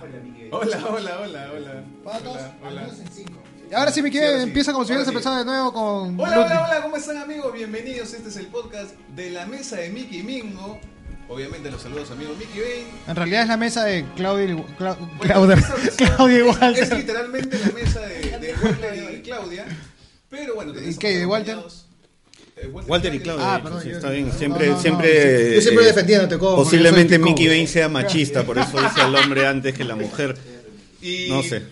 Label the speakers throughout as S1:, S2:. S1: Hola, Miguel.
S2: Hola, hola, hola, hola.
S3: Patos,
S2: Hola, hola.
S3: amigos en cinco.
S4: Y ahora sí, mi
S2: Sí,
S4: querido,
S2: ahora sí.
S4: empieza como si
S2: Ahora
S4: hubieras
S2: sí.
S4: empezado de nuevo con.
S2: Hola,
S4: Ludwig.
S2: hola, hola, ¿cómo están amigos? Bienvenidos, este es el podcast de la mesa de Mickey Mingo. Obviamente los saludos amigos Mickey Bain.
S4: En realidad es la mesa de Claudio y- Clau-
S2: Bueno,
S4: Clauder-
S2: esta vez-
S4: Claudio y
S2: Es
S4: Walter.
S2: literalmente la mesa de, de Walter y Claudia. Pero bueno, también
S4: ¿Y
S2: estamos
S4: qué, de Walter?
S2: acompañados- Eh,
S5: Walter y Claudia.
S4: Ah, perdón,
S5: sí,
S4: yo-
S5: está bien.
S4: no,
S5: Siempre,
S4: no, no.
S5: siempre.
S3: Yo siempre
S5: eh,
S3: defendiéndote, Cobo, porque yo
S5: Posiblemente
S3: soy Team
S5: Mickey
S3: Cobo.
S5: Bain sea machista, por eso dice al hombre antes que la mujer.
S2: Ah, Y,
S5: No sé.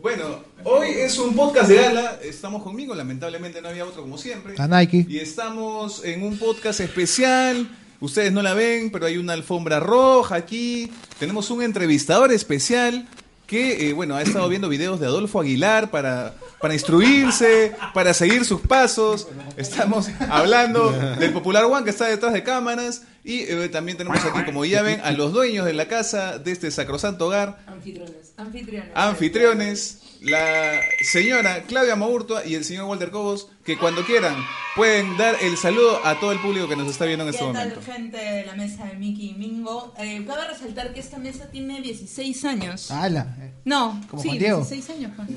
S2: Bueno, hoy es un podcast de gala. Estamos conmigo, lamentablemente no había otro como siempre.
S5: Ah,
S4: La Nike.
S2: Y estamos en un podcast especial. Ustedes no la ven, pero hay una alfombra roja aquí. Tenemos un entrevistador especial que, eh, bueno, ha estado viendo videos de Adolfo Aguilar para, para instruirse, para seguir sus pasos. Estamos hablando del Popular One que está detrás de cámaras. Y eh, también tenemos aquí, como ya ven, a los dueños de la casa de este sacrosanto hogar,
S6: Anfitriones. Anfitriones.
S2: anfitriones, la señora Claudia Maurtua y el señor Walter Cobos, que cuando quieran pueden dar el saludo a todo el público que nos está viendo en
S6: ¿Qué
S2: este momento.
S6: tal, gente de la mesa de Mickey y Mingo? Eh, cabe resaltar que esta mesa tiene 16 años.
S4: Ala, eh.
S6: No,
S4: Como
S6: sí,
S4: Juan Diego.
S6: 16 años. Juan.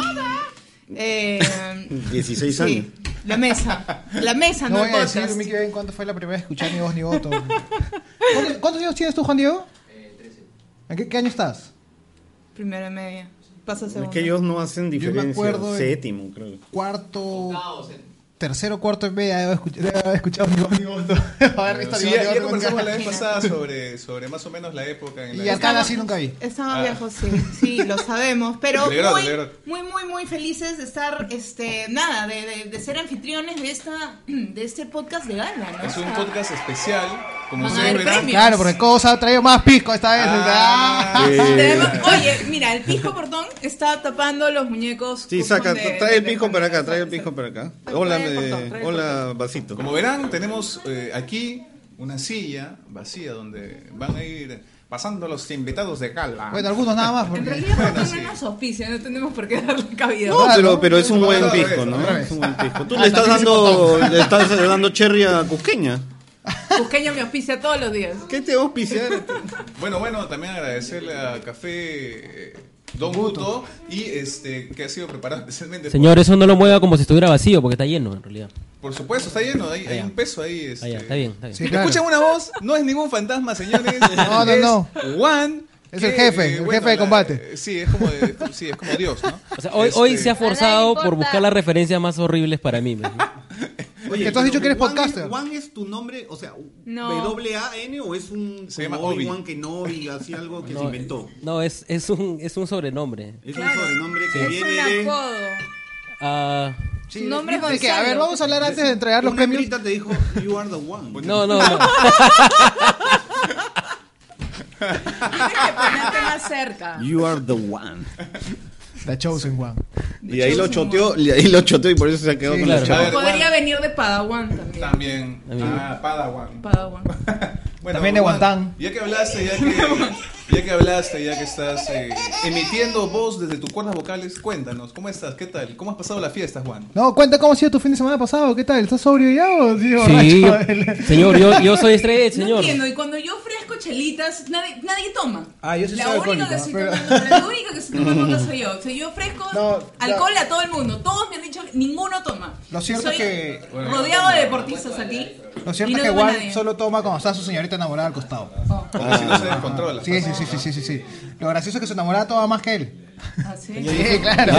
S6: Eh,
S5: 16
S6: sí,
S5: años.
S6: la mesa. La
S2: Ah,
S6: mesa,
S4: No
S6: no, el
S4: voy a
S6: podcast.
S4: decir, Mickey, Bain, cuándo fue la primera vez que escuché ni voz ni voto. ¿Cuántos, cuántos años tienes tú, Juan Diego? ¿En qué, qué año estás?
S6: Primera y media. Pasa
S5: Es
S6: segundo.
S5: que ellos no hacen
S4: me
S5: diferencia.
S4: acuerdo de-
S5: Séptimo, creo.
S4: Cuarto. Tercero, cuarto en media. Debo escuch- debo haber escuchado ni voz ni voto. Haber visto
S2: Sí,
S4: ni
S2: ya,
S4: voz ni
S2: ya
S4: voto
S2: conversamos
S4: nunca.
S2: la vez pasada sobre, sobre más o menos la época en la
S4: Y
S2: que-
S4: acá así nunca vi.
S6: Estamos
S2: Ah.
S6: viejos, sí, sí, lo sabemos. Pero
S2: Alegrate,
S6: muy,
S2: alegrate.
S6: muy, muy, muy felices de estar, este, nada, de, de, de ser anfitriones de esta, de este podcast de gala, ¿no?
S2: es
S6: O
S2: un
S6: sea,
S2: podcast especial, como
S6: Van a
S2: ustedes
S6: haber
S2: verán.
S6: premios.
S4: Claro, porque Cobos ha traído más pisco esta vez.
S2: Ah,
S4: Ah.
S5: sí.
S6: Tenemos- Oye, mira, el pijo portón está tapando los muñecos.
S5: Sí,
S6: custom
S5: saca,
S6: de-
S5: trae el
S6: Pues de-
S5: pico para acá,
S6: de-
S5: trae el pico para acá.
S6: Trae
S5: Hola,
S6: el portón,
S5: me,
S6: trae el
S5: hola, vasito.
S2: Como verán, tenemos eh, aquí una silla vacía donde van a ir pasando los invitados de gala.
S4: Bueno, algunos nada más.
S6: En
S4: porque-
S6: realidad,
S2: Bueno,
S6: portón
S2: sí.
S6: no nos auspicia, no tenemos por qué darle cabida.
S5: No, pero, pero es un
S2: No,
S5: buen
S2: otra vez,
S5: pico, ¿no?
S2: otra
S4: vez.
S5: Es un buen pico. Tú
S4: Ah,
S5: le estás
S4: también
S5: dando, le estás dando cherry a Cusqueña.
S6: Cusqueño me auspicia todos los días.
S5: ¿Qué te va a auspiciar?
S2: Bueno, bueno, también agradecerle a Café eh, Don Guto y este que ha sido preparado especialmente. por-
S7: Señor, eso no lo mueva como si estuviera vacío, porque está lleno en realidad.
S2: Por, supuesto, está lleno, hay, hay
S7: Allá.
S2: un peso ahí. este.
S7: Ahí ya, está bien, está bien.
S4: Sí, claro.
S2: Escuchan una voz, no es ningún fantasma, señores.
S4: No, no,
S2: es
S4: no.
S2: Juan.
S4: Es el jefe, el jefe de combate.
S2: eh, sí, es como, de- sí, es como Dios, ¿no?
S7: O sea, hoy, hoy
S2: Este,
S7: se ha forzado por
S8: importa.
S7: buscar las referencias más horribles para mí. me-
S4: Que tú has dicho que eres podcaster.
S5: ¿Juan es tu nombre? O sea,
S6: No.
S5: ¿W-A-N o es un
S2: Se llama
S5: como
S2: Obi.
S5: Obi-Wan Kenobi, así algo que se
S7: No,
S5: inventó?
S7: No, es, es, un, es un sobrenombre.
S5: Es
S6: Claro.
S5: un sobrenombre que
S6: Es un
S5: viene de...
S6: apodo.
S7: Ah,
S4: Sí,
S6: Su nombre es
S4: ¿de qué? A
S6: Gonzalo.
S4: ver, vamos a hablar antes de entregar los
S5: Una
S4: premios.
S5: grita te dijo, you are the one.
S7: no, no, no.
S6: Tienes que ponerte más cerca.
S5: You are the one.
S4: The Chosen One.
S5: Y ahí lo choteó, y ahí lo choteó y por eso se ha quedado
S4: Sí,
S5: con
S7: claro.
S5: la
S2: A
S5: chava.
S2: ver,
S6: Podría
S2: Juan,
S6: venir de Padawan también.
S2: también.
S7: También.
S2: Ah, Padawan.
S6: Padawan.
S2: Bueno,
S4: También de
S2: Juan,
S4: Guantán.
S2: Ya que hablaste, ya que, ya que hablaste, ya que estás eh, emitiendo voz desde tus cuerdas vocales, cuéntanos, ¿cómo estás? ¿Qué tal? ¿Cómo has pasado la fiesta, Juan?
S4: No, cuenta cómo ha sido tu fin de semana pasado. ¿Qué tal? ¿Estás sobrio ya o sí,
S7: Sí,
S4: borracho?
S7: yo- señor, yo, yo soy estrella,
S6: No
S7: señor.
S6: entiendo, y cuando yo ofrezco chelitas, nadie, nadie toma.
S3: Ah, yo sí
S6: la
S3: soy
S6: única que
S3: alcohólico,
S6: soy
S3: pero-
S6: tomando, la única que estoy tomando soy yo. O sea, yo ofrezco
S3: No,
S6: alcohol a todo el mundo. Todos me han dicho que ninguno toma.
S4: Lo cierto
S6: soy
S4: es que-
S6: rodeado de deportistas aquí.
S4: Lo
S6: y
S4: cierto
S6: no
S4: es que
S6: toma
S4: Juan
S6: nadie.
S4: solo toma cuando está su señorita enamorada al costado.
S6: Oh,
S2: Porque si no se descontrola.
S4: Ah. Sí, sí, sí, sí, sí, sí, sí. Lo gracioso es que su enamorada toma más que él.
S6: ah, ¿sí?
S4: Sí, claro.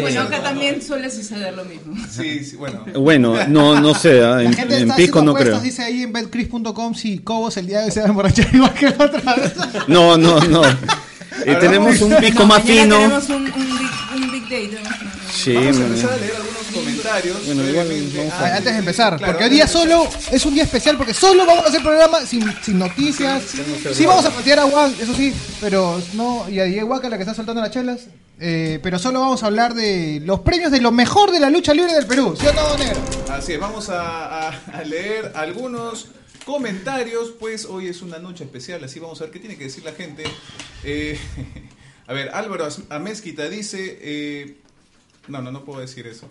S6: Bueno, acá también suele suceder lo mismo.
S2: Sí, sí, bueno.
S5: Bueno, no, no sé, ¿ah?
S4: La
S5: en,
S4: gente
S5: en
S4: está
S5: Pisco
S4: haciendo
S5: no
S4: apuestas,
S5: creo.
S4: dice ahí en betcris.com si Cobos el día de hoy se va a emborrachar igual que la otra vez.
S5: No, no, no. Eh, tenemos un pisco
S6: No,
S5: más
S6: mañana
S5: fino.
S6: Tenemos un, un, big, un big day. tenemos un-
S5: Sí,
S2: Vamos a
S5: man.
S2: empezar a leer algunos comentarios. eh,
S5: Bueno, igual
S2: brevemente.
S5: vamos a-
S4: Ah, Antes de empezar,
S2: Claro,
S4: porque hoy día
S2: antes de
S4: solo es un día especial porque solo vamos a hacer programa sin, sin noticias. Sí, vamos a patear a Juan, eso sí, pero no, y a Diego Huaca, la que está soltando las chelas. Eh, pero solo vamos a hablar de los premios de lo mejor de la lucha libre del Perú, ¿sí o no, negro?
S2: Así es, vamos a, a- a leer algunos comentarios, pues hoy es una noche especial, así vamos a ver qué tiene que decir la gente. Eh, a ver, Álvaro As- Amezquita dice... eh, no, no, no puedo decir eso.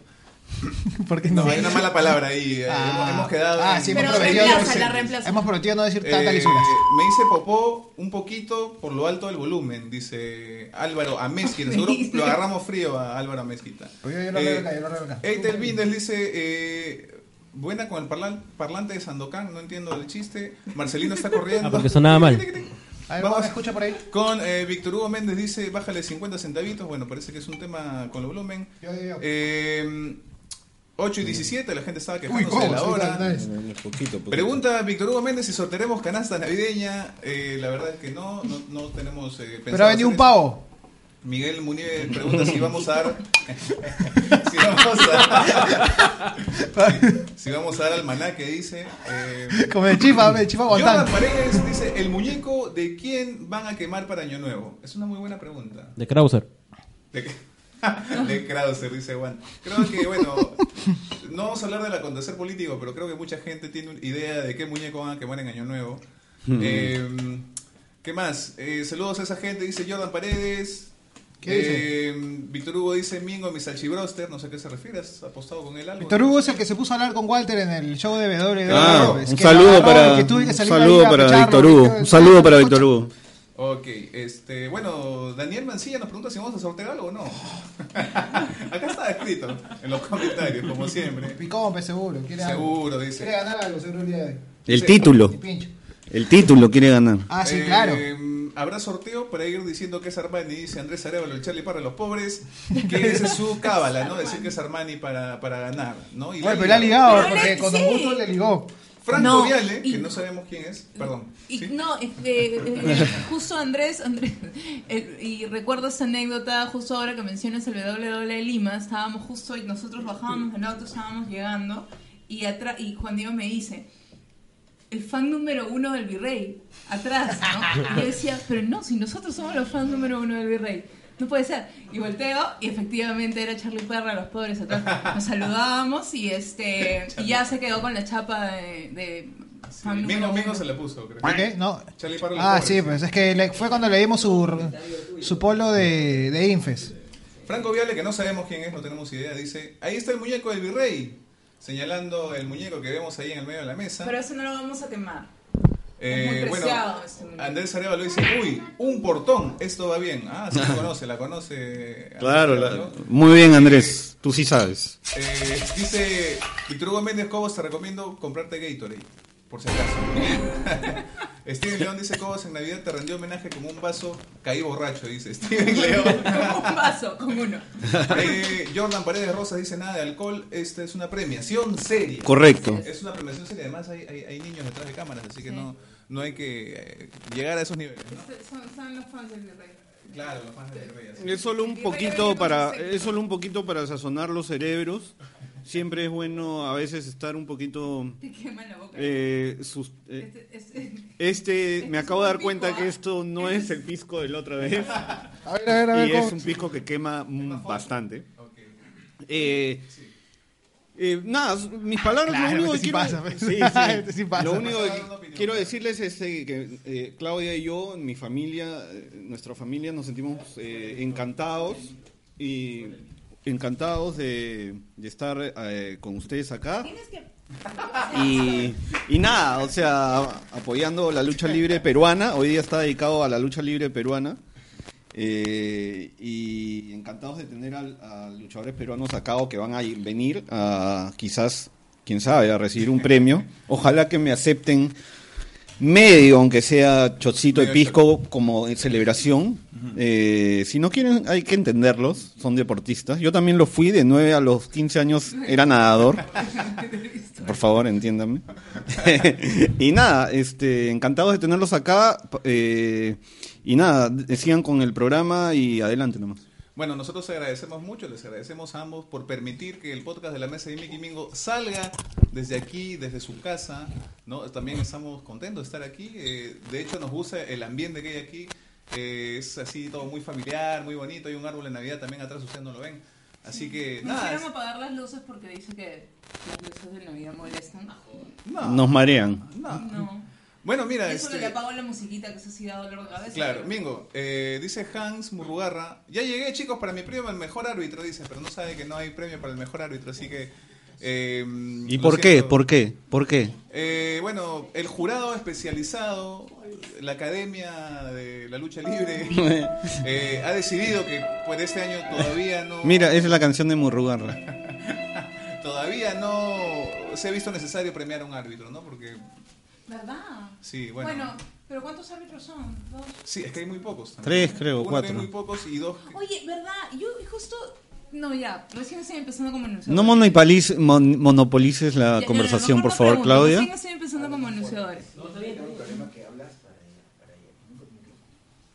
S4: Porque
S2: No, hay una mala palabra ahí. eh, hemos- hemos quedado.
S4: Ah,
S2: en-
S4: sí,
S6: Pero
S4: hemos prometido,
S6: reemplaza,
S4: no decir-
S6: la reemplaza.
S4: hemos prometido no decir
S2: Eh,
S4: tantas lisuras.
S2: me hice popó un poquito por lo alto del volumen, dice Álvaro Amezquita. Seguro lo agarramos frío a Álvaro Amezquita.
S4: Pues yo- yo lo
S2: Eh,
S4: leo acá, yo lo leo acá.
S2: Eitel Vindes dice, eh, buena con el parlan- parlante de Sandokan, no entiendo el chiste. Marcelino está corriendo.
S7: Ah, porque sonaba mal.
S4: A ver,
S2: Vamos.
S4: ¿me escucha por ahí?
S2: Con eh, Víctor Hugo Méndez dice, bájale 50 centavitos. Bueno, parece que es un tema con el volumen.
S4: Yo, yo, yo.
S2: Eh, 8 y 17, la gente estaba
S4: Uy,
S2: quejándose
S4: ¿cómo?
S2: de la hora.
S5: Poquito, poquito.
S2: Pregunta Víctor Hugo Méndez si sortearemos canasta navideña. Eh, la verdad es que no, no, no tenemos eh, pensado
S4: Pero ha venido
S2: hacer
S4: un pavo.
S2: eso. Miguel Muniz pregunta si vamos a dar. si vamos a. si vamos a dar almanaque, dice. Eh,
S4: Como de chifa, de chifa
S2: Jonathan
S4: aguantando.
S2: Paredes dice: ¿El muñeco de quién van a quemar para Año Nuevo? Es una muy buena pregunta.
S7: De Krauser.
S2: De, de Krauser, dice Juan. Creo que, bueno, no vamos a hablar del acontecer político, pero creo que mucha gente tiene una idea de qué muñeco van a quemar en Año Nuevo. Eh, ¿Qué más? Eh, saludos a esa gente, dice Jordan Paredes.
S4: ¿Qué dice?
S2: Eh, Víctor Hugo dice Mingo, mi salchibroster, no sé a qué se refiere, has apostado con él algo.
S4: Víctor Hugo es el que se puso a hablar con Walter en el show de WWE.
S5: Ah,
S4: Es
S5: un
S4: que lo
S5: saludo
S4: agarró
S5: para,
S4: y que tuve que
S5: un
S4: salir ahí
S5: saludo
S4: a
S5: para
S4: pecharlo,
S5: Víctor
S4: que-
S5: Hugo. Un saludo para Víctor Hugo.
S2: Ok, este, bueno, Daniel Mancilla nos pregunta si vamos a sortear algo o no. Acá está escrito en los comentarios, como siempre.
S4: Picón, pues, seguro. Quiere algo.
S2: Seguro,
S4: Quiere
S2: dice.
S4: ganar algo, seguro el día de hoy.
S5: El
S2: Sí.
S5: título.
S4: Y pincho.
S5: El título quiere ganar.
S4: Ah, sí,
S2: Eh,
S4: claro.
S2: Habrá sorteo para ir diciendo que es Armani, dice Andrés Arevalo, el Charlie para los pobres, que esa es su cábala, ¿no? Decir que es Armani para, para ganar, ¿no? Y
S4: Bueno,
S2: la
S4: pero le ha
S2: liga.
S4: ligado,
S6: Pero
S4: porque
S6: le-
S4: con
S6: sí.
S4: un gusto le ligó.
S2: Franco
S6: No,
S2: Viale,
S6: y-
S2: que no sabemos quién es, perdón.
S6: Y,
S2: ¿sí?
S6: No, es que, eh, justo Andrés, Andrés el- y recuerdo esa anécdota justo ahora que mencionas el WW de Lima, estábamos justo y nosotros bajábamos del auto, estábamos llegando y, atra- y Juan Diego me dice, el fan número uno del virrey, atrás, ¿no? Y yo decía, pero no, si nosotros somos los fans número uno del virrey. No puede ser. Y volteo y efectivamente era Charlie Perra, los pobres atrás. Nos saludábamos y este y ya se quedó con la chapa de, de
S2: Sí,
S6: fan número
S2: Mingo,
S6: uno.
S2: Mingo se la puso, creo.
S4: ¿Ok? No.
S2: Charlie para los
S4: Ah,
S2: pobres.
S4: sí, pues es que le- fue cuando le dimos su, su polo de, de Infes.
S2: Franco Viale, que no sabemos quién es, no tenemos idea, dice, ahí está el muñeco del virrey, señalando el muñeco que vemos ahí en el medio de la mesa.
S6: Pero eso no lo vamos a quemar.
S2: Eh,
S6: es muy
S2: bueno,
S6: preciado este muñeco.
S2: Andrés Arevalo dice, uy, un portón, esto va bien. Ah, sí la conoce, la conoce. Andrés
S5: Claro, la-
S2: Arevalo.
S5: muy bien Andrés, tú sí sabes.
S2: Eh, dice Víctor Hugo Méndez Cobos, te recomiendo comprarte Gatorade, por si acaso. Steven León dice Cobos, en Navidad te rendió homenaje con un vaso, caí borracho, dice Steven León.
S6: Con un vaso, con uno.
S2: Eh, Jordan Paredes Rosas dice nada de alcohol, esta es una premiación seria.
S5: Correcto.
S2: Es una premiación seria, además hay, hay- hay niños detrás de cámaras, así que
S6: Sí.
S2: no, no hay que eh, llegar a esos niveles. ¿no?
S6: Son, son los fans del virrey.
S2: Claro, los fans de Reyes.
S5: Es solo un poquito para, es solo un poquito para sazonar los cerebros. Siempre es bueno a veces estar un poquito.
S6: Te queman la boca.
S5: eh, sus- eh,
S6: Este- este-
S5: este, me
S6: es
S5: acabo de
S6: un
S5: dar cuenta
S6: pico,
S5: que
S6: ¿ah?
S5: esto no es el pisco de la otra vez
S4: A ver, a ver, a ver.
S5: y
S4: ¿cómo?
S5: es un pisco que quema mm, bastante.
S2: Ok.
S5: Eh, eh, nada, s- mis palabras
S4: Claro,
S5: lo único que
S4: este sí
S5: quiero,
S4: pasa, pues.
S5: Sí, sí.
S4: Este sí pasa.
S5: Lo único
S2: Vas a dar una
S5: que
S2: opinión.
S5: quiero decirles es eh, que eh, Claudia y yo, mi familia, eh, nuestra familia, nos sentimos eh, encantados y encantados de, de estar eh, con ustedes acá
S6: Tienes que.
S5: y, y nada, o sea, apoyando la lucha libre peruana. Hoy día está dedicado a la lucha libre peruana. Eh, y encantados de tener al- a, luchadores peruanos acá o que van a ir- venir a quizás, quién sabe, a recibir un premio. Ojalá que me acepten medio, aunque sea chocito de
S2: Medio
S5: pisco, como en celebración. Eh, si no quieren, hay que entenderlos, son deportistas. Yo también lo fui, de 9 a los 15 años era nadador. Por favor, entiéndanme. y nada, este, encantados de tenerlos acá. eh, y nada, d- sigan con el programa y adelante nomás.
S2: Bueno, nosotros agradecemos mucho, les agradecemos a ambos por permitir que el podcast de la mesa de Mickey Mingo salga desde aquí, desde su casa. ¿no? También estamos contentos de estar aquí. eh, de hecho, nos gusta el ambiente que hay aquí. eh, es así todo muy familiar, muy bonito. Hay un árbol de Navidad también atrás, ustedes no lo ven. Así que
S6: No
S2: nada.
S6: queremos apagar las luces porque dice que las luces de Navidad molestan.
S2: es- no,
S5: Nos marean.
S2: no.
S6: No.
S2: Bueno, mira,
S6: Eso
S2: este,
S6: le apago la musiquita, que eso sí da dolor de cabeza.
S2: Claro, Mingo, eh, dice Hans Murugarra, ya llegué chicos para mi premio al mejor árbitro, dice, pero no sabe que no hay premio para el mejor árbitro, así que... eh,
S5: ¿Y
S2: lo
S5: por qué?
S2: siento.
S5: ¿Por qué? ¿Por qué?
S2: Eh, bueno, el jurado especializado, la Academia de la Lucha Libre, eh, ha decidido que por este año todavía no...
S5: Mira, esa es la canción de Murrugarra.
S2: Todavía no se ha visto necesario premiar a un árbitro, ¿no? Porque...
S6: ¿Verdad?
S2: Sí, bueno.
S6: Bueno. pero ¿cuántos árbitros son? Dos.
S2: Sí, es que hay muy pocos.
S5: Tres, creo,
S2: Uno que
S5: cuatro.
S2: Hay muy pocos y dos... que-
S6: Oye, ¿verdad? Yo justo. No, ya, recién estoy empezando como anunciador.
S5: No monopoliz- mon- monopolices la
S6: Ya,
S5: conversación,
S6: no, no,
S5: por
S6: no
S5: favor,
S6: pregunto,
S5: Claudia.
S6: Recién estoy empezando como anunciador.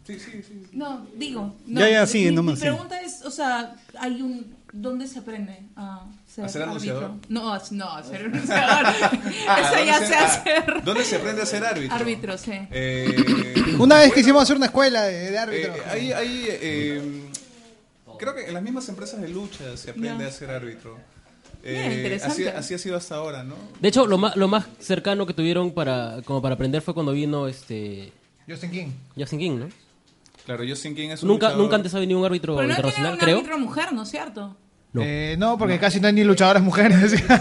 S2: Sí, sí, sí.
S6: No, digo. No,
S5: Ya, ya, sigue,
S6: mi,
S5: nomás,
S6: Mi
S5: sigue.
S6: pregunta es, o sea, hay un... ¿Dónde se aprende a ser,
S2: ¿A ser
S6: árbitro?
S2: anunciador?
S6: No, a- no, a ser anunciador.
S2: Ah,
S6: Eso ya
S2: ¿dónde
S6: se
S2: ah,
S6: hace.
S2: ¿Dónde se aprende a ser árbitro?
S6: Árbitro, sí.
S2: Eh,
S4: Una vez
S2: bueno,
S4: quisimos hacer una escuela de, de
S2: eh,
S4: árbitro.
S2: hay, hay, eh, creo que en las mismas empresas de lucha se aprende
S6: Ya.
S2: a ser árbitro.
S6: Mira,
S2: Eh, así,
S6: interesante.
S2: así ha sido hasta ahora, ¿no?
S7: De hecho, lo más, lo más cercano que tuvieron para, como para aprender fue cuando vino este
S4: Justin King.
S7: Justin King, ¿no?
S2: Claro, yo sin quién es un
S7: Nunca,
S2: luchador.
S7: nunca antes ha venido un árbitro
S6: Pero no tiene
S7: internacional,
S6: un
S7: creo.
S6: árbitro mujer, ¿no es cierto?
S7: No.
S4: Eh, no, porque casi no hay ni luchadoras mujeres.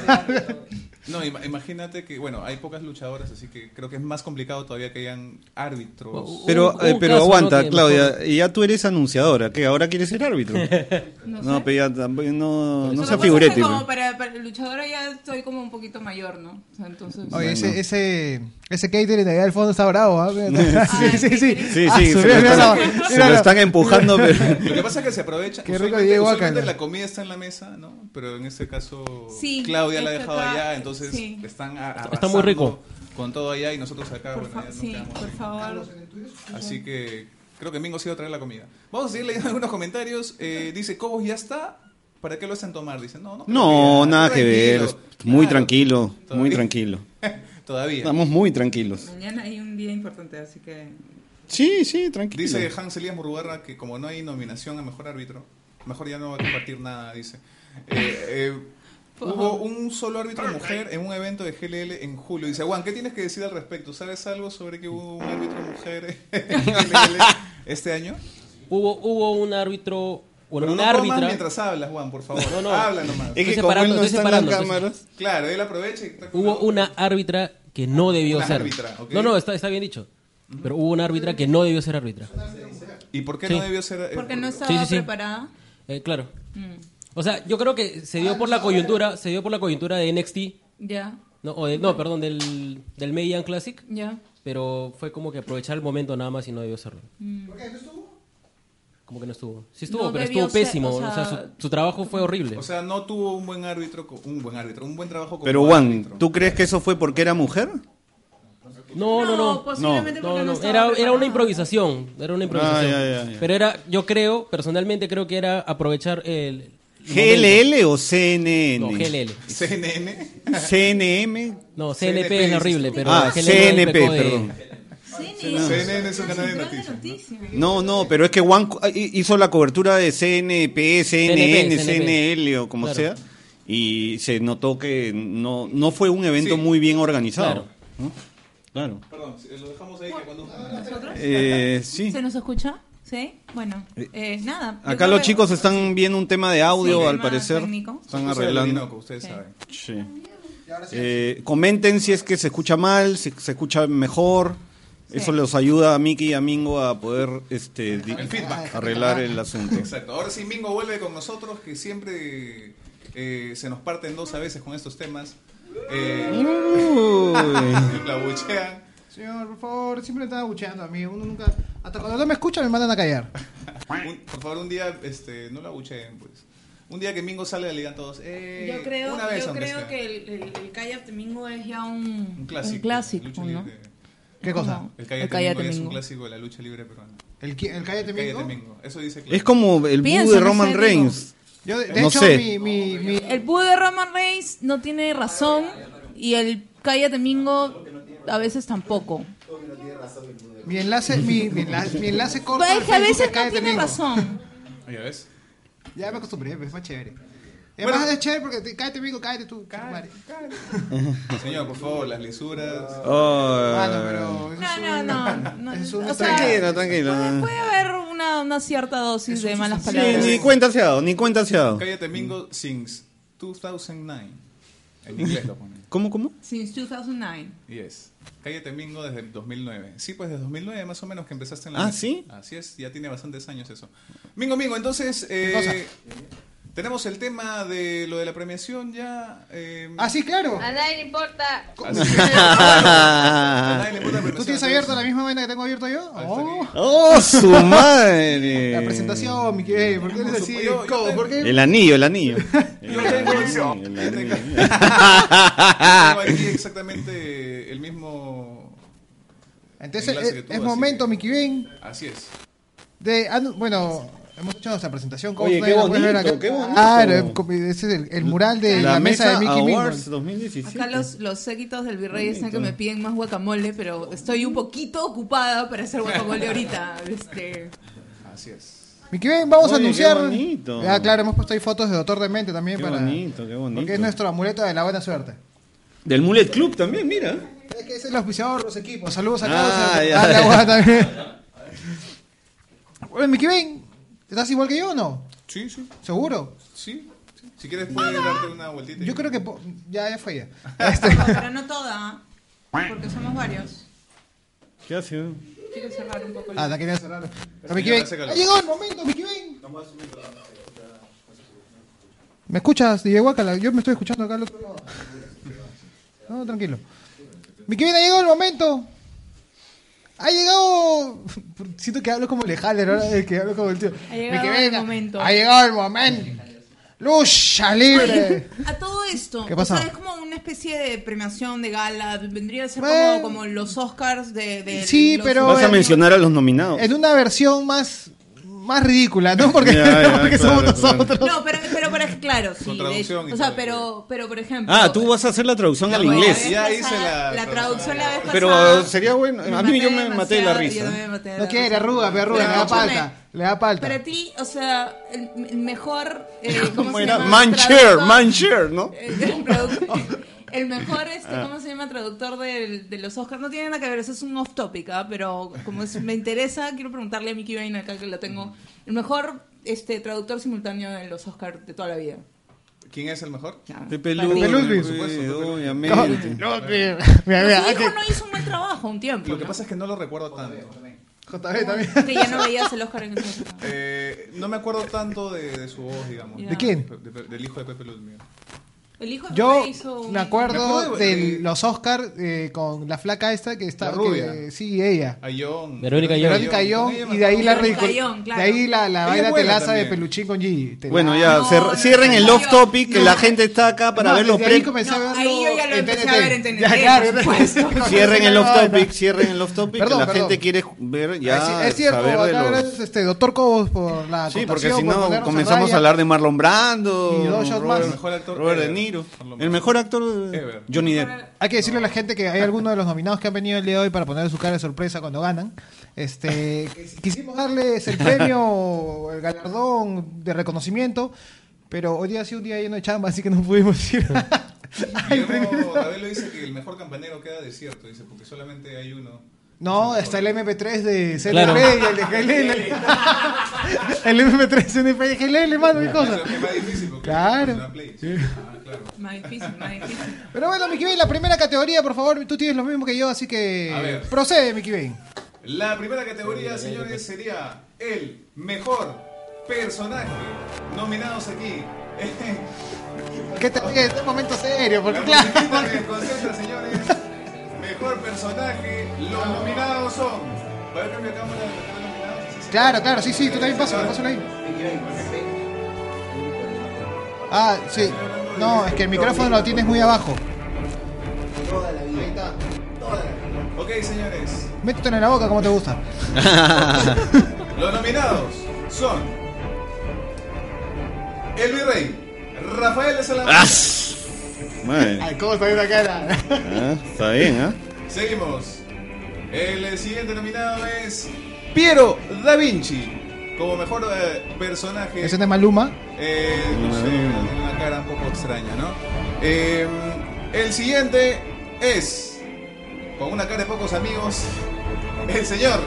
S2: No, ima- imagínate que, bueno, hay pocas luchadoras, así que creo que es más complicado todavía que hayan árbitros.
S7: Wow.
S6: Uh,
S5: Pero,
S7: Un-
S5: eh,
S7: un
S5: pero
S7: caso,
S5: aguanta,
S7: ¿no? que
S5: Claudia, y ya tú eres anunciadora, ¿qué? ¿Ahora quieres ser árbitro?
S6: No,
S5: No,
S6: sé.
S5: pero ya tampoco- no,
S6: Lo
S5: no
S6: que
S5: sea
S6: pasa es que
S5: figurete.
S6: Como
S5: pues.
S6: para, para luchadora ya estoy como un poquito mayor, ¿no? O sea, entonces...
S2: Ah,
S4: Oye,
S5: Bueno.
S4: ese, ese, ese catering de allá del fondo está bravo. ¿ah? Mira, sí, sí, sí.
S5: Sí,
S4: Ah,
S5: sí,
S4: su-
S5: se, lo
S4: mira,
S5: están,
S4: mira,
S5: se
S4: mira,
S5: lo están empujando, pero...
S2: Lo que pasa es que se aprovecha.
S4: Qué rico
S2: usualmente-
S4: Diego
S2: usualmente
S4: Acala.
S2: la comida está en la mesa, ¿no? Pero en este caso
S6: Sí,
S2: Claudia la ha
S6: esto
S2: dejado
S6: acá,
S2: allá, entonces
S6: sí.
S2: están a-
S7: Está- está muy rico.
S2: arrasando con todo allá y nosotros acá,
S6: Por
S2: bueno,
S6: fa-
S2: ya nos
S6: sí,
S2: quedamos
S6: por
S2: ahí.
S6: favor.
S2: Así que creo que Mingo sí va a traer la comida. Vamos a seguir leyendo algunos comentarios. Eh, dice, Cobos ya está. ¿Para qué lo hacen tomar? Dice, no, no. creo
S5: No,
S2: ya,
S5: nada que ver.
S2: tranquilo".
S5: Muy
S2: Claro,
S5: tranquilo, muy
S2: Todavía.
S5: tranquilo.
S2: Todavía.
S5: Estamos muy tranquilos.
S6: Mañana hay un día importante, así que...
S2: Eh,
S5: Sí, sí, tranquilo.
S2: Dice Hans Elías Murugarra que como no hay nominación a mejor árbitro, mejor ya no va a compartir nada, dice. Eh, eh, hubo un solo árbitro mujer en un evento de GLL en julio. Dice, Juan, ¿qué tienes que decir al respecto? ¿Sabes algo sobre que hubo un árbitro mujer en GLL este año?
S7: Hubo, hubo un árbitro, bueno,
S2: Pero
S7: un
S2: no comas
S7: árbitra.
S2: mientras hablas, Juan, por favor.
S7: No, no.
S2: Habla nomás.
S5: es que
S7: estoy
S5: como él
S7: separando,
S5: no
S7: estoy
S5: está en las
S7: separando, estoy-
S5: cámaras...
S2: Claro, él aprovecha y está-
S7: Hubo una árbitra que no debió
S2: Una
S7: ser.
S2: árbitra, ok.
S7: No, no, está, está bien dicho. Pero hubo una árbitra que no debió ser árbitra.
S2: ¿Y por qué
S7: Sí.
S2: no debió ser? eh,
S6: Porque no
S2: por-
S6: estaba
S7: Sí, sí, sí.
S6: preparada.
S7: Eh, claro.
S6: Mm,
S7: O sea, yo creo que se dio por la coyuntura, se dio por la coyuntura de NXT,
S6: Ya,
S7: no, o de- no perdón, del, del Mayan Classic,
S6: ya.
S7: pero fue como que aprovechar el momento nada más y no debió serlo. Como que no estuvo. Sí estuvo,
S6: Mm. No
S7: pero
S6: debió
S7: estuvo
S6: ser,
S7: pésimo.
S6: o
S7: O sea,
S6: sea-
S7: su, su trabajo fue horrible.
S2: O sea, no tuvo un buen árbitro, co- un buen árbitro, un buen trabajo como
S5: Pero Juan,
S2: árbitro.
S5: ¿tú crees que eso fue porque era mujer?
S7: no, no, no.
S6: Posiblemente
S7: No,
S6: Este porque
S7: no,
S6: estaba
S7: era, era
S6: preparada.
S7: una improvisación, era una improvisación.
S5: ya, ya, ya.
S7: Pero era, yo creo, personalmente creo que era aprovechar el... el momento.
S5: ¿GLL o CNN?
S7: No, GLL.
S2: CNN.
S5: ¿CNM?
S7: No,
S2: CNP,
S7: CNP es
S2: dices
S7: horrible,
S2: tú.
S7: pero...
S5: Ah,
S7: GLL
S5: CNP,
S7: pecó de-
S5: perdón.
S6: CNN,
S2: CNN es un
S6: la
S2: canal de
S6: central
S2: noticias,
S6: noticias.
S5: No, no, pero es que Juan cu- ah, hi- hizo la cobertura de CNP, CNN,
S7: CNP.
S5: CNL o como
S7: Claro.
S5: sea, y se notó que no, no fue un evento
S2: Sí.
S5: muy bien organizado.
S7: Claro.
S5: ¿no? Claro.
S2: Perdón, si- lo dejamos ahí que cuando...
S6: ¿Nosotros?
S5: Eh, sí.
S6: ¿Se nos escucha? ¿Sí? Bueno, eh, nada. yo
S5: Acá
S6: creo
S5: los
S6: que-
S5: chicos están viendo un tema de audio,
S6: Sí,
S5: al
S6: tema
S5: parecer.
S6: técnico.
S5: Están
S2: Cosa del
S5: arreglando.
S2: Orinoco, ustedes
S6: Sí.
S2: saben.
S5: Sí. Eh, comenten si es que se escucha mal, si se escucha mejor.
S6: Sí.
S5: Eso los ayuda a Miki y a Mingo a poder este, di-
S2: El feedback.
S5: arreglar el asunto.
S2: Exacto. Ahora sí, Mingo vuelve con nosotros, que siempre eh, se nos parten dos a veces con estos temas. Eh,
S5: Uy.
S2: la buchean.
S4: Señor, por favor, siempre me están abucheando a mí. Uno nunca. Hasta cuando no me escuchan, me mandan a callar.
S2: Un- por favor, un día, este, no la bucheen, pues. Un día que Mingo sale, le digan todos, eh,
S6: Yo creo,
S2: una vez
S6: yo
S2: aunque
S6: creo
S2: sea.
S6: que el, el, el Cállate Mingo es ya un,
S2: Un clásico. Lucha
S6: ¿no?
S2: libre.
S4: ¿Qué cosa?
S6: No,
S2: El Cállate,
S6: Cállate
S2: Mingo es un
S6: Mingo.
S2: clásico de la lucha libre peruana.
S4: El, qui- el cállate,
S2: El Cállate
S4: Mingo.
S2: Mingo. Eso dice
S5: Es
S2: claro.
S5: como el
S6: Piensa,
S5: Boo de
S6: no sé,
S5: Roman
S6: digo.
S5: Reigns.
S4: Yo, de de
S5: No
S4: hecho,
S5: sé.
S4: mi. mi, mi-
S6: El Boo de Roman Reigns no tiene razón y el Cállate Mingo a veces tampoco.
S4: Mi enlace, mi, mi enlace, mi enlace corto.
S6: Pero
S4: de
S6: es que Pues, a
S4: Facebook
S6: veces no
S4: Cállate
S6: tiene
S4: Mingo.
S6: razón.
S2: Ya ves.
S4: Ya me acostumbré, me pues, fue chévere. Y Además
S2: Bueno.
S4: es chévere porque te, cállate, amigo, cállate tú. Cállate.
S2: Señor, por favor, las lisuras.
S5: Oh.
S4: Mano, Ah, pero eso
S6: No,
S4: es
S6: no,
S4: un-
S6: no. no.
S4: Es un-
S6: O sea,
S5: Tranquilo, tranquilo.
S6: puede, puede haber una, una cierta dosis de malas
S5: Sí,
S6: palabras.
S5: ni cuenta se ha dado, ni cuenta se ha dado.
S2: Cállate Mingo since 2009. En inglés lo ponen.
S5: ¿Cómo, cómo?
S6: Since 2009.
S2: Yes. Cállate Mingo desde el 2009. Sí, pues desde 2009 más o menos que empezaste en la
S5: Ah,
S2: mesa.
S5: ¿sí?
S2: Así es, ya tiene bastantes años eso. Mingo, Mingo, entonces eh, tenemos el tema de lo de la premiación ya. eh,
S4: Ah, sí, claro.
S1: A nadie le importa.
S2: así que- A nadie le importa la
S4: ¿Tú
S2: premiación,
S4: tienes abierta la misma vaina que tengo abierto yo?
S2: Ah,
S4: Oh.
S2: está
S5: ¡Oh, su madre!
S4: La presentación, mi querido. ¿Por qué eres
S2: Por
S4: así?
S2: supuesto, yo-
S4: ¿Cómo?
S2: yo
S4: ¿Por qué?
S5: El anillo, el anillo. El
S4: Eh,
S2: Yo tengo
S5: anillo,
S2: el-
S5: el
S2: yo tengo-
S5: anillo.
S2: Tengo aquí exactamente el mismo.
S4: Entonces,
S2: Enlace
S4: es,
S2: que tú,
S4: es
S2: así
S4: momento,
S2: que-
S4: Mickey Ben,
S2: Así es.
S4: de... ah, no, bueno, hemos hecho nuestra presentación. ¿cómo
S5: Oye,
S4: está?
S5: qué
S4: La puedes ver
S5: bonito,
S4: acá.
S5: qué bonito.
S4: Claro, eh, copi- ese es el, el mural de la, mesa, de Mickey
S5: Awards
S4: Ben.
S5: 2017.
S6: Acá los, los séquitos del virrey están que
S5: Bonito.
S6: me piden más guacamole, pero estoy un poquito ocupada para hacer guacamole ahorita. Este,
S2: Así es.
S4: Mickey Ben, vamos a
S5: Oye, qué
S4: anunciar...
S5: bonito.
S4: Ah, claro, hemos puesto ahí fotos de Doctor de Mente también
S5: Qué
S4: para...
S5: bonito, qué bonito.
S4: Porque es nuestro amuleto de la buena suerte.
S5: Del Mulet Club también, mira.
S4: Es que es el auspiciador de los equipos. Saludos a
S5: Ah,
S4: todos.
S5: ya.
S4: Ah, la guada también. Bueno, Mickey Ben, ¿estás igual que yo o no?
S2: Sí, sí,
S4: ¿Seguro?
S2: sí. sí. Si quieres, puedes darte una vueltita.
S4: Yo creo que... po- Ya, ya fue ya. Este.
S6: pero no toda, porque somos varios.
S5: ¿Qué hace?
S6: Quiero cerrar un poco.
S4: Ah,
S6: La...
S4: la quería cerrar. Pero
S2: Señora,
S4: Mickey Ben-
S2: hace calor.
S4: Ha llegado el momento, Mickey Ben. ¿Me escuchas, DJ Guacala? Yo me estoy escuchando acá al otro lado. No, tranquilo. Mickey Ben, ha llegado el momento. Ha llegado. Siento que hablo como el Haller ahora, eh, que hablo como el tío.
S6: Ha llegado
S4: Mickey
S6: el momento.
S4: Ha llegado el momento. Lucha libre.
S6: A todo esto,
S4: ¿Qué pasa?
S6: o sea, es como una especie de premiación de gala, vendría a ser
S4: Bueno.
S6: como, como los Oscars de... de
S4: Sí,
S6: los
S4: pero-
S5: Vas a
S4: bueno.
S5: mencionar a los nominados.
S4: En una versión más, más ridícula, ¿no? Porque,
S5: Ya, ya,
S4: porque
S5: claro,
S4: somos
S5: claro.
S4: nosotros.
S6: No, pero, pero para claro, sí.
S2: Con
S6: de
S2: traducción
S6: hecho.
S2: y
S6: o sea,
S2: todo.
S6: pero, pero por ejemplo.
S5: Ah, tú vas a hacer la traducción al
S6: Bueno,
S5: inglés.
S2: Ya
S6: la vez
S2: hice
S6: pasada-
S2: la
S6: la traducción la vez pasada.
S5: Pero ah, sería bueno. A mí yo me
S6: maté
S5: maté de la
S6: demasiado, yo
S5: risa. ¿eh?
S6: también me maté de
S4: No
S6: la
S4: quiere,
S6: risa.
S4: arruga, pero arruga,
S6: Pero
S4: le da
S6: escúchame,
S4: palta. Le da palta.
S6: Para ti, o sea, el, el mejor. eh, ¿cómo
S5: ¿Cómo
S6: se
S5: era?
S6: llama?
S5: Mancher,
S6: Traductor-
S5: Mancher, ¿no?
S6: El, el produ- el mejor, este, ¿cómo se llama? Traductor del- de los Oscars. No tiene nada que ver, eso es un off topic, ¿ah? pero como es- me interesa, quiero preguntarle a Mickey Bain acá que lo tengo. El mejor este, traductor simultáneo de los Oscars de toda la vida.
S2: ¿Quién es el mejor?
S6: Ya,
S5: Pepe
S6: para ti.
S5: Luz,
S4: Luzbi.
S5: por supuesto, Pepe Luz.
S4: No,
S5: obviamente.
S4: no, mira, mira, mira,
S6: Tu
S4: ah, que-
S6: hijo no hizo un buen trabajo un tiempo.
S2: Lo que
S6: ¿no?
S2: pasa es que no lo recuerdo tanto.
S4: JB también.
S6: que ya no veías el Oscar en el tiempo.
S2: Eh, no me acuerdo tanto de, de su voz, digamos.
S6: Ya. ¿De
S4: quién?
S2: De- de- del hijo de Pepe Luz. mío.
S6: El hijo de
S4: Yo
S6: Pepe hizo un-
S4: me
S2: Me
S4: acuerdo
S2: acuerdo
S4: de,
S2: de-
S4: los Oscar eh, con la flaca esta que está
S2: La rubia.
S4: que- sí, ella.
S2: A John.
S7: Verónica Ayón.
S4: Verónica Ayón y de ahí la
S6: Verónica
S4: ridicu-
S6: Ayón, claro.
S4: de ahí la, la
S2: Ella
S4: vaina
S2: es buena
S4: telaza de
S2: también.
S4: peluchín con Gigi. Telaza.
S5: Bueno, ya,
S6: No,
S5: cer-
S6: no,
S5: cierren
S6: no,
S5: el
S6: no,
S5: off topic, que
S6: no.
S5: la gente está acá para
S4: No,
S5: ver los
S4: desde ahí
S5: premios.
S4: comencé a
S6: No,
S4: verlo
S6: ahí yo ya lo
S4: en
S6: empecé
S4: TNT.
S6: a ver en TNT,
S4: Ya,
S6: por
S4: claro, por
S6: supuesto.
S5: Cierren el off
S4: No, no.
S5: topic, cierren el off topic,
S4: Perdón,
S5: que la
S4: perdón.
S5: gente quiere ver ya
S4: es, es cierto,
S5: saber de
S4: acá
S5: los-
S4: gracias, este, doctor Cobos por la
S5: Sí,
S4: acotación,
S5: porque si
S4: por
S5: no
S4: ponernos
S5: comenzamos
S4: raya.
S5: a hablar de Marlon Brando,
S4: Y dos shots más.
S5: Robert,
S4: El
S2: mejor actor
S5: Robert
S2: ever.
S5: De Niro,
S2: Marlon
S5: el
S2: Brando.
S5: mejor actor eh,
S2: Ever.
S5: Johnny Depp.
S4: Hay que decirle a la gente que hay algunos de los nominados que han venido el día de hoy para poner su cara de sorpresa cuando ganan. Este, quisimos darles el premio, el galardón de reconocimiento, pero hoy día ha sido un día lleno de chamba, así que no pudimos ir. al premio.
S2: Guillermo Ravelo dice que el mejor campanero queda desierto, dice, porque solamente hay uno.
S4: No, está el MP3 de CNP
S7: Claro.
S4: y el de GLL. el MP3 CNP y GLL, mano, mi
S2: Eso
S4: cosa.
S2: es lo que es más difícil, porque
S4: Claro.
S2: es una play. Ah, claro.
S6: Más difícil, más difícil.
S4: Pero bueno, Mickey Bain, la primera categoría, por favor, tú tienes lo mismo que yo, así
S2: A
S4: que
S2: ver.
S4: procede, Mickey Bain.
S2: La primera categoría, señores, sería el mejor personaje nominados aquí.
S4: Que te ríes, este momento serio, porque
S2: La
S4: claro.
S2: musiquita me desconcentra, señores. Mejor personaje, los nominados son. ¿Para ver cambio de cámara de los nominados? Sí, sí.
S4: Claro, claro, sí, sí, tú también pasas, pásalo ahí. Ah, sí. No, es que el micrófono lo tienes muy abajo.
S2: Ok, señores.
S4: Métetelo en la boca como te gusta.
S2: Los nominados son. El Virrey, Rafael de Salamanca.
S5: Ah, Madre.
S4: Ay, ¿cómo está viendo la cara?
S5: Ah, Está bien, ¿ah?
S2: Seguimos. El siguiente nominado es Piero da Vinci como mejor eh, personaje.
S4: Ese no es Maluma.
S2: Eh, no sé,
S5: Mm.
S2: en la cara. cara un poco extraña, ¿no? Eh, el siguiente es, con una cara de pocos amigos, el señor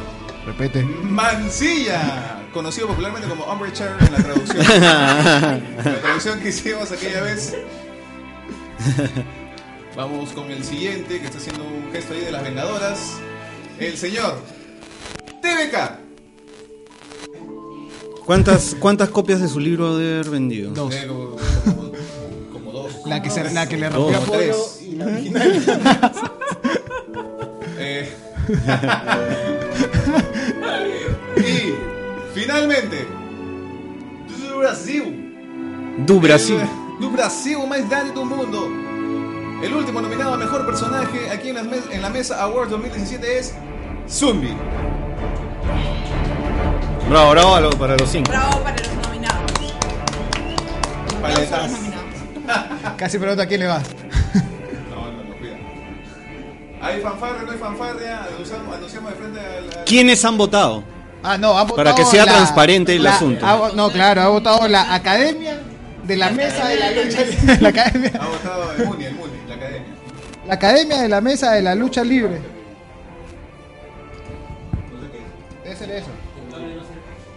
S4: Repete.
S2: Mancilla, conocido popularmente como Hombre Chair en la traducción. la traducción que hicimos aquella vez. Vamos con el siguiente, que está haciendo un gesto ahí de las Vengadoras. El señor TBK.
S5: ¿Cuántas, ¿Cuántas copias de su libro debe haber vendido?
S4: Dos.
S2: Eh, como, como- como dos.
S4: La que, se, la que le
S5: Dos.
S4: rompió a
S2: Como
S4: Pollo.
S2: tres. Eh. y finalmente, do Brasil.
S5: Du Brasil.
S2: Eh, Do Brasil más grande del mundo. El último nominado a mejor personaje aquí en, las mes- en la Mesa Awards 2017 es Zumbi.
S5: Bravo, bravo a lo- para los cinco.
S6: Bravo para los nominados. Aplausos a
S2: Paletas.
S6: los nominados.
S4: Casi pregunta a quién le vas.
S2: No, no, no, cuida. Hay fanfarria, no hay fanfarria. Anunciamos, anunciamos de frente al. al-
S5: ¿Quiénes han votado?
S4: Ah, no, ha votado
S5: Para que sea
S4: la-
S5: transparente el
S4: la-
S5: asunto.
S4: ha vo- no, claro, ha votado la Academia de la Mesa de la Lucha Libre. La academia,
S2: Ha votado el Muni, el Muni, la academia.
S4: la academia de la Mesa de la Lucha Libre. Debe ser eso.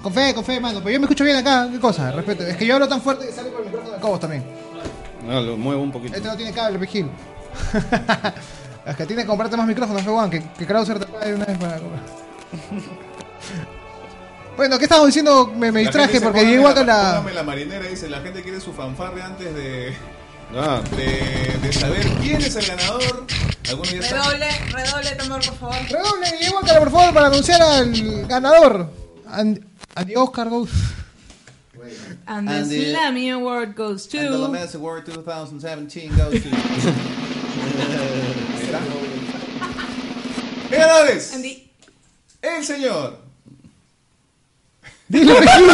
S4: Con fe, con fe, mano. Pero yo me escucho bien acá. ¿Qué cosa? Respeto. Es que yo hablo tan fuerte que sale por el micrófono de Cobos también.
S5: No, lo muevo un poquito.
S4: Este no tiene cable, Pejil. es que tiene que comprarte más micrófonos, Feguan, que, que Krauser te pague una vez para comprar. bueno, ¿qué estábamos diciendo? Me,
S2: La gente
S4: me distraje
S2: dice,
S4: porque
S2: "Póngame
S4: llegó acá
S2: la.
S4: la.
S2: póngame la marinera, dice, la gente quiere su fanfarria antes de,
S5: Ah,
S2: de, de saber quién es el ganador. Algunos ya saben.
S6: Redoble, redoble, Tomor, por favor.
S4: Redoble, llegó acá, por favor, para anunciar al ganador. And- Andy Oscar goes.
S6: And
S2: And
S6: the
S2: the-
S6: Slammy Award goes
S2: And the
S6: to.
S2: Lamessa Award 2017 goes to- Ahí está. Ganadores.
S6: And the-
S2: El señor.
S4: Dile, Pejil.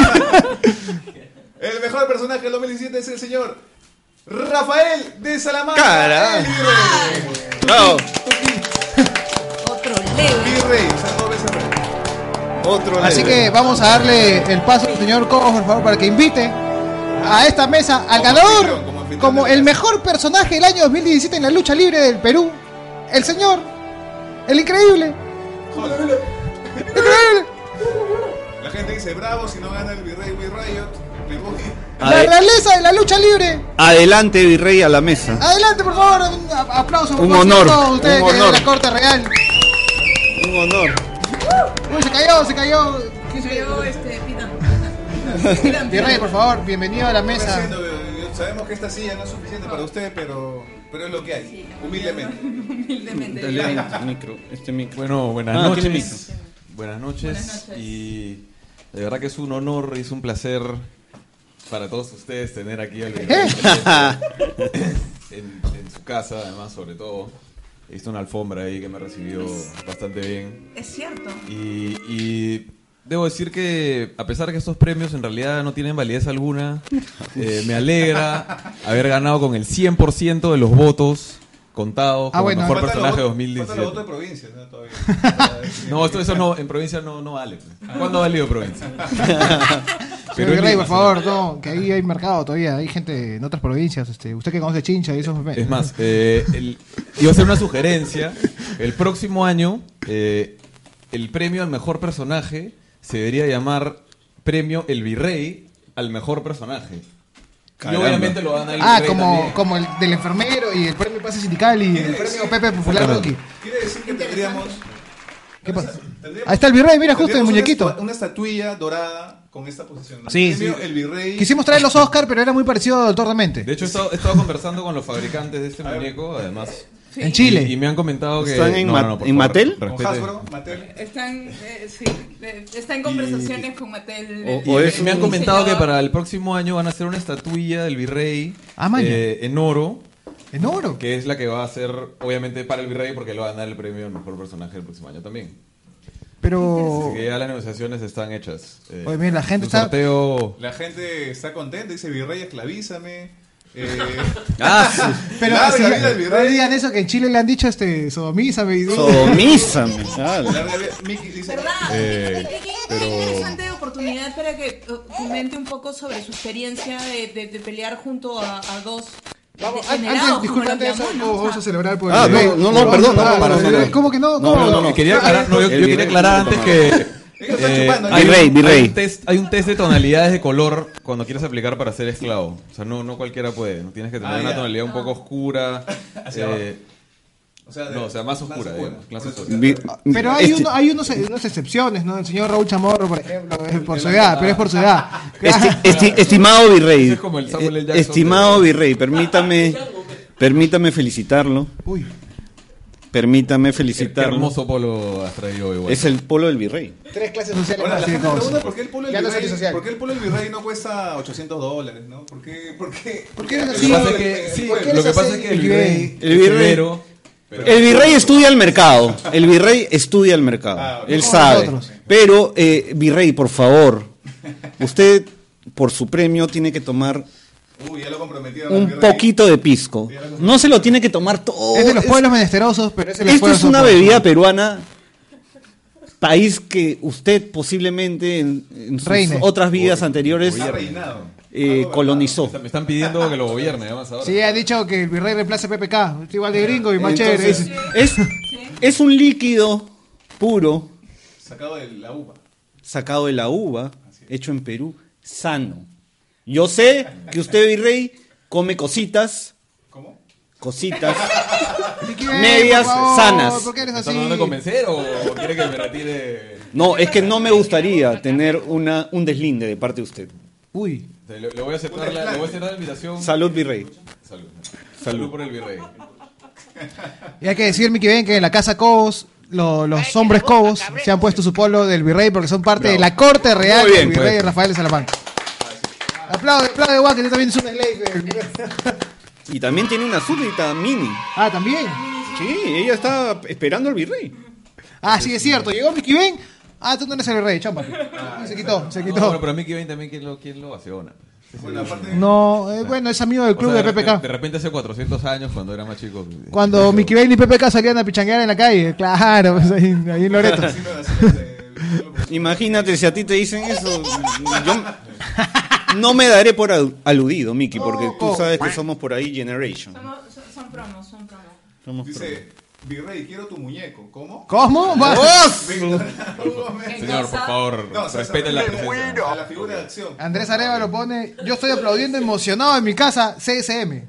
S2: El mejor personaje del 2017 es el señor Rafael de Salamanca.
S5: Cara.
S2: El virrey.
S5: bravo.
S6: Otro leve.
S2: Virrey, o sea, dos veces rey.
S5: Otro
S4: Así
S5: leve.
S4: que vamos a darle el paso al señor Cobos, por favor, para que invite a esta mesa al
S2: Como
S4: ganador,
S2: anfitrión, como anfitrión
S4: como
S2: de la
S4: el
S2: mesa.
S4: mejor personaje del año 2017 en la lucha libre del Perú, el señor, el increíble.
S2: Joder. La gente dice, bravo, si no gana el Virrey We Riot, me voy.
S5: A
S4: La
S5: ver.
S4: realeza de la lucha libre.
S5: Adelante, virrey, a la mesa.
S4: Adelante, por favor, un a- aplauso. por
S5: Un
S4: favor,
S5: honor,
S4: todos ustedes
S5: un
S4: que de
S5: honor.
S4: la corte real.
S5: Un honor.
S4: Uy, se cayó, se cayó. ¿Qué se-
S6: Yo, este, pidan. pidan, pidan.
S4: Virrey, por favor, bienvenido a la
S2: Lo
S4: mesa.
S2: siento, eh, Sabemos que esta silla no es suficiente para usted, pero, pero es lo que hay, humildemente.
S6: Humildemente.
S5: Dale este micro, este micro.
S1: Bueno, buenas
S5: Ah, tiene
S1: noches. Buenas noches.
S6: Buenas noches.
S1: Y de verdad que es un honor y es un placer para todos ustedes tener aquí al
S4: ¿Eh?
S1: en, en su casa, además, sobre todo. He visto una alfombra ahí que me recibió bastante bien.
S6: Es cierto.
S1: Y, y debo decir que, a pesar que estos premios en realidad no tienen validez alguna, eh, me alegra haber ganado con el 100% de los votos contados
S4: Ah,
S1: como
S4: bueno.
S1: mejor
S2: Falta los
S1: personaje de
S2: votos- Falta los
S1: 2017.
S2: votos de provincia, ¿no? Todavía.
S1: No, esto, eso no, en provincia no, no vale. pues. ¿Cuándo ha valido provincia?
S4: Ah. Señor
S1: es
S4: Virrey, por
S1: más,
S4: favor, no, que ahí hay mercado todavía, hay gente en otras provincias, este, usted que conoce Chincha y eso
S1: Es más, eh, el- iba a hacer una sugerencia. El próximo año, eh, el premio al mejor personaje se debería llamar Premio El Virrey al mejor personaje.
S5: Caramba.
S1: Y obviamente lo van a ir
S4: Ah, como, como el del enfermero y el premio pase sindical y el premio Pepe Popular Rocky.
S2: Quiere decir que tendríamos.
S4: ¿Qué pasa?
S2: tendríamos-
S4: Ahí está el virrey, mira, justo el
S2: tendríamos una
S4: muñequito.
S2: estua- Una estatuilla dorada con esta posición. ¿no?
S4: Sí,
S2: Premio
S4: sí.
S2: El virrey.
S4: Quisimos traer los Oscar, pero era muy parecido a Doctor de
S1: De
S4: Mente.
S1: hecho, he estado, he estado conversando con los fabricantes de este muñeco, además.
S4: En Chile.
S1: Y, y me han comentado que.
S5: ¿Están en Ma-
S1: por
S5: en
S1: favor,
S5: Mattel?
S2: Con
S1: respete.
S2: Hasbro, Mattel.
S6: Están, eh, sí, eh, está en conversaciones con Mattel.
S5: O-
S1: Y
S5: o
S1: me-
S5: es
S1: me han
S5: un-
S1: comentado que para el próximo año van a hacer una estatuilla del virrey
S4: Ah, maña.
S1: eh, en oro.
S4: En oro.
S1: Que es la que va a ser, obviamente, para el virrey, porque lo va a ganar el premio al mejor personaje el próximo año también.
S4: Pero.
S1: Así que ya las negociaciones están hechas. Eh,
S4: Oye, mira, la gente
S1: un
S4: está-
S1: sorteo.
S2: La gente está contenta, dice virrey, esclavízame. Eh,
S5: Ah, sí.
S4: Pero
S2: Larga
S4: así-
S2: vida al virrey.
S4: no digan eso que en Chile le han dicho este sodomízame y
S5: Sodomízame. claro.
S2: larga vida- Mickey dice.
S6: ¿Verdad?
S1: Eh,
S6: Qué- qué- qué- qué
S1: pero-
S6: interesante oportunidad para que eh, comente un poco sobre su experiencia de, de- de pelear junto a, a dos
S4: Vamos, an- antes,
S6: degenerados como
S4: disculpa,
S6: lo
S4: antes de eso,
S6: llamó, ¿no?
S4: vamos,
S6: O
S4: vamos
S6: sea,
S4: a celebrar por
S5: Ah,
S4: el
S5: no,
S4: rey.
S5: no, no, perdón, no,
S4: Ah,
S5: para,
S4: el
S5: no,
S4: rey.
S5: no.
S4: ¿Cómo que no?
S5: No,
S4: ¿Cómo?
S5: no, no.
S1: Quería aclarar, no, yo,
S5: El
S1: yo
S5: virrey
S1: quería aclarar
S5: puta
S1: antes
S5: madre.
S1: que. eh,
S2: Ellos están chupando,
S1: hay,
S2: ellos.
S1: un-
S3: Virrey, virrey.
S1: hay un test, hay un test de tonalidades de color cuando quieres aplicar para ser esclavo. O sea, no, no cualquiera puede. ¿no? Tienes que tener
S2: Ah,
S1: una
S2: ya.
S1: tonalidad un poco oscura.
S2: Hacia
S1: eh,
S2: O sea, de-
S1: no, o sea, más oscura, digamos, claro,
S2: Por eso,
S1: oscura.
S5: Vi-
S4: Pero hay,
S5: este-
S4: uno, hay unos, unas excepciones, ¿no? El señor Raúl Chamorro, por ejemplo, es por
S5: Este,
S4: su edad, pero es por su edad.
S5: Esti- esti- estimado virrey,
S1: Ese es como el Samuel L. Jackson
S5: estimado
S1: de-
S5: virrey, permítame, permítame felicitarlo,
S4: Uy,
S5: permítame
S1: qué,
S5: felicitarlo.
S1: hermoso polo has traído hoy.
S5: Es el polo del virrey.
S4: tres clases sociales
S2: Ahora,
S4: más
S2: la
S4: así de
S2: gente pregunta
S4: cosas.
S2: por qué el polo del
S4: Ya no soy
S2: virrey,
S4: social.
S2: por qué el polo del virrey no cuesta 800 dólares, ¿no? ¿Por qué? ¿Por qué?
S4: ¿Por qué eres
S1: Lo
S4: así?
S1: que pasa es
S2: el-
S1: que,
S2: el-
S1: sí,
S4: ¿por qué
S1: lo que
S4: les
S1: pasa
S4: hacen
S1: es que el
S4: el
S1: virrey.
S5: El virrey.
S1: severo, pero-
S5: El virrey estudia el mercado. El virrey estudia el mercado.
S2: Ah, ok.
S5: Él
S4: Como
S5: sabe.
S4: nosotros.
S5: Pero, eh, virrey, por favor, usted por su premio tiene que tomar
S2: Uy, ya lo comprometieron. al
S5: un
S2: virrey.
S5: poquito de pisco. No se lo tiene que tomar todo.
S4: Es de los
S5: Es-
S4: pueblos menesterosos, pero es de los
S5: Esto
S4: pueblos
S5: es una
S4: soportes.
S5: bebida peruana. País que usted posiblemente en, en sus
S4: Reine.
S5: otras vidas anteriores
S2: Está reinado.
S5: eh, colonizó.
S1: Me están pidiendo que lo gobierne, ¿eh? además ahora.
S4: Sí, ha dicho que el virrey reemplaza a PPK. Es igual de gringo y más chévere.
S5: Entonces,
S4: dice.
S5: es, es un líquido puro
S2: Sacado de la uva.
S5: sacado de la uva, hecho en Perú, sano. Yo sé que usted, virrey, come cositas,
S2: ¿Cómo?
S5: cositas.
S4: Piqué,
S5: Medias
S4: por favor,
S5: sanas.
S4: ¿Por qué eres
S1: ¿Me
S4: así?
S1: están tratando de convencer o quiere que me retire?
S5: No, es que no me gustaría tener una, un deslinde de parte de usted.
S4: Uy,
S1: O sea, Le, le voy a aceptar la, le voy a aceptar la invitación.
S5: Salud, virrey.
S1: Salud. Salud por el virrey.
S4: y hay que decir, Mickey Ben, que en la casa Cobos, lo- los hombres Cobos se han puesto su polo del virrey porque son parte de la corte real
S5: Muy bien,
S4: del virrey
S5: pues.
S4: Rafael de Salamanca. Aplaude, aplaude, guau, que tú también es un slave.
S5: Y también tiene una súbdita mini.
S4: Ah, también.
S5: Sí, ella está esperando al virrey.
S4: Ah, sí, es cierto. Llegó Mickey Ben. Ah, tú no eres el rey, chamba. se quitó, se
S1: No, bueno,
S4: quitó.
S1: pero a mí que ven también quién lo, quién lo vaciona.
S2: Bueno, aparte.
S4: No, eh, bueno, es amigo del club
S1: O sea,
S4: de
S1: de, de
S4: PPK.
S1: repente hace 400 años, cuando era más chico. eh,
S4: Cuando Mickey Ben y PPK salían a pichanguear en la calle. Claro, pues, ahí, ahí en Loreto.
S2: así no- así no se-
S5: Imagínate si a ti te dicen eso. Yo no me daré por al- aludido, Miki, porque
S4: Oh,
S5: tú sabes que somos por ahí Generation.
S6: somos- son, son promos, son promos.
S5: Somos por-
S2: Dice, Virrey, quiero tu muñeco. ¿Cómo?
S4: ¿Cómo? Va-
S2: Víctor Hugo Mendoza.
S1: Señor, por favor,
S2: No, o sea,
S1: respeten la
S2: se-
S1: presencia.
S2: a la figura de acción.
S4: Andrés Arevalo pone, yo estoy aplaudiendo emocionado en mi casa, CSM.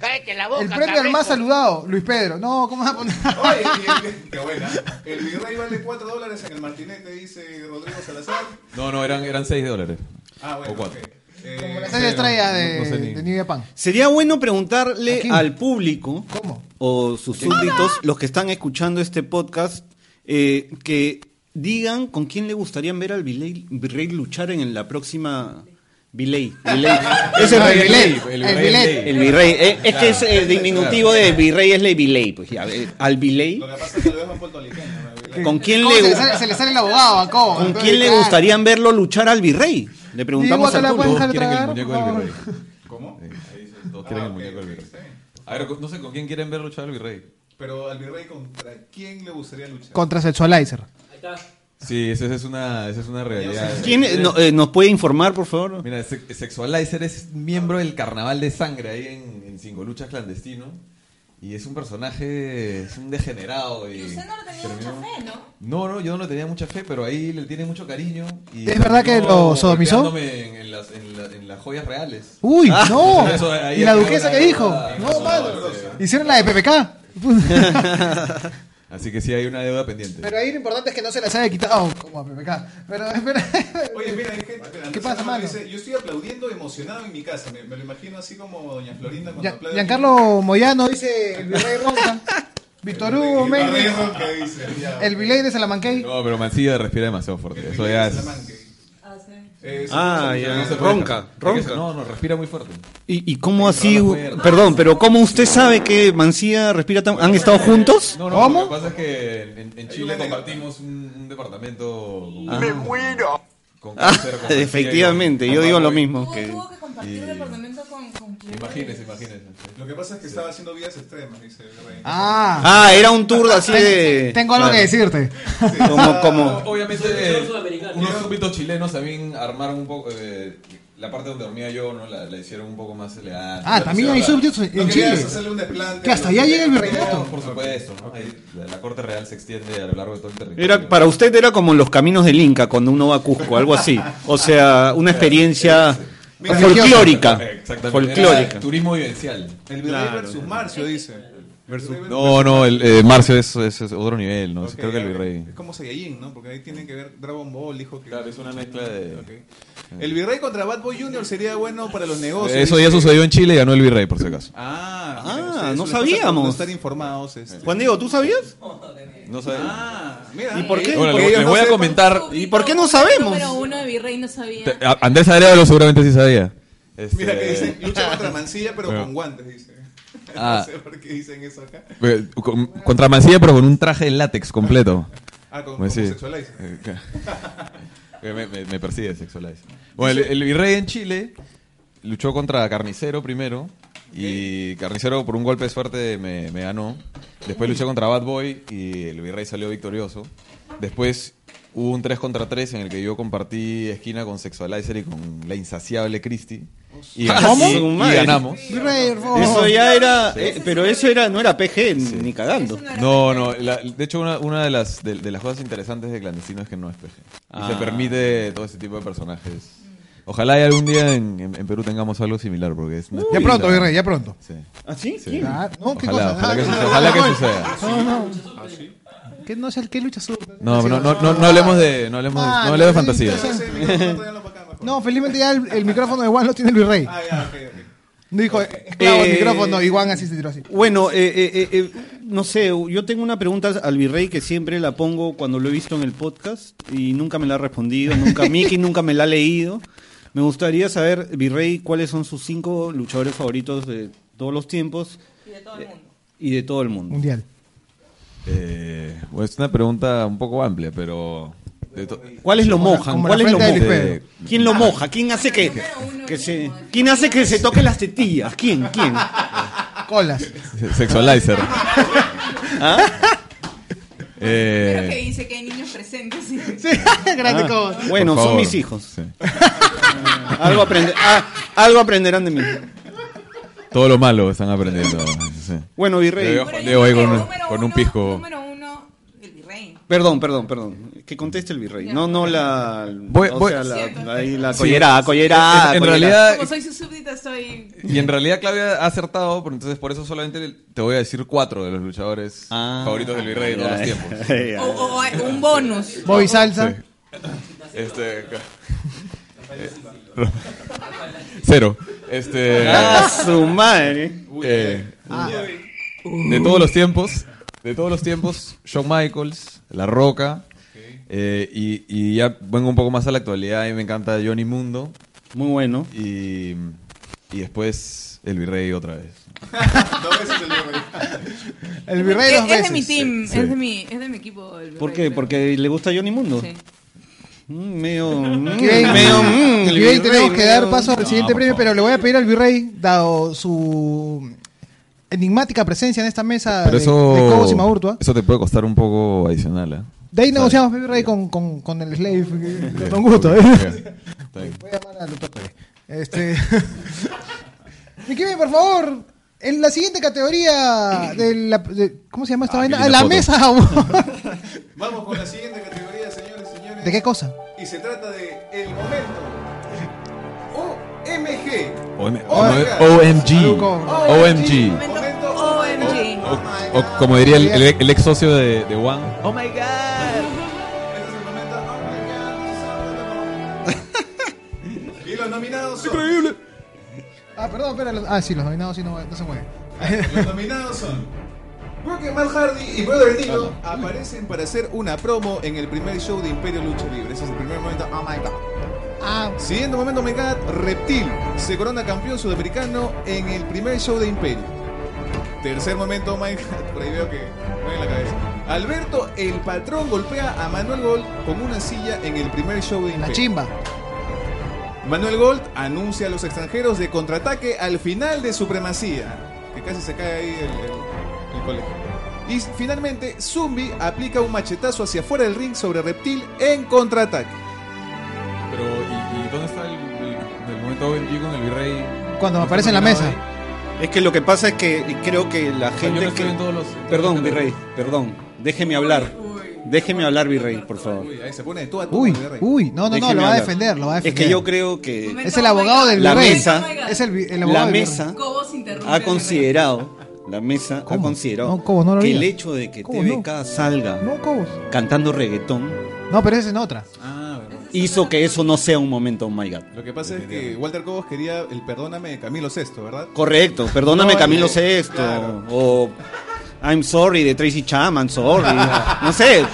S8: Cállate la boca.
S4: El premio al más saludado, Luis Pedro. No, ¿cómo vas a poner?
S2: Oye, y el- qué buena. El Virrey vale 4 dólares en el martinete, dice Rodrigo Salazar.
S1: No, no, eran, eran 6 dólares.
S2: Ah, bueno.
S1: O cuatro.
S2: ok. Eh,
S4: Como la serie estrella de,
S1: no sé ni-
S4: de New Japan.
S5: Sería bueno
S4: ¿A
S5: preguntarle
S4: quién?
S5: al público
S4: ¿Cómo? Ah.
S5: o sus súbditos, los que están escuchando este podcast, eh, que digan con quién le gustaría ver al Viley- virrey luchar en la próxima Viley. Viley. Es el
S4: Ah,
S5: virrey.
S4: Viley. El
S1: Viley.
S5: El virrey. Eh, es que es el diminutivo de virrey es el Viley. Pues ya, eh, al Viley.
S2: Lo que pasa es que lo dejan puertorriqueño. ¿no? El Virrey.
S5: ¿Con quién
S4: ¿Cómo
S5: le,
S4: se, le
S5: gu-
S4: sale, se le sale el abogado a Cobo?
S5: ¿con
S4: Entonces,
S5: quién le
S4: claro.
S5: gustaría verlo luchar al virrey? Le preguntamos
S4: Igual que
S5: al
S4: la
S5: público.
S4: pueden
S1: Todos
S4: dejar
S1: quieren el
S4: pues, tragar,
S1: muñeco
S4: por
S1: del
S4: favor?
S1: virrey.
S2: ¿Cómo?
S1: Sí, ahí dicen, Todos quieren
S2: Ah,
S1: el
S2: ok,
S1: muñeco del
S2: ok,
S1: virrey.
S2: está bien.
S1: A ver, no sé con quién quieren ver luchar al virrey.
S2: Pero al Virrey, ¿contra quién le gustaría luchar?
S4: Contra Sexualizer.
S1: Sí, esa esa es una, esa es una realidad.
S5: ¿Quién, eh, no, eh, ¿Nos puede informar, por favor?
S1: Mira, Se- Sexualizer es miembro del Carnaval de Sangre ahí en, en Cinco Luchas Clandestino. Y es un personaje, es un degenerado. Y
S6: Y usted no le tenía
S1: terminó-
S6: mucha fe, ¿no?
S1: No, no, yo no le tenía mucha fe, pero ahí le tiene mucho cariño. Y
S4: ¿Es verdad que
S1: terminó
S4: lo sodomizó?
S1: golpeándome En, en las, en la- en las joyas reales.
S4: Uy,
S5: Ah.
S4: no.
S1: Eso ahí
S4: Uh, ¿Y la
S1: quedó
S4: duquesa
S1: la- eh,
S4: que dijo?
S1: la-
S4: No, mano.
S2: doloroso.
S4: Hicieron la de PPK.
S1: Así que sí hay una deuda pendiente.
S4: Pero ahí lo importante es que no se las haya quitado como a PPK. Pero, pero
S2: Oye, mira, hay gente. espera,
S4: ¿Qué
S2: Andrés
S4: pasa,
S2: Arevalo
S4: mano?
S2: Dice, yo estoy aplaudiendo emocionado en mi casa. Me, me lo imagino así como Doña Florinda cuando
S4: Gian-
S2: aplaude.
S4: Giancarlo Moyano dice el virrey ronca. Víctor Hugo
S2: El Virrey
S4: Méndez.
S2: Roca dice, ya.
S4: El Viley de Salamanquey.
S1: No, pero Mancilla respira demasiado fuerte.
S2: El
S1: Eso
S2: Virrey
S1: ya
S2: de
S1: es.
S2: Salamanca.
S6: Ah, sí.
S2: Eh,
S5: Ah,
S2: saludos,
S5: ya.
S2: saludos.
S1: se puede
S5: Ronca,
S1: escapar. Hay que-
S5: ronca.
S1: No, no, respira muy fuerte.
S5: ¿Y, y cómo así?
S1: la cuerda.
S5: Perdón, pero ¿cómo usted sabe que Mancía respira tan... ¿Han estado juntos?
S1: No, no,
S4: ¿Cómo?
S1: lo que pasa es que en- en, en Chile
S2: una anécdota.
S1: compartimos un, un departamento.
S5: ¡Me
S1: muero! Con
S5: Ah,
S1: cáncer, con Mancilla y con-
S5: efectivamente,
S1: con
S5: yo digo lo
S1: Pablo y-
S5: mismo.
S6: Tuvo,
S5: que-
S6: tuvo que compartir departamento con, con
S1: Imagínense, imagínense.
S2: Lo que pasa es que estaba haciendo vidas extremas, dice el rey.
S4: Ah,
S5: Ah, era un tour así de.
S4: tengo algo que decirte.
S5: decir. Como, como.
S1: Obviamente,
S7: Son- son
S1: eh,
S7: sudamericanos.
S1: unos súbditos chilenos también armaron un poco. eh, la parte donde dormía yo, ¿no? La, la hicieron un poco más elegante.
S4: Ah, también hay súbditos en
S2: No
S4: Chile.
S2: querías hacerle un desplante.
S4: Que hasta allá llega el virreinato.
S1: Por supuesto, ¿no? Ahí la, la corte real se extiende a lo largo de todo el territorio.
S5: Era, para usted era como los caminos del Inca cuando uno va a Cusco, algo así. O sea, una experiencia
S2: Mira,
S5: folclórica.
S1: Eh, Exactamente.
S5: Folclórica.
S1: Era turismo vivencial.
S2: El virrey versus Marcio, dice. Versus...
S1: No, no, el, eh, Marcio es, es- es otro nivel, ¿no? Creo que el virrey.
S2: Es como Saiyajin, ¿no? Porque ahí tienen que ver Dragon Ball, dijo que...
S1: Claro, es una mezcla de.
S2: Ok. El virrey contra Bad Boy Jr. sería bueno para los negocios.
S1: Eh, Eso
S2: dice.
S1: ya sucedió en Chile y ganó el virrey, por si acaso.
S2: Ah,
S5: Ah,
S2: miren ustedes,
S5: no
S2: una cosa por
S5: sabíamos.
S2: No estar informados. este.
S5: Juan Diego, ¿tú sabías?
S1: No sé.
S2: Ah, mira.
S5: ¿Y por qué?
S1: Ahora,
S5: Porque
S1: les-
S5: ellos
S1: les
S5: no
S1: voy a
S5: sepan.
S1: comentar.
S5: ¿y por qué no sabemos?
S6: Número uno de Virrey no sabía.
S1: Te- a- Andrés Adriano seguramente sí sabía. Este,
S2: Mira que dicen, lucha contra mancilla pero
S1: Bueno.
S2: con guantes, dice.
S1: Ah.
S2: No sé por qué dicen eso acá.
S1: eh, con- Contra Mancilla, pero con un traje de látex completo.
S2: Ah, con,
S1: Pues sí.
S2: homosexuales.
S1: Eh, claro. me, me- me persigue Sexualize. Bueno, el, el virrey en Chile luchó contra Carnicero primero. Y Carnicero, por un golpe de suerte, me, me ganó. Después luché contra Bad Boy y el virrey salió victorioso. Después hubo un 3 contra 3 en el que yo compartí esquina con Sexualizer y con la insaciable Christie. Y,
S5: Ah,
S1: ganamos-
S5: su
S1: y
S5: madre.
S1: ganamos.
S4: Virrey, por
S5: Eso
S4: favor.
S5: ya era. eh, pero eso era, no era PG ni cagando.
S1: No, no. la- de hecho, una, una de, las, de, de las cosas interesantes de Clandestino es que no es PG. Y se
S5: Ah.
S1: permite todo ese tipo de personajes. Ojalá y algún día en, en- en Perú tengamos algo similar, porque es una
S4: Ya
S1: experiencia.
S4: pronto, Virrey, ya pronto.
S1: Sí.
S5: ¿Ah, sí?
S1: Sí.
S5: ¿Quién?
S4: Ah, no, qué
S1: Ojalá,
S4: cosa. Ah,
S1: ojalá que
S4: no,
S1: suceda. Ojalá que
S4: no,
S1: suceda.
S4: No, no. ¿Qué no es el Ah, que lucha sur?
S1: No, no, no, no, no hablemos de, no
S4: Ah,
S1: hablemos de, no hablemos de fantasía.
S2: No sé, el micrófono, tráiganlo para acá mejor.
S4: No, felizmente ya el, el micrófono de Juan lo tiene el Virrey.
S2: Ah, ya, ok, ok.
S4: Dijo, clavo el
S5: Eh,
S4: micrófono y Juan así se tiró así.
S5: Bueno, eh, eh, eh, eh, no sé, yo tengo una pregunta al virrey que siempre la pongo cuando lo he visto en el podcast y nunca me la ha respondido, nunca Mickey nunca me la ha leído. Me gustaría saber, virrey, cuáles son sus cinco luchadores favoritos de todos los tiempos
S6: Y de todo el mundo.
S5: y de todo el mundo.
S4: Mundial.
S1: Eh, bueno, es una pregunta un poco amplia, pero... de to-
S5: ¿Cuáles lo
S4: Como la-
S5: mojan?
S4: como la
S5: ¿Cuáles lo
S4: frente de
S5: mojan?
S4: Luis Pedro.
S5: ¿Quién lo moja? ¿Quién hace que, que se, quién hace que se toque las tetillas? ¿Quién? ¿Quién?
S4: Colas.
S1: Se- Sexualizer.
S5: ¿Ah?
S1: Eh,
S6: Pero que dice que hay niños presentes. y-
S4: Sí,
S1: Ah.
S4: grande como.
S1: por
S5: Bueno, son
S1: favor.
S5: mis hijos.
S1: Sí.
S5: Algo, aprende- ah, algo aprenderán de mí.
S1: Todo lo malo están aprendiendo. sí.
S5: Bueno, virrey.
S1: Juan
S6: Pero yo
S1: Diego ahí
S6: creo,
S1: con un-
S6: número
S1: con un
S6: uno-
S1: pisco.
S6: Número uno, el Virrey.
S5: Perdón, perdón, perdón. Que conteste el virrey. No, no la.
S1: Voy-
S5: o
S1: voy-
S5: sea, la,
S6: Cierto.
S5: la- ahí la
S1: Sí.
S5: collerada, collerada.
S1: En- en
S5: collerada.
S1: realidad- Ah,
S6: Como soy su súbdita, soy...
S1: Y en realidad Claudia ha acertado, pero entonces por eso solamente te voy a decir cuatro de los luchadores
S5: Ah.
S1: favoritos del virrey de todos los tiempos.
S6: O,
S5: Ya.
S6: o- o un bonus.
S4: Bobby Salsa.
S1: Este. ca- eh, ro- Cero. Este.
S5: Ah, su madre.
S1: eh, de todos los tiempos. De todos los tiempos, Shawn Michaels, La Roca. eh, y, y ya vengo un poco más a la actualidad y me encanta Johnny Mundo.
S5: Muy bueno.
S1: Y, y después el virrey otra vez.
S2: Dos veces el virrey.
S4: El Virrey dos
S6: es,
S4: veces.
S6: es de mi team,
S1: Sí.
S6: es, de mi, es de mi equipo. el
S5: ¿Por
S6: Virrey,
S5: qué?
S6: creo.
S5: Porque le gusta Johnny Mundo.
S6: Sí.
S5: Mm, medio. mm,
S4: Y bien,
S5: medio,
S4: y
S5: mm, el
S4: bien
S5: virrey,
S4: tenemos que
S5: medio-
S4: dar paso al
S1: No,
S4: siguiente
S1: por
S4: premio,
S1: favor.
S4: pero le voy a pedir al Virrey, dado su enigmática presencia en esta mesa
S1: Pero
S4: Ah, de, de
S1: eso,
S4: Cobos y Maurtua.
S1: eso te puede costar un poco adicional, ¿ah?
S4: De ahí
S1: ¿Sabes?
S4: negociamos, pe, Virrey, con, con, con el Slave. que-
S1: Bien,
S4: Con gusto,
S1: ok,
S4: ¿eh?
S1: ok, está bien.
S4: Voy a llamar a Lutoco, eh. Este. Mi Kevin, por favor. En la siguiente categoría de la. de- ¿Cómo se llama esta vaina?
S1: vi
S4: Ah,
S1: la
S4: la
S1: foto.
S4: mesa, amor.
S2: Vamos con la siguiente categoría, señores y señores.
S4: ¿De qué cosa?
S2: Y se trata de El Momento. OMG.
S1: O- M-
S2: Oh,
S1: no,
S2: yeah.
S1: OMG.
S4: Algo como-
S1: OMG.
S6: Momento OMG.
S1: O, o como diría el, el- el ex socio de, de Juan. Oh my god.
S2: Este es el momento. Oh my God, sábado. Y los nominados son.
S4: Ah, perdón, espera. los- Ah, sí, los nominados sí no, no se mueven.
S2: Los nominados son. Rocky Matt Hardy y Brother Nilo aparecen para hacer una promo en el primer show de Imperio Lucha Libre. Ese es el primer momento. Oh my god.
S4: Ah,
S2: Siguiente momento, oh my god. Reptil se corona campeón sudamericano en el primer show de Imperio. Tercer momento, oh my god. Por ahí veo que mueve la cabeza. Alberto, el patrón, golpea a Manuel Gol con una silla en el primer show de
S4: en Ah, la
S2: Imperio.
S4: chimba.
S2: Manuel Gold anuncia a los extranjeros de contraataque al final de supremacía. Que casi se cae ahí el, el- el colegio. Y finalmente, Zumbi aplica un machetazo hacia afuera del ring sobre Reptil en contraataque.
S1: Pero, ¿y, y dónde está el, el- del momento OMG con el virrey?
S4: Cuando
S1: ¿No
S4: aparece en la
S1: está
S4: mesa.
S1: nominado ahí?
S5: Es que lo que pasa es que creo que la
S1: O sea, yo no
S5: gente
S1: estoy en
S5: que...
S1: todos los...
S5: Perdón, Virrey, perdón. Déjeme hablar. Déjeme hablar, Virrey, por favor.
S2: Uy, ahí se pone de tú a tú,
S4: Uy,
S2: el Virrey.
S4: uy, no, no, no,
S5: Déjeme
S4: lo va a
S5: hablar.
S4: defender, lo va a
S5: Es
S4: defender.
S5: que yo creo que
S4: Es el abogado del
S5: La
S4: virrey.
S5: mesa. Ah,
S4: Es el, vi- eh. el abogado
S5: la
S4: del virrey.
S5: mesa
S6: Cobos interrumpe
S5: ha
S6: al virrey.
S5: considerado, la mesa ha
S4: ¿Cómo?
S5: considerado
S4: No, ¿cómo? No lo
S5: que
S4: vi.
S5: el hecho de que
S4: ¿Cómo no?
S5: TVK salga
S4: No, Cobos.
S5: cantando reggaetón
S4: No, pero esa es en otra.
S2: Ah, verdad.
S5: hizo que eso no sea un momento, oh my god.
S2: Lo que pasa es que Walter Cobos quería el perdóname de Camilo VI, ¿verdad?
S5: Correcto, perdóname
S2: No,
S5: Camilo
S2: eh,
S5: Sexto
S2: claro.
S5: o I'm sorry de Tracy Chapman, sorry, no sé,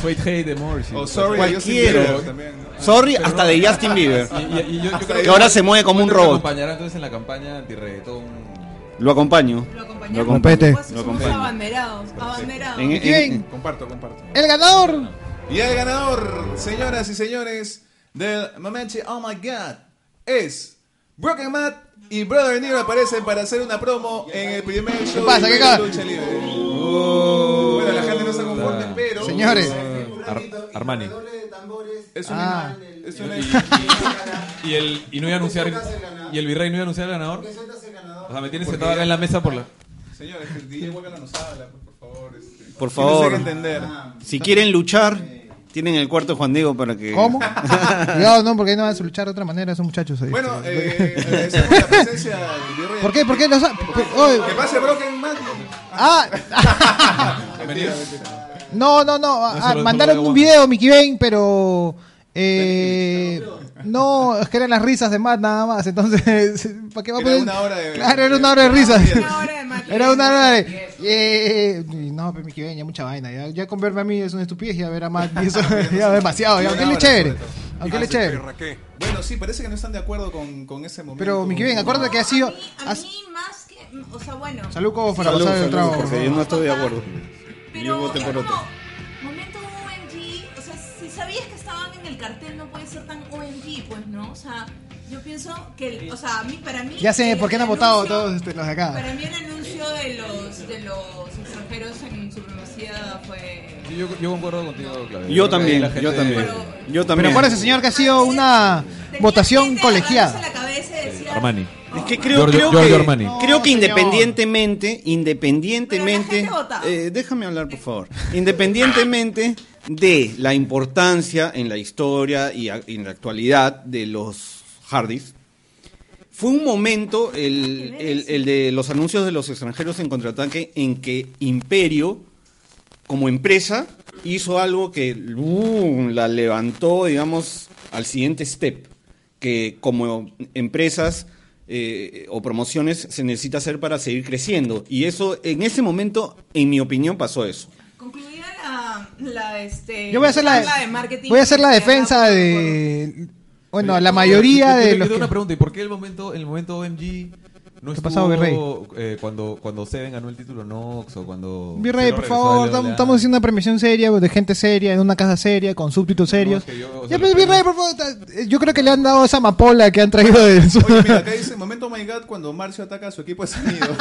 S1: Sweet Hate de Morrissey.
S2: O Oh,
S5: Oh,
S2: sorry, a Justin
S5: Cualquiera.
S2: Bieber también, ¿no?
S5: sorry hasta de Justin Bieber.
S1: Y, y- y yo, yo creo
S5: Que Ah, ahora se mueve como un
S1: creo que
S5: robot.
S1: acompañará entonces en la campaña anti-reggaetón.
S5: Lo acompaño.
S6: Lo
S5: Lo
S6: acompañamos.
S4: acompaña.
S6: por supuesto, Somos abanderados. Abanderados.
S5: En- e-
S4: ¿Quién?
S2: Comparto, comparto.
S4: El ganador.
S2: Y el ganador, señoras y señores, del Momenti Oh My God es Broken Matt y Brother Negro aparecen para hacer una promo en el primer show
S4: pasa?
S2: de
S4: ¿Qué acaba?
S2: lucha libre. bueno, la gente no se conforme, pero
S4: Señores.
S1: Ar- Armani.
S2: es un
S4: Ah.
S2: es una-
S1: Y el y no iba a anunciar y el virrey no iba a anunciar al ganador. O sea, me tienes sentado acá en la mesa por la
S2: Señores, que el DJ Huacala nos habla, por favor. este.
S5: Por
S2: Yo
S5: favor.
S2: no sé qué entender.
S5: Si quieren luchar, tienen el cuarto de Juan Diego para que.
S4: ¿Cómo? Cuidado, no, porque ahí no van a luchar de otra manera esos muchachos ahí.
S2: Bueno, eh, agradecemos la presencia del virrey.
S4: ¿Por qué? ¿Por qué los ha- por- oye,
S2: Que pase Broken Matt.
S4: Ah,
S2: Mentira, mentira.
S4: no, no, no. ah,
S1: No, solo-
S4: mandaron
S1: solo de
S4: un
S1: Wanda.
S4: video, Mickey Bane, pero. eh, no, es que eran las risas de Matt nada más. Entonces, ¿para qué va a
S2: Era
S4: poner?
S2: una hora de-
S4: Claro, era una hora de risas.
S6: Una hora de maquillaje.
S4: Era una hora de. Eh, no, pero Mickey Bane, ya mucha vaina. Ya, ya con verme a mí es una estupidez. Ya ver a Matt, y eso, ya demasiado. Ya,
S2: Una
S4: aunque él es
S2: hora,
S4: chévere.
S2: sobre todo. Ah,
S4: Aunque él es chévere.
S2: Bueno, sí, parece que no están de acuerdo con, con ese momento.
S4: Pero, Mickey Bane, acuérdate que ha
S6: A
S4: sido.
S6: mí, a
S4: has-
S6: mí más que. mm, O sea, bueno.
S4: Salud, Cobos, para
S5: Salud,
S4: pasar el
S5: salud,
S4: trabajo.
S5: porque yo no estoy de acuerdo.
S6: Pero
S5: Yo voté
S6: es
S5: por
S6: como,
S5: otro.
S6: Momento OMG. O sea, si sabías que estaban en el cartel, no puede ser tan OMG, pues, ¿no? O sea, yo pienso que. O sea, a mí, para mí.
S4: Ya sé
S6: el-
S4: por qué no han
S6: el
S4: votado
S6: anuncio-
S4: todos este, los de acá.
S6: Para mí, el anuncio de los, de los extranjeros en supremacía fue.
S1: Sí, yo, yo concuerdo contigo,
S5: Yo
S1: Claudia. Creo que ahí
S5: también,
S1: eh, la gente-
S5: yo también. Yo
S4: Pero
S5: también.
S4: acuérdese, señor, que ha sido una
S6: Tenía
S4: votación
S6: gente
S4: colegiada.
S6: agarrándose la cabeza y decía,
S1: Armani.
S5: Es que creo,
S1: Giorgio-
S5: creo
S1: Giorgio
S5: que,
S1: Armani.
S5: creo que
S4: No, señor.
S5: independientemente, independientemente,
S6: Pero la gente vota.
S5: eh, déjame hablar por favor, independientemente de la importancia en la historia y, a- y en la actualidad de los Hardys, fue un momento el, el- el de los anuncios de los extranjeros en contraataque en que Imperio como empresa hizo algo que uh, la levantó, digamos, al siguiente step, que como empresas eh, o promociones se necesita hacer para seguir creciendo. Y eso, en ese momento, en mi opinión, pasó eso.
S6: Concluida la, la, este,
S4: Yo voy a hacer la,
S6: charla de marketing.
S4: voy a hacer la
S6: que
S4: defensa
S6: daba por-
S4: de. Bueno,
S1: Yo-
S4: la
S1: yo-
S4: mayoría
S1: yo- yo- yo
S4: de
S1: te
S4: los.
S1: tengo una
S4: que-
S1: pregunta, ¿y por qué el momento el momento OMG no
S4: ¿Qué
S1: estuvo
S4: ha pasado, Virrey?
S1: eh, cuando cuando Seven ganó el título Nox o cuando
S4: Virrey,
S1: Cero
S4: por
S1: regresó
S4: favor,
S1: a
S4: tam-
S1: LLA?
S4: estamos haciendo una premiación seria, de gente seria, en una casa seria, con súbditos serios.
S1: es que yo, o
S4: Ya,
S1: sea, lo
S4: pues,
S1: que-
S4: Virrey, por favor, ta- eh, yo creo que le han dado esa amapola que han traído de su.
S2: Oye, mira, acá dice momento oh my god cuando Marcio ataca a su equipo de sonido.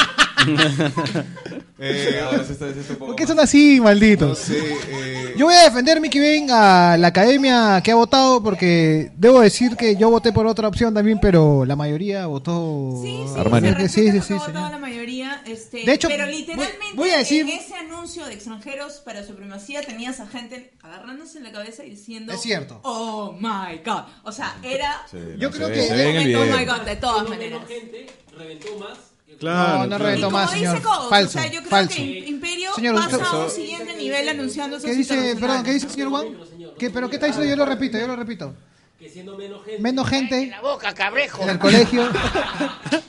S1: Eh,
S2: eh,
S1: ahora sí está- sí está un poco
S4: ¿Por qué
S1: más.
S4: son así,
S2: no
S4: malditos?
S2: sé, eh,
S4: Yo voy a defender, Mickey Ben, a la academia que ha votado, porque debo decir que yo voté por otra opción también, pero la mayoría votó.
S6: Sí, sí,
S1: Armani.
S6: se
S4: Creo que sí,
S6: respeta
S4: sí,
S6: lo que
S4: sí,
S6: ha votado
S4: señor.
S6: la mayoría. Este,
S4: De hecho,
S6: pero
S4: voy-
S6: literalmente
S4: voy a decir-
S6: en ese anuncio de extranjeros para supremacía tenías a gente agarrándose en la cabeza y diciendo...
S4: Es cierto.
S6: Oh, my God. O sea, era...
S1: Sí, no,
S4: Yo
S1: se
S4: creo
S1: ve-
S4: que-
S1: se ve en el
S6: momento, Oh, my
S1: video.
S6: God, de todas maneras.
S7: gente reventó más.
S4: Claro, no claro.
S6: Y
S4: reventó.
S6: como
S4: Tomás,
S6: dice
S4: señor.
S6: Cobos,
S4: Falso,
S6: o sea, yo creo
S4: falso.
S6: que Imperio
S4: Señor,
S6: pasa
S4: usted-
S6: a un siguiente nivel anunciando esos
S4: ¿Qué dice,
S6: internacionales.
S4: perdón, qué dice el señor Juan? ¿Qué, ¿Pero qué está diciendo? Yo lo repito, yo lo repito.
S7: Que siendo menos gente.
S4: Menos gente
S3: La boca, cabrejo.
S4: en el colegio.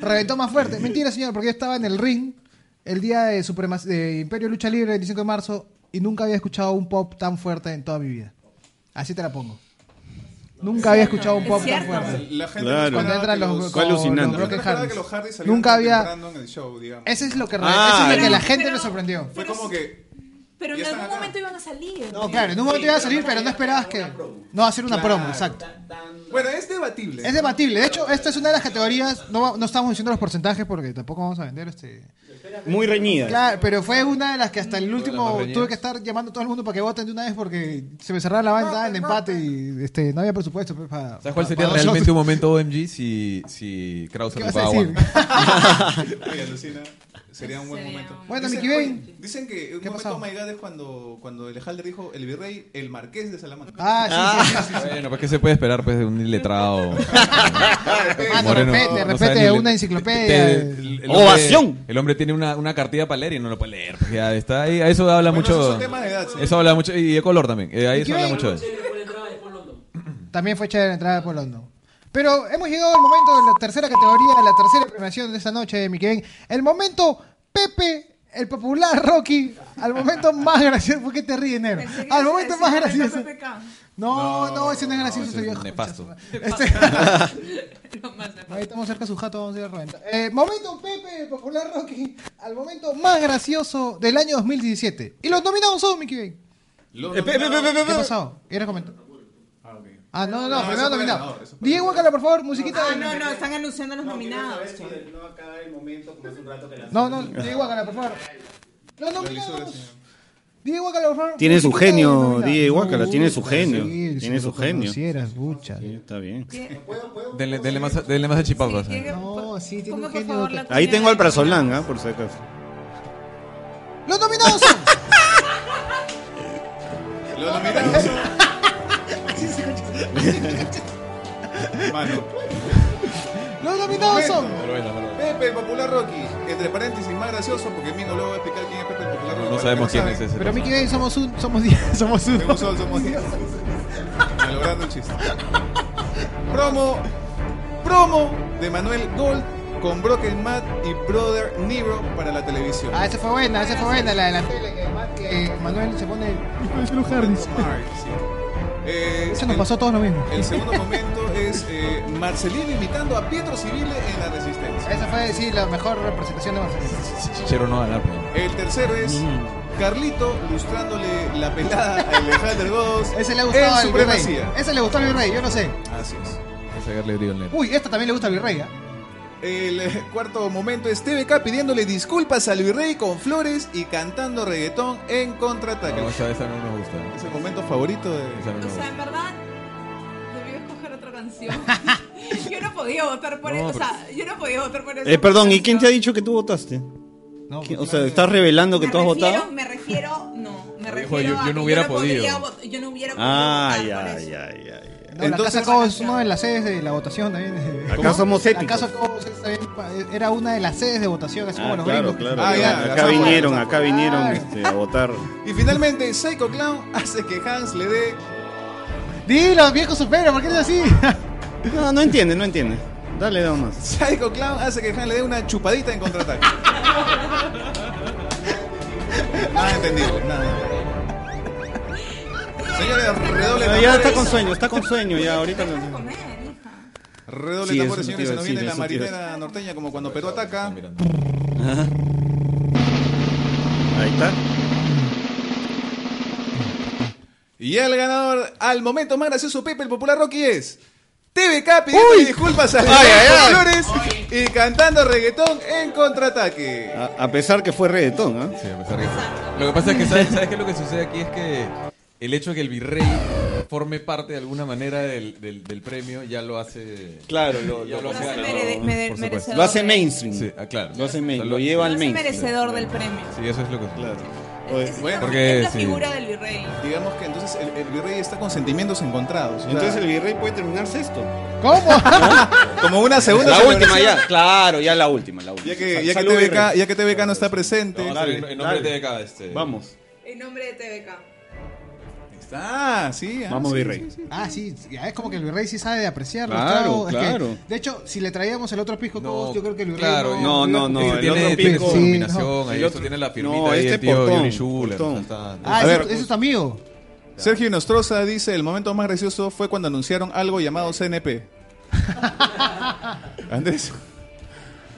S4: Reventó más fuerte. Mentira, señor, porque yo estaba en el ring el día de, supremac- de Imperio Lucha Libre, el 25 de marzo, y nunca había escuchado un pop tan fuerte en toda mi vida. Así te la pongo. Nunca había escuchado un
S6: Es
S4: pop tan
S6: cierto.
S4: fuerte.
S2: la gente
S5: Claro.
S2: no esperaba
S4: Cuando entran
S2: que
S4: los,
S2: los-
S4: con
S5: Fue alucinante.
S4: los
S2: no
S4: Broken
S2: esperaba
S4: Hardys.
S2: que los Hardys salieran
S4: Nunca había.
S2: entrando en el show, digamos.
S4: Eso es lo que, re-
S5: Ah,
S4: eso es lo que
S6: Pero-
S4: la gente
S6: pero-
S4: le sorprendió.
S2: Fue como que
S6: Pero
S2: Ya
S6: en
S2: están
S6: algún
S2: acá.
S6: momento iban a salir.
S4: No, claro, en un momento iba a salir, pero no esperabas que. No, hacer una promo, exacto.
S2: Bueno, es debatible.
S4: Es debatible. De hecho, esta es una de las categorías. No, va- no estamos diciendo los porcentajes porque tampoco vamos a vender este.
S3: Muy reñida.
S4: Claro, pero fue una de las que hasta el
S1: las
S4: último
S1: más reñidas.
S4: tuve que estar llamando a todo el mundo para que voten de una vez porque se me cerraba la banda en empate y este, no había presupuesto. pues, para-
S1: ¿Sabes cuál
S4: para-
S1: sería
S4: para dos
S1: realmente
S4: shows.
S1: un momento OMG si, si Krause
S4: ¿Qué
S1: le
S4: vas a
S1: pagaba
S4: decir?
S1: Wanda?
S2: Oye, alucina, Sería un buen
S6: Sería
S2: momento.
S6: un-
S4: Bueno,
S2: Dicen-
S4: Mickey
S2: oye,
S4: Bay.
S2: Dicen que un
S4: ¿Qué
S2: momento
S4: pasó?
S2: oh my god es cuando, cuando Alejandro dijo el virrey, el marqués de Salamanca.
S4: Ah, sí, sí, sí.
S1: Bueno, pues ¿qué se puede esperar pues, de un letrado?
S4: Ah, no,
S1: Moreno,
S4: repete,
S1: no
S4: repete
S1: sabe ni
S4: una
S1: le-
S4: enciclopedia.
S1: te- el- el hombre-
S3: Ovación.
S1: El hombre tiene una, una cartilla para leer y no lo puede leer. pues, ya está ahí. A eso habla
S2: Bueno, esos
S1: mucho.
S2: son temas de edad, sí.
S1: Eso habla mucho. Y de color también. eh, ahí
S4: ¿Y
S1: eso
S4: qué
S1: habla
S4: ven?
S1: mucho de eso.
S4: También fue echada la entrada por London. Pero hemos llegado al momento de la tercera categoría, de la tercera premiación de esta noche, mi Kevin. El momento Pepe, el popular Rocky, al momento más gracioso. ¿Por qué te ríes, Nero?
S6: Pensé que
S4: Al
S6: ibas a
S4: momento
S6: decir
S4: más
S6: el
S4: gracioso.
S6: PPK.
S4: No, no, ese no es gracioso,
S1: ese
S4: soy
S1: es
S4: yo.
S1: nefasto.
S4: Este-
S6: Lo más de-
S4: Ahí estamos cerca de su jato, vamos a ir a reventar. Eh, momento Pepe, el popular Rocky, al momento más gracioso del año 2017. Y los nominados son, mi Kevin.
S2: Los
S3: Eh, pe- pe- pe- pe-
S4: ¿Qué
S3: pe-
S4: ha pasado? ¿Quieres comentar?
S2: Ah, ok.
S4: Ah, no, no,
S2: No,
S4: no, primero
S2: eso fue
S4: nominado.
S2: ganador, eso fue
S4: Diego Acala, por favor, musiquita.
S6: Ah,
S4: de-
S6: no, no, este están anunciando los nominados.
S3: No acaba el momento como hace un rato que la
S4: No, no, Diego Acala, por favor. Los
S2: Las lisuras,
S4: nominados.
S2: señor.
S4: Diego Acala, por favor.
S3: Tiene su
S4: musiquita de
S3: genio,
S4: nominados.
S3: Diego Acala, tiene su
S4: Uy,
S3: genio,
S4: sí,
S3: tiene
S4: si
S3: su
S4: lo
S3: genio.
S4: conocieras, bucha.
S3: Está bien.
S6: ¿Qué?
S1: Denle, denle más, denle más pues, a Chipapa.
S6: Sí, tiene-
S4: No, sí, tiene
S6: ponga,
S4: un
S6: por
S4: genio
S6: favor,
S4: que-
S6: la
S3: Ahí
S6: cuña
S3: tengo al
S6: de-
S3: Brazolán, ¿ah? por si acaso.
S4: Los nominados son.
S2: Los nominados son- Mano.
S4: Los nominados son.
S2: Pepe el Popular Rocky, entre paréntesis más gracioso porque Mingo luego va a explicar quién es Pepe el Popular Rocky.
S1: No
S2: para los
S1: sabemos
S2: que no
S1: quién es
S2: saben.
S1: ese. pues.
S4: Pero Mickey Bay somos un, somos diez, somos
S2: De un
S4: uno.
S2: sol somos 10. Malogrando el chiste. Promo. Promo de Manuel Gold con Broken Matt y Brother Nero para la televisión.
S4: Ah, esa fue buena, esa fue buena, la de la tele, que además que Manuel se pone.
S2: Mark, sí. Eh,
S4: Eso nos
S2: el-
S4: pasó a todos lo mismo.
S2: El segundo momento es eh, Marcelino imitando a Pietro Civile en la Resistencia.
S4: Esa fue, sí, la mejor representación de Marcelo.
S1: Chichero no va a ganar. pues.
S2: El tercero es Carlito lustrándole la pelada a Alejandro Godos.
S4: Ese le ha gustado
S2: en
S4: al virrey.
S2: supremacía.
S4: Ese le gustó al virrey, yo no sé.
S2: Así es.
S1: Vamos a sacarle brillo al negro.
S4: Uy, esta también le gusta al virrey, ¿ah?
S2: El eh, cuarto momento es TVK pidiéndole disculpas al virrey con flores y cantando reggaetón en contraataque.
S1: No, esa, esa no nos gusta. ¿eh?
S2: es el momento favorito
S1: Esa
S2: de.
S6: O
S1: no nos
S6: sea,
S1: gusta.
S6: en verdad, debí escoger otra canción. yo no podía votar por
S1: No,
S6: eso. O
S1: pero-
S6: sea, yo no podía votar por eso.
S3: Eh, perdón, ¿y quién te ha dicho que tú votaste?
S4: No,
S3: ¿Qui- O sea, ¿estás revelando que tú has votado?
S6: Me refiero, no, me
S1: Dijo,
S6: refiero
S1: yo-
S6: a
S1: yo
S6: que
S1: no hubiera
S6: podría
S1: podido.
S6: vot- yo no hubiera podido
S3: Ah,
S6: votar por
S3: ya,
S6: eso.
S3: ya, ya, ya.
S4: No, la
S2: Entonces-
S4: Casa Cobos es una de las sedes de la votación también.
S3: Acá somos
S4: La
S3: éticos.
S4: Casa Cobos es también pa- era una de las sedes de votación, así como
S3: Ah,
S4: los
S3: claro,
S4: gringos que-
S3: claro.
S2: Ah, ya,
S3: acá
S2: acá
S3: vinieron,
S2: somos-
S3: acá vinieron
S4: Claro.
S3: este, a votar.
S2: Y finalmente, Psycho Clown hace que Hans le dé.
S4: Dilo, viejo supera, ¿por qué eres así?
S3: No, no entiende, no entiende. Dale, da más.
S2: Psycho Clown hace que Hans le dé una chupadita en contraataque. nada entendible, nada. Señores, redoble
S3: No,
S2: tambores.
S3: ya está con sueño, está con sueño ya, ahorita
S6: Vas a
S3: lo...
S6: comer, hija.
S2: Redoble
S3: Sí,
S2: tambores,
S3: eso te
S2: señores, se
S3: iba a
S2: nos
S3: decir,
S2: viene la
S3: eso te iba a
S2: marinera norteña como cuando Perú ataca.
S1: Mirando.
S3: Ahí está.
S2: Y el ganador al momento más gracioso Pepe el Popular Rocky es TVK pidiendo disculpas a Alejandro Flores y cantando reggaetón en contraataque.
S3: A, a pesar que fue reggaetón, ¿ah?
S1: Sí, a pesar que- Lo que pasa es que, ¿sabes, ¿sabes qué es lo que sucede aquí? Es que el hecho de que el virrey forme parte de alguna manera del, del- del premio ya lo hace.
S3: Claro, lo,
S1: Ya lo
S6: Lo hace
S1: ganador,
S6: merede-
S1: por
S6: mere-
S1: supuesto.
S6: merecedor.
S3: Lo hace
S6: de-
S3: mainstream.
S1: Sí, ah, claro.
S3: Lo hace main,
S1: O sea,
S3: lo lleva
S6: Lo
S3: al Pues,
S6: hace
S3: main.
S6: merecedor del premio.
S1: Sí, eso es lo que
S3: Claro.
S6: Es, es
S2: Bueno,
S6: la-
S1: porque
S6: es la
S1: sí.
S6: figura del virrey.
S2: Digamos que entonces el, el virrey está con sentimientos encontrados. o sea,
S3: Entonces el virrey puede terminar sexto.
S4: ¿Cómo?
S2: como una segunda
S3: La
S2: celebración,
S3: última ya. Claro, ya la última, la última.
S2: Ya que,
S3: Sal-
S2: ya, que
S3: salud,
S2: TVK,
S3: virrey.
S2: ya que TVK no está presente.
S1: Vamos a hacer en- en nombre de TVK, este.
S3: Vamos.
S6: En nombre de TVK.
S2: Está, sí. ah,
S3: Vamos,
S2: sí,
S3: virrey.
S2: sí, sí.
S4: Ah, sí, ya es como que el virrey sí sabe de apreciar los
S3: Claro,
S4: tragos, es que,
S3: claro.
S4: de hecho, si le traíamos el otro pisco
S1: No,
S4: Cobos, yo creo que el virrey
S1: claro,
S3: No, no, no,
S1: Ese
S3: el
S1: tiene,
S3: otro
S1: tiene su
S3: pico.
S1: combinación,
S3: Sí,
S1: ahí
S3: no.
S1: esto tiene la firmita
S3: No,
S1: ahí
S3: este
S1: el tío
S3: portón,
S1: Yuri Schuller,
S3: portón.
S1: o sea, está-
S4: Ah,
S3: A
S4: ese,
S3: ver,
S4: ese es tu amigo.
S2: Sergio Nostroza dice, el momento más gracioso fue cuando anunciaron algo llamado CNP. Andrés.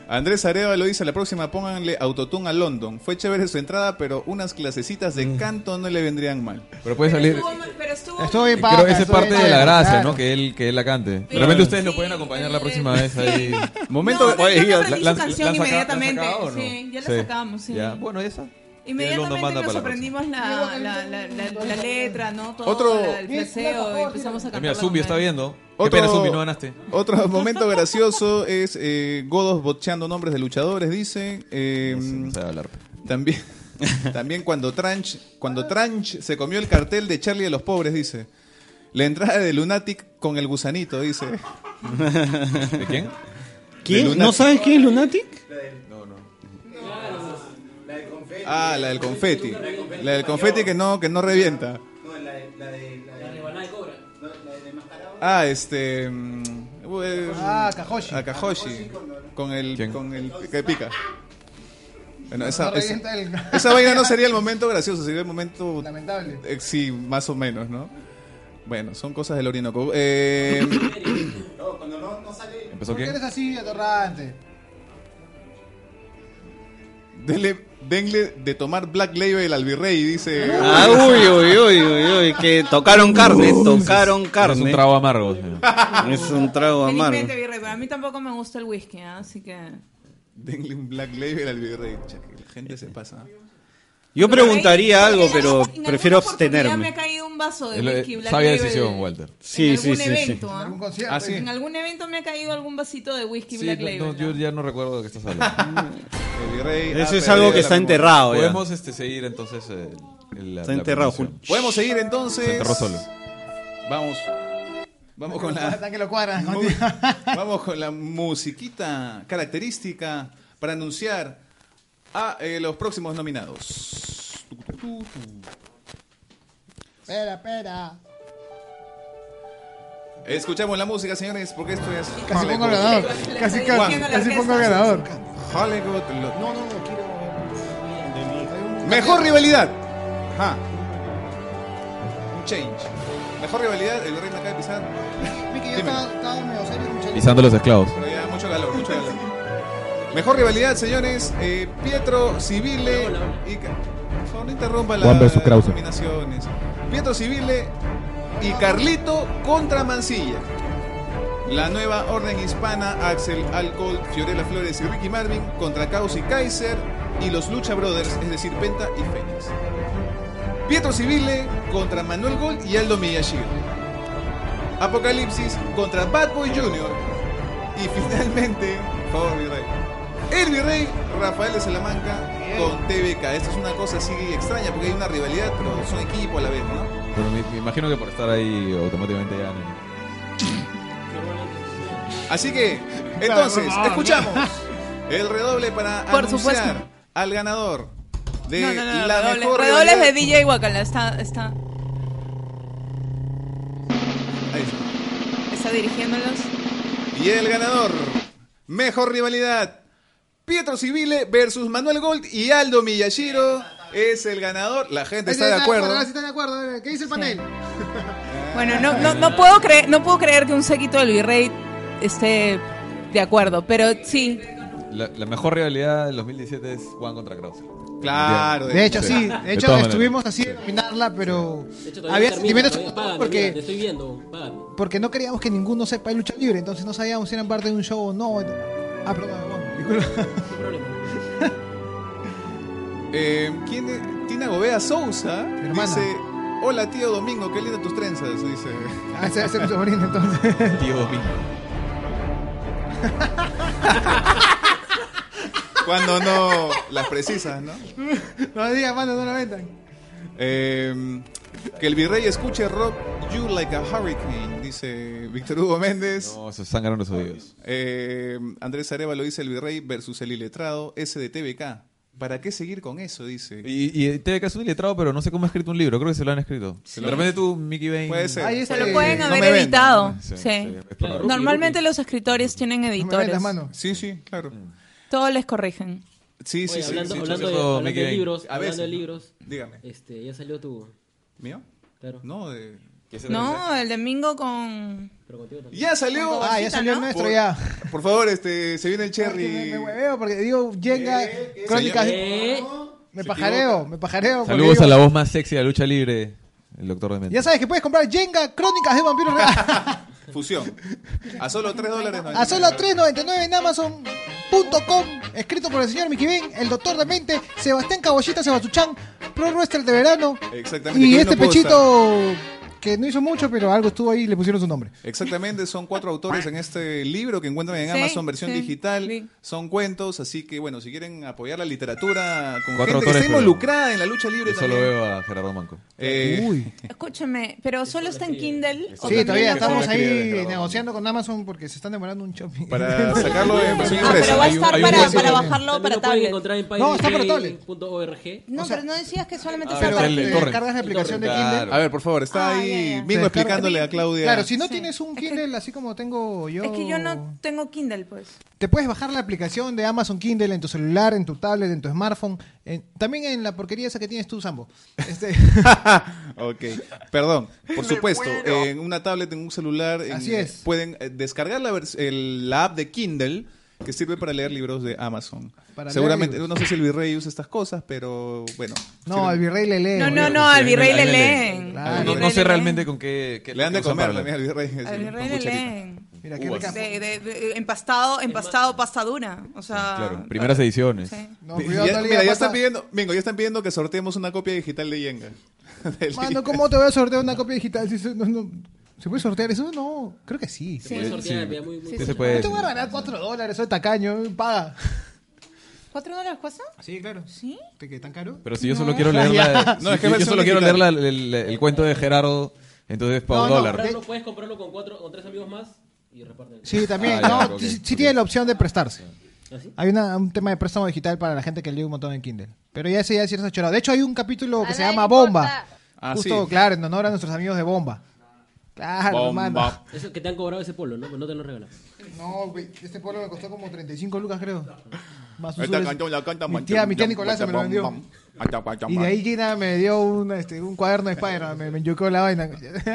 S2: Andrés Arevalo dice, la próxima pónganle autotune a London. Fue chévere su entrada, pero unas clasecitas
S3: Mm.
S2: de canto no le vendrían mal.
S1: Pero puede salir.
S6: Estuvo mal- pero estuvo
S4: Estuvo bien
S1: Creo que esa es
S4: estuvo
S1: parte
S4: bien
S1: de la
S4: paja,
S1: gracia,
S4: claro.
S1: ¿no? Que él, que él la cante.
S6: Pero-
S1: Realmente ustedes lo
S6: Sí,
S1: pueden acompañar la
S6: sí.
S1: próxima vez ahí.
S2: Momento
S6: No, pero yo me
S1: Oye,
S6: aprendí
S1: ¿la-
S6: su
S1: la-
S6: canción
S1: la saca-
S6: inmediatamente.
S1: la sacaba o no?
S6: Sí, ya la sacamos, sí.
S1: Ya. Bueno, ¿y esa? Tiene London
S6: Inmediatamente
S1: Banda
S6: nos
S1: para la
S6: aprendimos la, la, la, la- la letra, ¿no? Todo
S2: Otro-
S6: la- el fraseo y empezamos a
S1: próxima.
S6: cantar.
S1: Mira, Zumbi está viendo. Qué
S2: Otro-
S1: pena, Zumbi, no ganaste.
S2: Otro momento gracioso es eh, Godos bocheando nombres de luchadores, dice. Eh,
S1: No sabe hablar.
S2: También, también cuando Tranch, cuando Tranch se comió el cartel de Charlie de los Pobres, dice. La entrada de Lunatic con el gusanito, dice.
S1: ¿De quién?
S2: De
S5: ¿Quién? ¿No
S2: Lunatic.
S5: sabes quién es Lunatic?
S2: Ah, la del confeti. La del confeti que no, que no revienta. Ah, este. mm, eh,
S4: Ah, Kajoshi.
S2: A Kajoshi. Con el,
S1: ¿Quién?
S2: con el que pica. Bueno, esa,
S4: No
S2: esa,
S4: revienta el-
S2: esa vaina no sería el momento gracioso, sería el momento
S4: Lamentable.
S2: Eh, Sí, más o menos, ¿no? Bueno, son cosas del Orinoco. Eh,
S1: ¿Empezó
S4: ¿Por qué
S1: quién?
S4: eres así, atorrante?
S2: denle, denle de tomar Black Label al virrey, dice.
S5: Ah, uy, uy, uy, uy, uy, que tocaron carne, tocaron
S1: Es
S5: carne.
S1: un trago amargo. señor.
S5: Es un trago amargo.
S6: Felizmente, Virrey, pero a mí tampoco me gusta el whisky, ¿ah? así que...
S2: Denle un Black Label al virrey. Che, que la gente se pasa.
S5: Yo preguntaría
S6: Porque
S5: algo,
S6: en
S5: pero
S6: alguna- en alguna
S5: prefiero
S6: oportunidad Me ha
S5: abstenerme.
S6: caído un vaso de
S1: Es lo-
S6: whisky Black
S1: sabia
S6: Label
S1: decisión,
S6: en
S1: Walter.
S5: Sí,
S6: algún
S5: sí, sí, sí.
S6: evento,
S4: En
S6: ¿ah?
S4: algún concierto.
S2: Ah, sí.
S6: En algún evento me ha caído algún vasito de whisky
S1: Sí,
S6: Black
S1: no,
S6: Label.
S1: no, yo
S6: ¿no?
S1: ya no recuerdo de qué estás hablando.
S2: El virrey ha
S5: Eso es
S2: perdido
S5: algo que
S2: la
S5: está
S2: memoria.
S5: enterrado ya.
S1: Podemos este, seguir entonces. eh, el- la-
S5: Está
S1: la
S5: enterrado,
S1: promoción.
S5: Julio.
S2: Podemos seguir entonces.
S1: Se enterró solo.
S2: Vamos. Vamos con la.
S4: Hasta que lo cuadran.
S2: Mu- Vamos con la musiquita característica para anunciar a eh, los próximos nominados.
S4: Espera, espera.
S2: Escuchamos la música, señores, porque esto es
S4: Casi pongo
S2: Hollywood.
S4: el ganador.
S6: Le
S4: Casi,
S6: estoy
S4: casi,
S6: diciendo a la
S4: casi pongo el
S6: orquesta.
S4: ganador.
S2: Hollywood. lo-
S4: No, no, no, quiero.
S2: Mejor rivalidad. Ajá. Un change. Mejor rivalidad, el rey me acaba de pisar.
S4: Miki, yo
S2: Dime.
S4: estaba, estaba medio serio con Chelito.
S1: Pisando los esclavos.
S2: Pero ya, mucho calor, mucho calor. Mejor rivalidad, señores. eh, Pietro Civile y. Ca- Por favor, no interrumpa
S1: Juan
S2: las
S1: versus Krause.
S2: nominaciones. Pietro Civile y Carlito contra Mancilla. La nueva orden hispana, Axel Alcohol, Fiorella Flores y Ricky Marvin contra Caos y Kaiser y los Lucha Brothers, es decir, Penta y Fénix. Pietro Civile contra Manuel Gol y Aldo Miyashiro. Apocalipsis contra Bad Boy Jr. Y finalmente, por favor, Virrey. El Virrey, Rafael de Salamanca con TBK. Esto es una cosa así extraña porque hay una rivalidad, pero son equipo a la vez, ¿no?
S1: Pero me, me imagino que por estar ahí automáticamente ganan.
S2: Así que, entonces, escuchamos el redoble para
S6: Por
S2: anunciar
S6: supuesto.
S2: al ganador de
S6: No, no, no,
S2: la
S6: redobles-
S2: mejor
S6: redobles de
S2: rivalidad.
S6: DJ Wakala, está, está,
S2: Ahí está.
S6: está dirigiéndolos.
S2: Y el ganador, mejor rivalidad, Pietro Civile versus Manuel Gold y Aldo Miyashiro es el ganador. La gente
S4: Ahí
S2: está de acuerdo.
S4: ahora sí está de acuerdo. A ver, ¿Qué dice el panel?
S6: Bueno, no, no, no, puedo creer, no puedo creer que un séquito del virrey esté de acuerdo, pero sí,
S1: La, la mejor rivalidad del 2017 es Juan contra Krause.
S2: Claro.
S4: De hecho, sí. De
S1: De
S4: hecho,
S1: todas
S4: estuvimos
S1: maneras.
S4: así de nominarla, pero
S7: De hecho, todavía
S4: había
S7: termina,
S4: sentimientos
S7: todavía. Págame, mira, te
S4: porque,
S7: estoy viendo, págame.
S4: porque no queríamos que ninguno sepa de lucha libre, entonces no sabíamos si eran parte de un show o no. Ah, perdón, perdón, disculpa.
S7: No hay problema.
S2: Eh, ¿Quién es? Tina Gobea Sousa
S4: Hermana.
S2: dice: Hola tío Domingo, qué linda tus trenzas. Dice.
S4: Ah, ese ese es mi sobrino, entonces.
S1: Tío Domingo.
S2: Cuando no las precisas, ¿no?
S4: No lo digan, mano, no la vendan.
S2: Eh, que el virrey escuche rock you like a hurricane, dice Víctor Hugo Méndez.
S1: No, se sangraron los oídos.
S2: Eh, Andrés Arevalo dice el virrey versus el iletrado, ese de TVK. ¿Para qué seguir con eso? Dice.
S1: Y, eh, y TVK es un letrado, pero no sé cómo ha escrito un libro. Creo que se lo han escrito. de repente tú, Mickey Bain.
S2: Puede ser.
S4: Ahí
S6: se
S4: está.
S6: lo
S4: Eh,
S6: pueden
S2: no
S6: haber
S2: me vendan.
S6: editado. Sí,
S1: Sí, sí, es probable.
S6: Normalmente los escritores tienen
S4: No me
S6: editores.
S4: vendas, mano.
S2: Sí, sí, claro.
S6: Todos les corrigen.
S2: Sí, sí,
S7: Mm. Oye,
S2: sí.
S7: hablando,
S2: sí,
S7: hablando
S1: yo
S7: de,
S1: soy
S7: hablando
S1: Mickey
S7: de
S1: Bain.
S7: libros,
S2: A
S7: hablando
S2: veces,
S7: de
S2: ¿no?
S7: libros,
S2: Dígame.
S7: este, ya salió tu,
S2: ¿Mío?
S7: claro,
S2: No, de-
S1: Que se lo
S6: No, el domingo con...
S7: pero contigo también.
S2: Ya salió.
S4: Ah, ya
S6: Cosita,
S4: salió el
S6: ¿no?
S4: nuestro,
S2: Por-
S4: ya.
S2: Por favor, este, se viene el cherry.
S4: Me, me hueveo porque digo,
S1: Eh,
S4: Jenga, Crónicas.
S6: Eh,
S7: ¿Qué?
S4: Me pajareo, me pajareo. porque
S1: Saludos
S4: digo-
S1: a la voz más sexy de la lucha libre, el doctor de
S4: Ya sabes que puedes comprar Jenga, Crónicas de Vampiros Reales
S2: Fusión. A solo 3 dólares.
S4: a solo 3.99 en Amazon.com. Escrito por el señor Mickey Ben, el doctor de mente, Sebastián Cabollita, Sebatuchán, Pro Wrestler de verano.
S2: Exactamente. que
S4: Y
S2: hoy
S4: este
S2: no puedo
S4: pechito que no hizo mucho, pero algo estuvo ahí y le pusieron su nombre.
S2: Exactamente, son cuatro autores en este libro que encuentran en
S6: Sí,
S2: Amazon versión
S6: sí,
S2: digital.
S6: vi.
S2: Son cuentos, así que bueno, si quieren apoyar la literatura con
S1: Cuatro
S2: gente que
S1: autores,
S2: está
S1: pero-
S2: involucrada en la lucha libre
S1: Yo solo
S2: también.
S1: veo a Gerardo Manco.
S2: Eh,
S4: Uy.
S6: Escúchame, pero solo está en Kindle. ¿O
S4: Sí,
S6: también
S4: todavía
S6: en-
S4: estamos
S1: son las crías de
S4: ahí
S1: Gerardo.
S4: negociando con Amazon porque se están demorando un shopping.
S2: para sacarlo en versión
S6: Ah, pero
S2: impresa.
S6: va a
S1: Hay un-
S6: estar
S1: hay un
S6: para,
S1: hueso
S6: para
S4: también.
S6: bajarlo para
S7: lo pueden
S6: tablet.
S7: encontrar en
S4: No, está para tablet.
S7: pirate.org.
S6: No,
S4: O sea-
S6: pero no decías que solamente
S1: Ah,
S6: está
S1: pero
S6: para...
S1: el-
S4: te
S1: corre.
S4: descargas eh, la aplicación de
S1: Claro.
S4: Kindle.
S2: A ver, por favor, está
S6: Ah,
S2: ahí
S6: ya, ya.
S2: Mingo
S4: Te descarga-
S2: explicándole a Claudia.
S4: Claro, si no
S6: Sí.
S4: tienes un
S6: Es
S4: Kindle así como tengo yo.
S6: Es que yo no tengo Kindle, pues.
S4: Te puedes bajar la aplicación de Amazon Kindle en tu celular, en tu tablet, en tu smartphone, en- también en la porquería esa que tienes tú, Sambo. Este,
S2: ok, perdón. Por supuesto, en una tablet, en un celular, en-
S4: Así es.
S2: pueden eh, descargar la, vers- el- la app de Kindle que sirve para leer libros de Amazon.
S4: Para leer
S2: Seguramente,
S4: libros.
S2: no sé si el virrey usa estas cosas, pero bueno.
S4: no,
S2: sirve-
S4: al virrey le lee.
S6: No,
S4: boludo.
S6: no, no, al virrey
S1: ahí
S6: le
S1: le leen.
S6: leen.
S4: Claro.
S6: Al
S1: No,
S6: virrey
S1: no
S6: le
S1: sé
S6: leen.
S1: realmente con qué... qué-
S2: Le han
S1: qué
S2: de
S1: usan
S2: comer
S1: para
S2: también al virrey. sí,
S6: Al
S2: con
S6: virrey le
S2: cucharita.
S6: leen.
S4: Mira, qué
S1: Uvas.
S4: rica.
S6: Pues De, de- de- empastado, empastado, pasta dura. O sea...
S1: Claro, primeras ediciones.
S6: Ah. Sí.
S4: No,
S2: Ya-
S4: cuidado, no le
S2: mira, ya
S4: digas
S2: están
S4: pata.
S2: pidiendo, Mingo, ya están pidiendo que sorteemos una copia digital de Yenga. Del-
S4: Mano, ¿cómo te voy a sortear una copia digital? Si se- no, no- ¿Se puede sortear eso? No, creo que sí.
S6: Sí.
S7: Pueden sortear,
S1: Eh, Sí.
S7: ya, muy, muy
S6: Sí,
S1: ¿Qué
S6: sí.
S1: se
S4: No
S1: puede
S4: te voy a
S1: decir?
S4: ganar 4 dólares, soy tacaño, paga.
S6: ¿Cuatro dólares cuesta?
S4: Sí, claro.
S6: ¿Sí?
S4: ¿Te quedé tan caro?
S1: Pero si yo solo quiero leer la...
S2: No, es que
S1: yo- yo
S2: versión
S1: solo quiero leer
S2: digital.
S1: la- el, el cuento de Gerardo, entonces para un
S4: No, no,
S1: dólar.
S7: Comprarlo, puedes comprarlo con cuatro con tres amigos más y reparten.
S4: Sí, también.
S1: Ah, ya,
S4: no,
S1: ok,
S4: sí, sí
S1: ok.
S4: tiene la opción de prestarse.
S7: ¿Ah, sí?
S4: Hay una- un tema de préstamo digital para la gente que lee un montón en Kindle. Pero ya ese ya es cierto chorado. De hecho, hay un capítulo que
S8: A
S4: se
S8: nadie
S4: llama
S8: le
S4: Bomba.
S8: importa.
S2: Ah,
S4: Justo,
S2: sí.
S4: claro, en honor a nuestros amigos de Bomba. Claro,
S2: Bomba.
S4: mano.
S7: Eso que te han cobrado ese polo, ¿no? Pues no te lo regalan.
S4: No, güey, este pueblo me costó como 35 lucas, creo. Más un
S2: Esta
S4: sur-
S2: canción la canta
S4: mi tía, mi tía Nicolás se me lo vendió. Y de ahí Gina me dio un, este, un cuaderno de Spider-Man, me, me enyucó la vaina.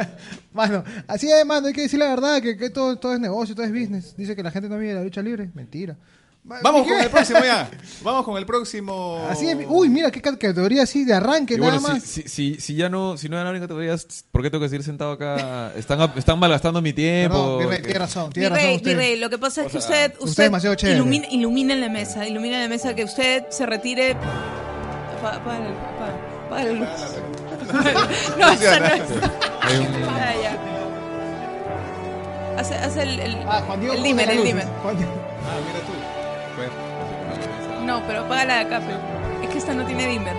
S4: mano, así es, mano, hay que decir la verdad, que, que todo, todo es negocio, todo es business. Dice que la gente no vive la lucha libre, mentira. Ma-
S2: Vamos
S4: ¿qué-
S2: con el próximo ya. Vamos con el próximo.
S4: Así es, uy, mira qué categoría así de arranque,
S1: Y
S4: nada
S1: bueno,
S4: más.
S1: si, si, si- si ya no, si no ganaron categorías, ¿por qué tengo que seguir sentado acá? Están, están malgastando mi tiempo.
S4: Perdón, tiene, tiene razón, tiene razón
S6: Virrey,
S4: usted.
S6: Virrey, lo que pasa es que usted,
S4: es
S6: usted,
S4: demasiado chévere.
S6: ilumina, ilumina la mesa, ilumina la mesa, que usted se retire. Pa- Para, para, para la luz. No, esa no es.
S1: Hay un-
S6: Ah, ya. Hace, hace el, el,
S4: Ah, Juan Diego
S6: el
S4: Cruz de
S6: dimmer,
S4: la
S6: el
S4: Luz.
S6: dimmer.
S4: Juan Diego-
S2: Ah, mira tú. Bueno,
S6: No, pero apaga la de acá, pero- Es que esta no tiene dimmer.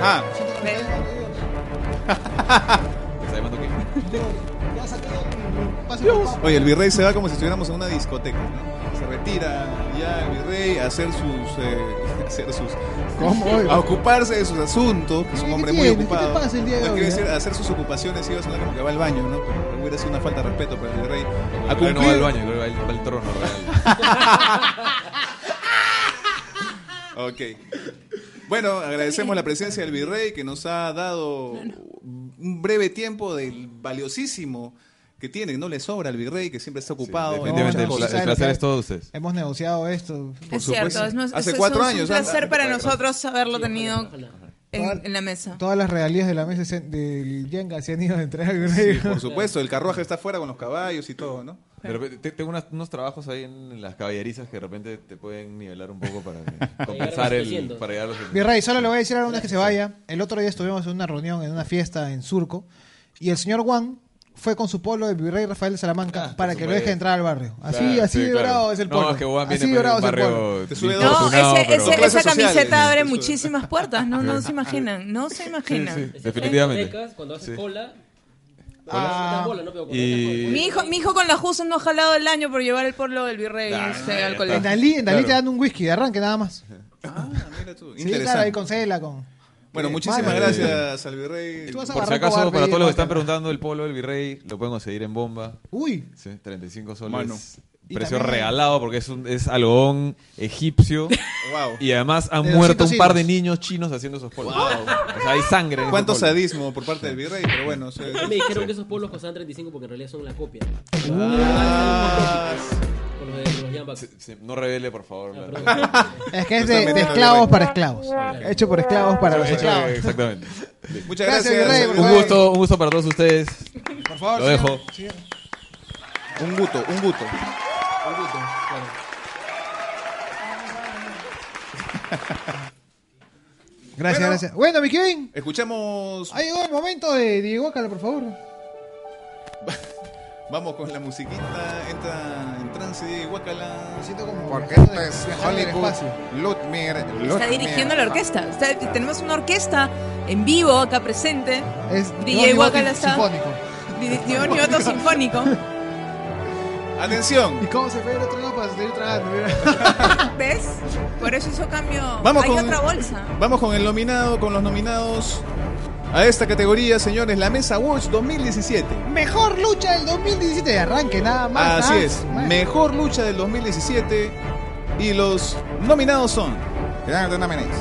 S2: Ah,
S6: ¿Ves?
S1: está llamando aquí.
S4: Ya saqué el- pase por favor.
S2: oye, el virrey se va como si estuviéramos en una discoteca. ¿no? Se retira ya el virrey a hacer sus. eh, a hacer sus
S4: ¿Cómo, oye?
S2: a ocuparse de sus asuntos, que es un
S4: ¿Qué
S2: hombre muy
S4: tiene? ¿Qué te
S2: ocupado.
S4: pasa el día de
S2: No,
S4: hoy,
S2: quiero
S4: eh?
S2: decir, a hacer sus ocupaciones iba a sonar como que va al baño, ¿no? Pero hubiera sido una falta de respeto para el rey. A
S1: Luego no va al
S2: cumplir.
S1: baño, luego va al, va al trono real.
S2: Ok. Bueno, agradecemos la presencia del virrey que nos ha dado un breve tiempo del valiosísimo que tiene, no le sobra al virrey que siempre está ocupado. en
S1: Definitivamente, el,
S2: muchas
S1: pla-
S2: cosas.
S1: el placer es todo de ustedes.
S4: Hemos negociado esto.
S6: Es
S2: supuesto.
S6: cierto, es, nues-
S2: Hace
S6: es- es
S2: cuatro
S6: un-
S2: años,
S6: un
S2: ah,
S6: placer para
S2: ah,
S6: nosotros haberlo tenido
S4: Toda-
S6: en, en la mesa.
S4: Todas las regalías de la mesa se- del Yenga se han ido a entregar.
S2: Sí, por supuesto, el carruaje está afuera con los caballos y todo, ¿no?
S1: De repente, te- tengo unas- unos trabajos ahí en las caballerizas que de repente te pueden nivelar un poco para que- compensar el.
S7: 700.
S1: Para llegar a los
S4: Virrey, solo le voy a decir a una que se vaya. El otro día estuvimos en una reunión, en una fiesta en Surco, y el señor Juan fue con su polo del Virrey Rafael de Salamanca
S1: Ah,
S4: para
S1: por
S4: que lo
S1: supuesto.
S4: deje entrar al barrio. Así,
S1: Claro,
S4: así
S1: sí,
S4: de
S1: claro.
S4: bravo es el polo.
S1: No, es que Juan viene
S4: así de
S1: por
S4: bravo es
S1: un
S4: el polo.
S1: barrio.
S2: Te sube dos.
S6: No,
S1: distorsionado,
S6: ese-
S1: pero-
S6: ese-
S2: Clases
S6: esa
S2: sociales,
S6: camiseta abre
S2: eso.
S6: muchísimas puertas, no, no se imaginan, no se imaginan.
S1: Sí,
S7: Está
S1: sí,
S7: en
S1: definitivamente.
S7: discotecas, Cuando haces
S1: Sí.
S7: cola.
S4: Ah.
S7: No, bola, ¿no? Pero cuando haces
S1: Y.
S7: cola-
S6: Mi hijo, mi hijo con la justa no ha jalado el año por llevar el polo del virrey
S1: Ah,
S6: este,
S1: ya
S6: al
S1: está.
S4: En
S6: colegio.
S4: Dalí, en Dalí
S1: Claro.
S4: te dan un whisky de arranque nada más.
S2: Ah, mira tú.
S4: Sí, claro,
S2: Interesante.
S4: ahí con cela, con...
S2: Bueno, muchísimas
S1: Vale.
S2: gracias al virrey.
S4: Tú vas a
S1: Por si
S4: Barranco
S1: acaso,
S4: Barbe,
S1: para todos los que
S4: Barbe.
S1: están preguntando, el polo del virrey lo pueden conseguir en bomba.
S4: Uy,
S1: Sí, 35 soles.
S2: Mano.
S4: Y
S1: Precio
S4: también-
S1: regalado porque es, un, es algodón egipcio.
S2: Wow.
S1: y además han
S4: De
S1: muerto un
S4: 200
S1: par de
S4: hilos.
S1: niños chinos haciendo esos polvos. O sea, hay sangre. en esos
S2: Cuánto
S1: polvos.
S2: sadismo por parte del virrey, pero bueno. se-
S7: Me dijeron que esos polos costaban 35 porque en realidad son la copia.
S2: Ah,
S7: con los de los Jambas.
S1: Se- se- no revele, por favor. la-
S4: Es que es de, de
S2: Justamente.
S4: esclavos para esclavos. Hecho por esclavos para los
S1: Eh,
S4: esclavos.
S1: Exactamente. Sí.
S2: Muchas
S4: Gracias,
S2: gracias.
S4: Virrey, por
S1: Un
S4: favor.
S1: gusto, un gusto para todos ustedes.
S2: Por favor,
S1: Lo dejo.
S2: señor. Un gusto, un gusto.
S4: Gracias,
S2: Bueno.
S4: gracias. Bueno, mi Kevin,
S2: Escuchamos.
S4: ha llegado el momento de Diego Acala, por favor.
S2: Vamos con la musiquita. Entra en trance de Guacala.
S4: Me siento como
S8: Porque
S4: viajando en
S8: esto
S4: el-
S8: es
S4: viajando en el
S8: Hollywood.
S4: espacio.
S8: Ludmir,
S6: Está
S8: Ludmir.
S6: dirigiendo la orquesta. Está- tenemos una orquesta en vivo acá presente.
S4: Es
S6: DJ
S4: Johnny
S6: Guacala
S4: Botti
S6: está-
S4: Sinfónico.
S6: Di- Dionisio Otto Sinfónico.
S2: Atención.
S4: ¿Y cómo se fue el otro pues, lado para seguir tragando? Mira.
S6: ¿Ves? Por eso hizo cambio.
S2: Vamos
S6: Hay
S2: con-
S6: otra bolsa.
S2: Vamos con el nominado, con los nominados a esta categoría, señores, la Mesa Watch 2017.
S4: Mejor lucha del 2017 de arranque, nada más.
S2: Ah, Así
S4: nada
S2: es,
S4: más.
S2: mejor lucha del 2017 y los nominados son
S8: Leonardo Namenez.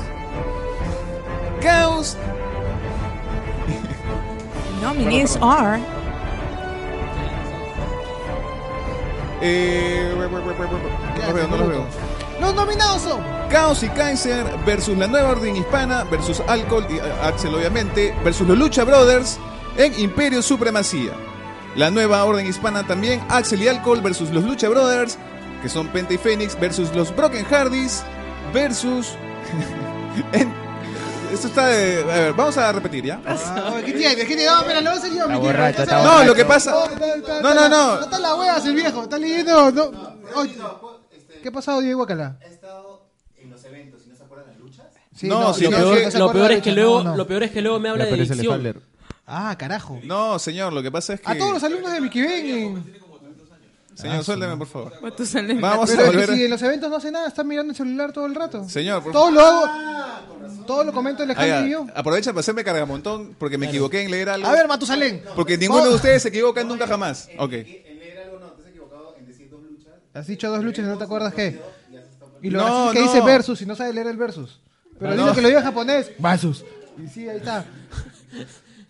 S2: Caos,
S6: Nominees are.
S2: eh, we- we- we- we- we- no los veo, no los veo.
S4: Los nominados son
S2: Caos y Kaiser versus la nueva orden hispana versus Alcohol y eh, Axel obviamente versus los Lucha Brothers en Imperio Supremacía. La nueva orden hispana también Axel y Alcohol versus los Lucha Brothers que son Penta y Fénix versus los Broken Hardys versus en- esto está de... a ver, vamos a repetir ya.
S4: Ah, ¿Qué tiene? ¿Qué tiene? No, pero lo vas a yo, mi tío.
S3: borracho, está
S2: No, lo que pasa- No, no, no.
S4: No Oh, está la hueva, el viejo. Está leyendo. No. Oye, ¿Qué ha pasado, Diego Guacala? Sí,
S2: No, sí,
S4: sí,
S7: lo
S2: no, es
S4: sí, no
S7: peor,
S4: se
S7: lo
S4: acuerda
S7: peor
S4: de
S7: es que
S4: lucha,
S7: luego,
S4: no, no.
S7: lo peor es que luego me habla de adicción.
S4: Ah, carajo.
S2: No, señor, lo que pasa es que
S4: A todos los alumnos de Mickey Ben.
S2: Señor, suélteme, por favor.
S6: Matusalén.
S2: Vamos a
S4: Pero es que
S2: volver.
S4: si en los eventos no hace nada, está mirando el celular todo el rato.
S2: Señor, por favor.
S4: Todo lo
S8: Ah,
S4: hago. Todo lo comento
S2: Ah, ya.
S4: Alejandro y yo.
S2: Aprovecha para hacerme cargamontón porque me equivoqué en leer algo.
S4: A ver, Matusalén.
S2: Porque ninguno de ustedes se equivoca nunca jamás. Ok.
S4: Has dicho dos luchas y no te acuerdas qué. Y lo
S2: No,
S4: gracioso es que
S2: no.
S4: dice versus y no sabe leer el versus. Pero dice que lo diga en japonés. Versus. Y sí, ahí está.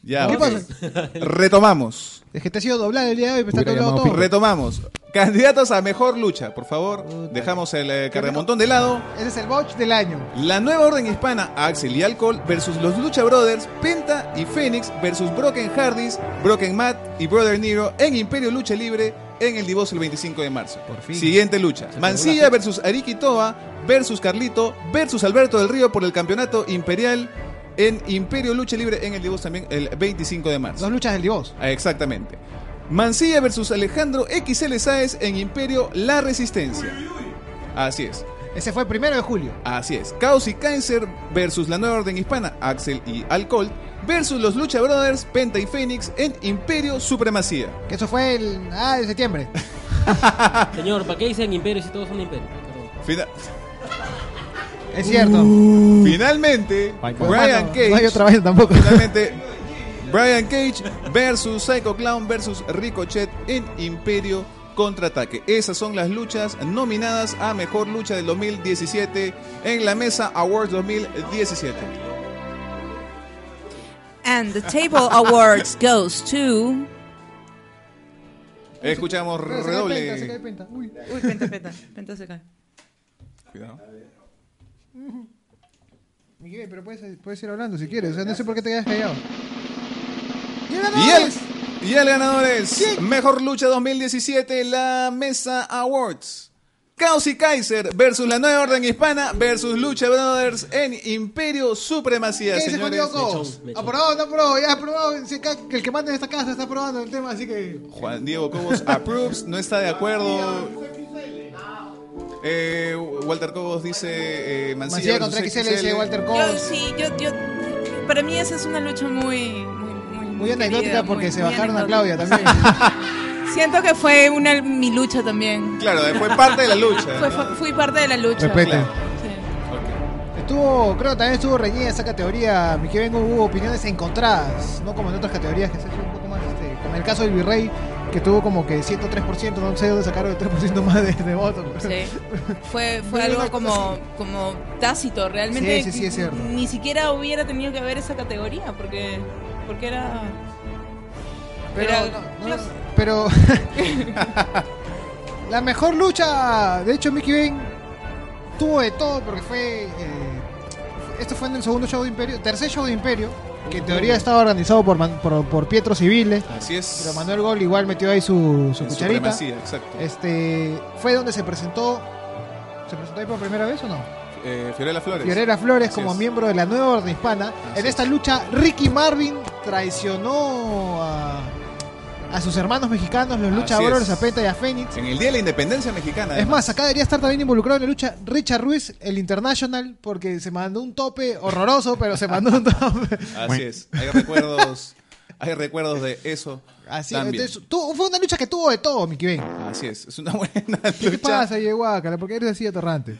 S2: Ya.
S4: ¿Qué
S2: ok.
S4: pasa?
S2: Retomamos.
S4: Es que te ha sido doblado el día de hoy, pero está
S8: Hubiera
S4: doblado
S8: llamado
S4: todo.
S2: Retomamos. Candidatos a mejor lucha, por favor. Dejamos el eh, cargamontón de lado.
S4: Ese es el botch del año.
S2: La nueva orden hispana, Axel y Alcohol, versus los Lucha Brothers, Penta y Fénix, versus Broken Hardys, Broken Matt y Brother Nero en Imperio Lucha Libre en el Divocio el 25 de marzo. Siguiente lucha. Mancilla versus Ariki Toa, versus Carlito, versus Alberto del Río por el campeonato imperial en Imperio Lucha Libre en el Divocio también el 25 de marzo.
S4: Dos luchas del Divos.
S2: Ah, Exactamente. Mancilla versus Alejandro XL Sáez en Imperio La Resistencia. Así es.
S4: Ese fue el primero de julio.
S2: Así es, Caos y Cáncer versus la nueva orden hispana, Axel y Alcohol, versus los Lucha Brothers, Penta y Fénix en Imperio Supremacía.
S4: Que eso fue el. Ah, de septiembre.
S7: Señor, ¿para qué dicen imperio si todos son imperios?
S2: Fina-
S4: Es cierto.
S2: finalmente, Brian
S4: Bueno,
S2: Cage.
S4: No hay otra vez tampoco.
S2: Finalmente, Brian Cage versus Psycho Clown versus Ricochet en Imperio Contraataque. Esas son las luchas nominadas a Mejor Lucha del 2017 en la Mesa Awards 2017.
S6: And the table awards goes to.
S2: Escuchamos
S4: Se cae penta, se cae
S2: redoble.
S4: penta. Uy.
S6: Uy, penta, penta. Penta se cae.
S2: Cuidado.
S4: Miguel, pero puedes, puedes ir hablando si quieres. O sea, no sé por qué te quedas callado.
S2: Y el, y el ganador es Mejor Lucha 2017, la Mesa Awards. Caos y Kaiser versus la Nueva Orden Hispana versus Lucha Brothers en Imperio Supremacía,
S4: ¿Qué dice Juan
S2: señores.
S4: Diego Cobos?
S7: Mechón, mechón.
S4: ¿Aprobado o no aprobado? Ya aprobado. Se ca- que El que manda en esta casa está aprobando el tema, así que.
S2: Juan Diego Cobos approves, no está de acuerdo. Eh, Walter Cobos dice eh, Mancilla
S4: Mancilla contra
S2: versus
S4: XL, dice Walter
S6: Yo
S4: Cobos.
S6: sí, yo, yo. Para mí esa es una lucha muy. Muy, muy,
S4: Muy
S6: querida,
S4: anecdótica porque
S6: muy-
S4: se
S6: muy
S4: bajaron a Claudia
S6: anecdótica.
S4: también.
S6: Siento que fue una, mi lucha también.
S2: Claro, fue parte de la lucha.
S6: Fue-
S2: ¿no?
S6: fue- fui parte de la lucha.
S4: Respete.
S6: Sí.
S4: Estuvo, creo que también estuvo reñida esa categoría. Mi que vengo hubo opiniones encontradas, no como en otras categorías que se hecho un poco más, este, como en el caso del Virrey, que tuvo como que 103%, no sé dónde sacaron el 3% más de, de votos.
S6: Sí. Fue, fue
S4: Pero
S6: algo
S4: una cosa
S6: como, como tácito, realmente.
S4: Sí, sí, sí, es cierto.
S6: Ni siquiera hubiera tenido que haber esa categoría porque, porque era.
S4: Pero,
S6: era-
S4: no, no,
S6: claro.
S4: pero La mejor lucha, de hecho, Mickey Bane tuvo de todo porque fue. eh, esto fue en el segundo show de Imperio, tercer show de Imperio, que en teoría estaba organizado por, Man- por, por Pietro Civile,
S2: Así es.
S4: pero Manuel Gol igual metió ahí su, su
S2: En
S4: cucharita.
S2: supremacía, exacto.
S4: Este, fue donde se presentó. ¿Se presentó ahí por primera vez o no?
S2: Eh, Fiorella Flores.
S4: Fiorella Flores
S2: Así
S4: como
S2: es.
S4: miembro de la nueva orden hispana.
S2: Así
S4: en esta lucha, Ricky Marvin traicionó a, a sus hermanos mexicanos, los
S2: Así
S4: luchadores,
S2: es.
S4: a Penta y a Fénix.
S2: En el Día de la Independencia Mexicana.
S4: Es más, acá debería estar también involucrado en la lucha Richard Ruiz, el International, porque se mandó un tope horroroso, pero se mandó un tope.
S2: además. Así es. Hay recuerdos, hay recuerdos de eso.
S4: Así
S2: también.
S4: entonces, tuvo- fue una lucha que tuvo de todo, Mickey Ben.
S2: Así es. Es una buena
S4: ¿Qué
S2: lucha.
S4: pasa, Yeguácala? Porque eres así atorrante.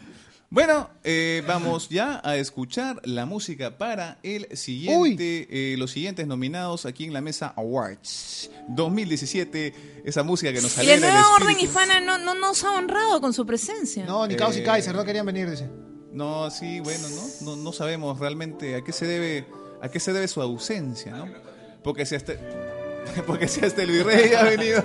S2: Bueno, eh, vamos ya a escuchar la música para el
S4: Uy.
S2: siguiente, eh, los siguientes nominados aquí en la mesa Awards 2017. Esa música que nos
S6: Y la
S2: alegra el
S6: nueva orden
S2: espíritu.
S6: hispana no, no nos ha honrado con su presencia.
S4: No, ni Klaus y
S2: Eh.
S4: Kaiser no querían venir, dice.
S2: No, sí, bueno, no, no, no sabemos realmente a qué se debe, a qué se debe su ausencia, ¿no? Porque si hasta, porque si hasta el virrey ha venido,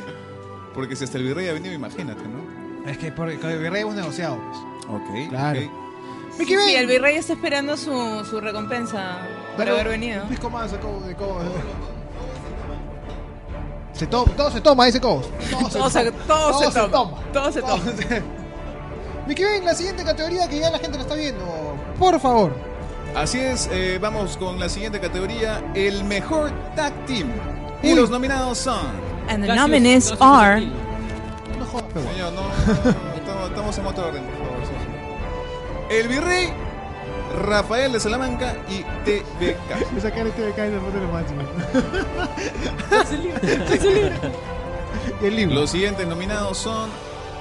S2: porque si hasta el virrey ha venido, imagínate, ¿no?
S4: Es que por el virrey hemos negociado. pues.
S2: Ok,
S4: Claro.
S2: ok.
S4: Mickey Ben.
S6: Sí, el virrey está esperando su, su recompensa por
S4: Dale
S6: haber venido.
S4: Un pisco más de Cobos. de Cobos. eh. Se to- todo se toma, dice Cobos.
S6: Todo se, todo se toma. Todo se toma.
S4: Mickey Bane, la siguiente categoría que ya la gente lo está viendo. Por favor.
S2: Así es, eh, vamos con la siguiente categoría, el mejor tag team. Y
S4: Uy.
S2: los nominados son.
S6: And the
S7: Cassius-
S6: nominees
S7: Cassius
S6: are.
S7: Ohno.
S4: No jodas, pe, weón.
S2: Señor, no, no, estamos, estamos en otro orden, por favor. sí, sí. El virrey, Rafael de Salamanca y TBK.
S4: Esa cara este de Kaiser no te lo máximo. Y el libro.
S2: Los siguientes nominados son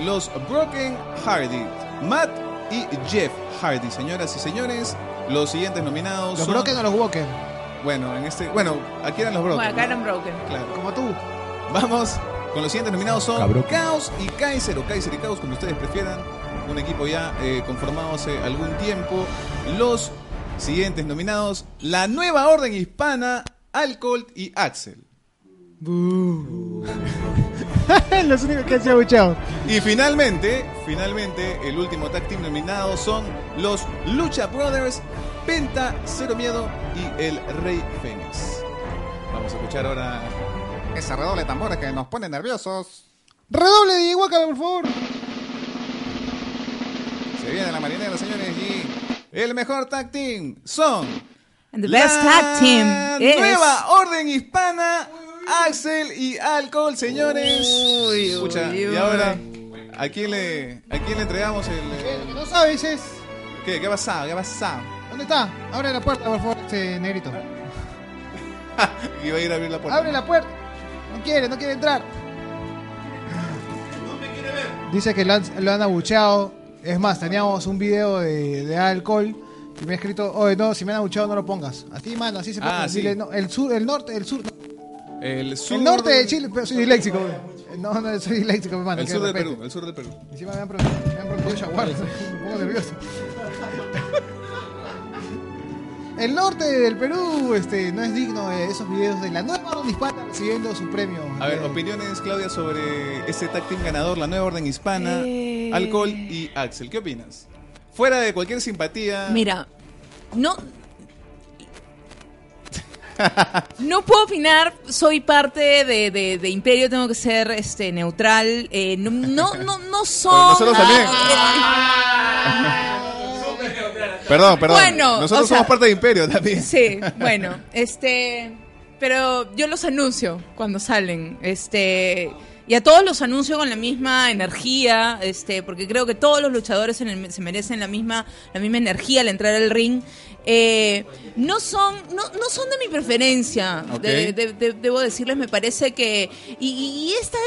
S2: los Broken Hardy, Matt y Jeff Hardy. Señoras y señores, los siguientes nominados
S4: Los
S2: son.
S4: Broken o los Woken.
S2: Bueno, en este, bueno, aquí eran los Broken.
S6: Bueno, acá eran
S2: ¿no?
S6: broken.
S2: Claro.
S4: Como tú.
S2: Vamos con los siguientes nominados son
S1: Cabrón.
S2: Caos y Kaiser o Kaiser y Caos, como ustedes prefieran. Un equipo ya eh, conformado hace algún tiempo. Los siguientes nominados, la nueva orden hispana, Alcohol y Axel.
S4: los únicos que han sido abucheados.
S2: Y finalmente, finalmente, el último tag team nominado son los Lucha Brothers, Penta, Cero Miedo y el Rey Fénix. Vamos a escuchar ahora
S8: Ese redoble de tambores que nos pone nerviosos.
S4: Redoble de Iguacala, por favor.
S2: Se viene la marinera, señores, y el mejor tag team son
S6: And the best tag team is.
S2: Nueva Orden Hispana, Axel y Alcohol, señores. Escucha,
S6: uy.
S2: y ahora, ¿a quién le, a quién le entregamos el.
S4: Eh, Lo que no sabes es.
S2: ¿Qué? ¿Qué ha pasado? ¿Qué ha pasado?
S4: ¿Dónde está? Abre la puerta, por favor, este negrito.
S2: Iba a ir a abrir la puerta.
S4: Abre la puerta. No quiere, no quiere entrar. Dice que lo han, lo han abucheado. Es más, teníamos un video de, de alcohol y me ha escrito, oye, no, si me han abucheado no lo pongas. Así, mano, así se pone.
S2: Ah, sí.
S4: Dile, no, el sur, el norte, el sur. no,
S2: El sur.
S4: el norte de Chile, pero soy disléxico. güey. No, no, soy disléxico, me manda.
S2: El sur del Perú, el sur del Perú.
S4: Encima me han preguntado, me han preguntado Jaguar, me pongo nervioso. El norte del Perú este, no es digno de esos videos de la nueva orden hispana recibiendo su premio.
S2: A ver,
S4: Eh,
S2: opiniones, Claudia, sobre este tag team ganador, la nueva orden hispana,
S6: Eh.
S2: Alcohol y Axel. ¿Qué opinas? Fuera de cualquier simpatía.
S6: Mira, no. No puedo opinar, soy parte de, de- de Imperio, tengo que ser este neutral. eh, no, no, no, no son.
S2: nosotros también. Perdón, perdón.
S6: Bueno,
S2: Nosotros
S6: o sea-
S2: somos parte de Imperio también.
S6: Sí, bueno, este, pero yo los anuncio cuando salen, este, y a todos los anuncio con la misma energía, este, porque creo que todos los luchadores en el- se merecen la misma, la misma energía al entrar al ring. Eh, no son, no, no son de mi preferencia,
S2: Ok.
S6: de- de- de- debo decirles, me parece que y, y esta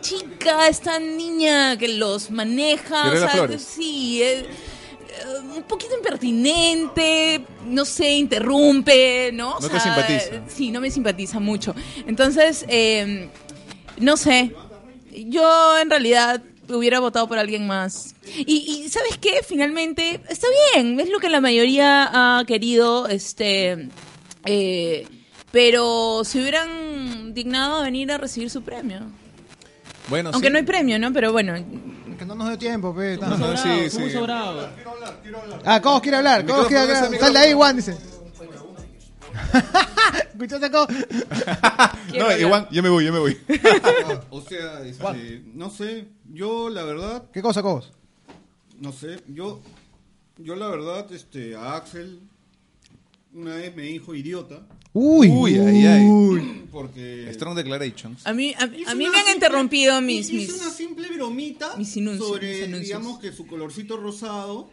S6: chica, esta niña que los maneja,
S2: Fiorella
S6: que-
S2: Flores.
S6: sí. eh, eh, un poquito impertinente, no sé, interrumpe, ¿no? O
S2: No te simpatiza.
S6: Sí, no me simpatiza mucho. Entonces, eh, no sé, yo en realidad hubiera votado por alguien más. Y, y ¿sabes qué? Finalmente, está bien, es lo que la mayoría ha querido, este... eh, pero se hubieran dignado a venir a recibir su premio.
S2: Bueno,
S6: Aunque
S2: ¿Ah, sí.
S6: no hay premio, ¿no? Pero bueno,
S4: Que no nos dio tiempo, pe.
S2: No,
S4: tan-
S2: no, sí, sí.
S4: Ah, Cobos quiere hablar, Cobos quiere
S2: Micrófono,
S4: hablar.
S2: ese
S4: Sal de ahí, Juan, dice. ¿Escuchaste, Cobos?
S2: No,
S6: Quiero hablar.
S2: igual, ya me voy, ya me voy.
S9: O sea, este, no sé, yo la verdad,
S4: ¿Qué cosa, Cobos?
S9: no sé, yo, yo la verdad, este, a Axel una vez me dijo idiota
S4: Uy.
S2: Uy, ay, ay.
S9: porque
S2: Strong Declarations.
S6: a mí, a,
S9: Hizo
S6: a mí
S9: una
S6: me han
S9: simple-
S6: interrumpido mis...
S9: hizo una
S6: mis...
S9: simple bromita
S6: mis anuncios,
S9: sobre,
S6: mis anuncios.
S9: digamos que su colorcito rosado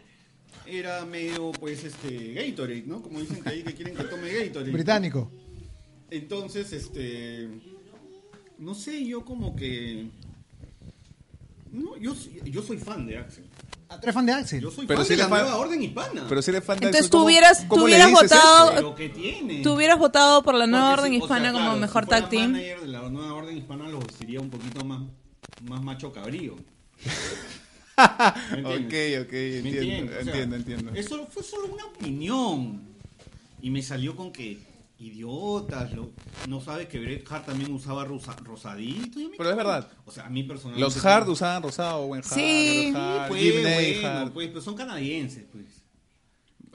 S9: era medio, pues, este, Gatorade, ¿no? Como dicen que ahí que quieren que tome Gatorade.
S4: Británico.
S9: Entonces, este, no sé, yo como que, no, yo, yo soy fan de Axel.
S4: Ah, ¿Tú eres fan de Axel?
S9: Yo soy
S2: Pero
S9: fan
S2: si
S9: de la
S2: eres fan-
S9: nueva orden hispana.
S2: Pero si eres fan de
S6: Entonces
S2: eso,
S6: tú
S2: ¿cómo-
S6: hubieras-
S2: cómo
S6: tú
S2: le
S6: hubieras
S2: dices eso?
S6: votado-
S9: Lo que tiene.
S6: Tú hubieras votado por la nueva
S9: Porque
S6: orden
S9: sí, o sea,
S6: hispana como
S9: claro,
S6: mejor
S9: si fuera
S6: tag team.
S9: manager de la nueva orden hispana lo sería un poquito más, más macho cabrío. ¿Me
S2: Ok,
S9: entiendes?
S2: ok,
S9: ¿Me
S2: entiendo,
S9: entiendes? O sea,
S2: entiendo, entiendo.
S9: Eso fue solo una opinión. Y me salió con que idiotas, lo- no sabes que Bret Hart también usaba rosa- rosadito. y a mí-
S2: Pero es verdad.
S9: O sea, a mí personalmente.
S2: Los Hard usaban rosado, buen Hard,
S6: Sí.
S2: Hard,
S9: Pues,
S2: Jim
S9: bueno,
S2: Neyhard.
S9: pues, pero son canadienses, pues.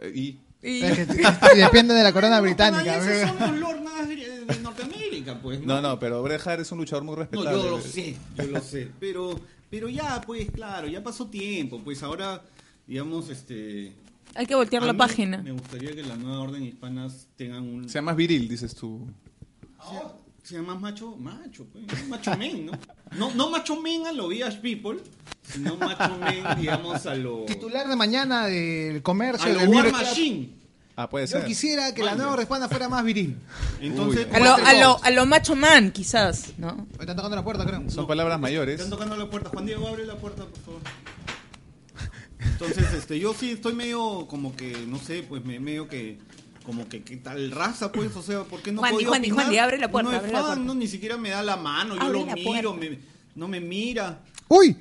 S2: Eh, Y
S6: Y-
S4: Es que- que depende de la corona
S9: Los
S4: británica.
S9: canadienses son los lornas de de Norteamérica, pues.
S2: no, no, pero Bret Hart es un luchador muy
S9: No,
S2: respetable.
S9: yo lo sé, yo lo sé. Pero, pero ya, pues, claro, ya pasó tiempo. Pues ahora, digamos, este.
S6: Hay que voltear
S9: a
S6: la
S9: mí
S6: página.
S9: Me gustaría que la nueva orden hispanas tengan un.
S2: Sea más viril, dices tú.
S9: sea más macho, macho, pues, un macho men, ¿no? ¿no? No macho men a lo Village People, sino macho men, digamos, a lo.
S4: Titular de mañana del
S9: A
S4: comercio.
S9: lo
S4: del
S9: War
S4: Mirror Club.
S9: Machine.
S2: Ah, puede
S4: Yo
S2: ser.
S4: quisiera que la
S9: Mande.
S4: nueva hispana fuera más viril.
S9: Entonces,
S6: A lo, a, lo, a lo macho man, quizás, ¿no?
S4: Están tocando la puerta, creo.
S2: Son palabras mayores.
S9: Están tocando la puerta. Juan Diego, abre la puerta, por favor. Entonces, este, yo sí estoy medio como que, no sé, pues me, medio que, como que, ¿qué tal raza, pues? O sea, ¿por qué no
S6: Juan Di,
S9: podía
S6: Juan Di,
S9: opinar?
S6: Juan Di, abre la puerta,
S9: No es
S6: abre la
S9: fan,
S6: puerta.
S9: no, ni siquiera me da la mano, yo
S6: Abre
S9: lo
S6: la
S9: miro, me- no me mira,
S4: Uy,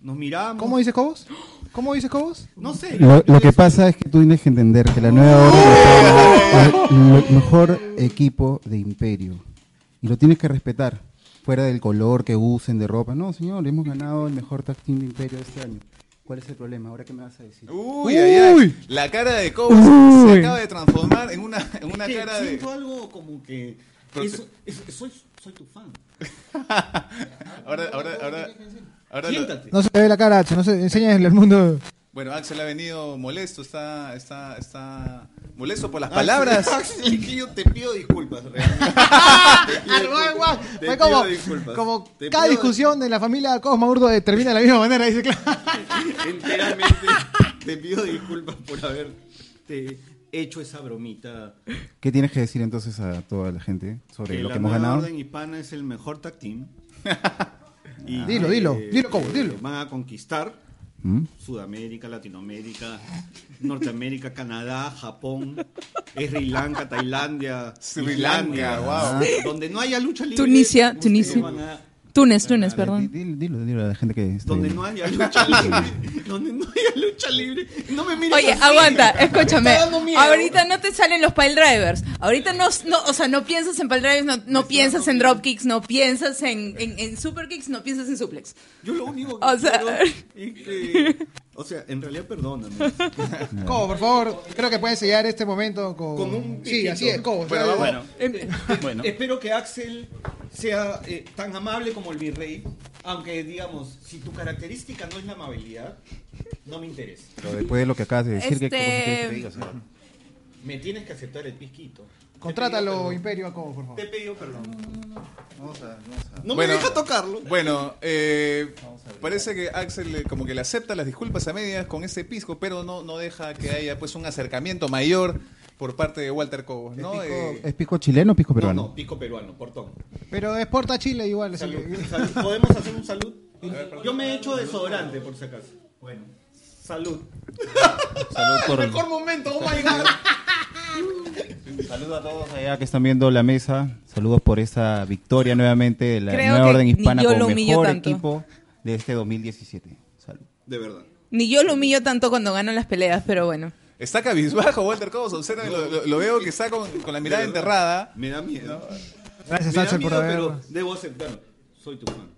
S9: nos miramos.
S4: ¿cómo dices Cobos? ¿Cómo dices Cobos?
S9: No sé.
S10: Lo, lo que pasa es que tú tienes que entender que la nueva orden es el mejor equipo de imperio. Y lo tienes que respetar. Fuera del color que usen de ropa. No, señor, hemos ganado el mejor tag team de imperio este año. ¿Cuál es el problema? ¿Ahora qué me vas a decir?
S2: Uy, ay, ay. La cara de Cobos se
S10: Uy.
S2: acaba de transformar en una, en una
S9: Es que
S2: cara de.
S9: siento algo como que,
S2: Pero
S9: eso- es- soy, soy tu fan.
S2: Ahora, ahora, ahora. ahora lo-
S9: Siéntate.
S4: No se te ve la cara, Acho, no se enseñas al mundo.
S2: Bueno, Axel ha venido molesto, está, está, está molesto por las palabras.
S9: Axel, que yo te pido disculpas, realmente.
S4: Arroba Ah, igual.
S9: Te
S4: Fue
S9: pido
S4: como,
S9: disculpas.
S4: como
S9: Te
S4: cada
S9: pido-
S4: discusión de la familia Cosma Urdo eh, termina de la misma manera. Dice, claro.
S9: Enteramente te pido disculpas por haberte hecho esa bromita.
S10: ¿Qué tienes que decir entonces a toda la gente sobre
S9: Que
S10: lo
S9: la
S10: que hemos
S9: nueva
S10: ganado?
S9: Orden Hispana es el mejor tag team. Y
S4: Dilo,
S9: que,
S4: dilo, dilo, Cobo,
S9: eh,
S4: dilo.
S9: Van a conquistar
S10: ¿Mm?
S9: Sudamérica, Latinoamérica, Norteamérica, Canadá, Japón, Sri Lanka, Tailandia,
S2: Sri Lanka,
S9: Islandia,
S2: guau.
S9: Donde no haya lucha libre.
S6: Tunisia,
S9: ustedes
S6: Tunisia.
S9: van a-
S6: Túnez, Túnez,
S10: Di-
S6: perdón.
S10: Dilo, dilo, dilo a la gente que... está
S9: Donde
S10: ahí.
S9: no haya lucha libre. Donde no haya lucha libre. No me mires
S6: Oye,
S9: así.
S6: aguanta,
S9: Me
S6: escúchame.
S9: está dando miedo.
S6: Ahorita no te salen los pile drivers. Ahorita no, no o sea, no piensas en pile drivers, no, no piensas en drop kicks, no piensas en, en, en super kicks, no piensas en suplex.
S9: Yo lo único que
S6: O sea-
S9: quiero es que... O sea, en realidad perdóname.
S4: Cobo, por favor, creo que puedes sellar este momento con.
S9: Con un
S4: sí,
S9: piquito.
S4: así es, Cobo.
S2: Bueno,
S4: Dale.
S2: vamos.
S6: Em-
S9: Bueno. eh, Espero que Axel sea eh, tan amable como el virrey. Aunque, digamos, si tu característica no es la amabilidad, no me interesa.
S10: Pero después de lo que acabas de decir, ¿qué
S6: Este-
S10: cosa quieres que te diga? O sea,
S9: Me tienes que aceptar el pisquito. Te
S4: Contrátalo,
S9: he pedido
S4: Imperio, a Cobo, por
S9: perdón. Te he
S4: favor.
S9: pedido perdón.
S10: vamos a- vamos a-
S9: No
S2: Bueno.
S9: me deja tocarlo.
S2: Bueno, eh, parece que Axel eh, como que le acepta las disculpas a medias con ese pisco, pero no, no deja que haya pues un acercamiento mayor por parte de Walter Cobos, ¿no? Eh,
S10: ¿Es pico chileno o pico
S9: No,
S10: peruano?
S9: no, pico peruano, portón.
S4: Pero exporta a Chile igual. así
S9: Salud,
S4: que-
S9: salud. ¿Podemos hacer un salud? Yo me he hecho desodorante, por si acaso. Bueno. Salud.
S10: Salud por-
S9: Mejor momento, oh my god.
S10: Saludos a todos allá que están viendo la mesa. Saludos por esa victoria nuevamente de la
S6: Creo
S10: nueva
S6: que
S10: orden
S6: ni
S10: hispana
S6: yo
S10: como
S6: lo humillo
S10: mejor
S6: tanto.
S10: equipo de este 2017. Salud.
S9: De verdad.
S6: Ni yo lo humillo tanto cuando gano las peleas, pero bueno.
S2: está cabizbajo Walter Cobos, observa, lo, lo- lo veo que está con, con la mirada
S9: De verdad.
S2: enterrada.
S9: Me da miedo.
S4: Gracias,
S9: Me da
S4: Axel, por
S9: miedo,
S5: eh,
S4: haber.
S9: pero debo aceptarlo. Soy tu fan.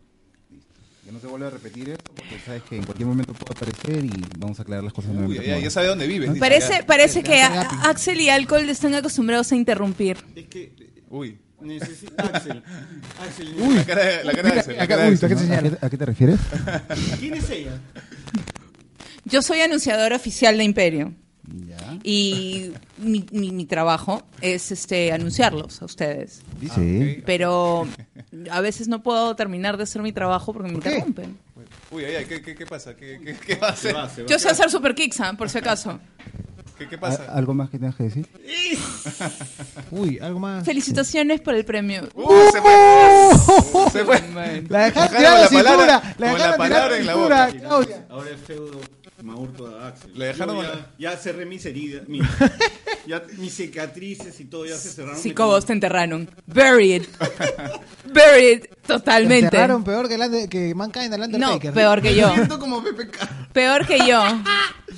S10: que no se vuelva a repetir esto, porque sabes que en cualquier momento puede aparecer y vamos a aclarar las cosas
S2: Uy,
S10: nuevamente.
S2: ya, ya sabe dónde vives. dice,
S6: Parece,
S2: ya.
S6: parece que a- Axel y Alcohol están acostumbrados a interrumpir.
S9: Es que
S2: Uy.
S9: necesita Axel. Axel,
S2: La cara de, la cara de Axel, la cara de
S4: uy,
S2: Axel.
S4: ¿a qué te
S10: ¿A
S4: señala?
S10: qué, a qué te refieres?
S9: ¿quién es ella?
S6: Yo soy anunciadora oficial de Imperio. Y mi, mi- mi trabajo es este anunciarlos a ustedes.
S10: sí.
S6: Pero a veces no puedo terminar de hacer mi trabajo porque me interrumpen.
S2: Uy, ay, ay, ¿qué, qué, qué pasa? ¿Qué, qué, qué va a hacer?
S6: Yo sé hacer super kicks, ¿ah? por si acaso.
S2: ¿Qué, qué
S10: ¿A-
S4: Ah,
S2: pasa?
S10: ¿Algo más que tengas que decir?
S4: Uy, algo más.
S6: Felicitaciones por el premio.
S2: ¡Uh! Se fue. Se fue.
S4: Uh, La dejaron
S2: Bajaron
S4: tirar la,
S2: la palabra-
S4: cintura.
S2: con
S4: La
S2: la
S4: dejaron tirar
S2: palabra
S4: la
S2: en la
S4: cintura,
S2: boca.
S4: Claudia.
S9: Ahora es feudo Maurto de Axel.
S2: Le dejaron
S9: Yo
S2: la-
S9: ya, ya cerré mis heridas, mi- ya mis cicatrices y todo ya se cerraron.
S6: Sí, Cobos, te enterraron. Buried. Buried
S4: Te
S6: totalmente.
S4: enterraron peor que, Land- que Mankind al
S6: No,
S4: Undertaker.
S6: peor que yo.
S9: Siento como PPK.
S6: Peor que yo.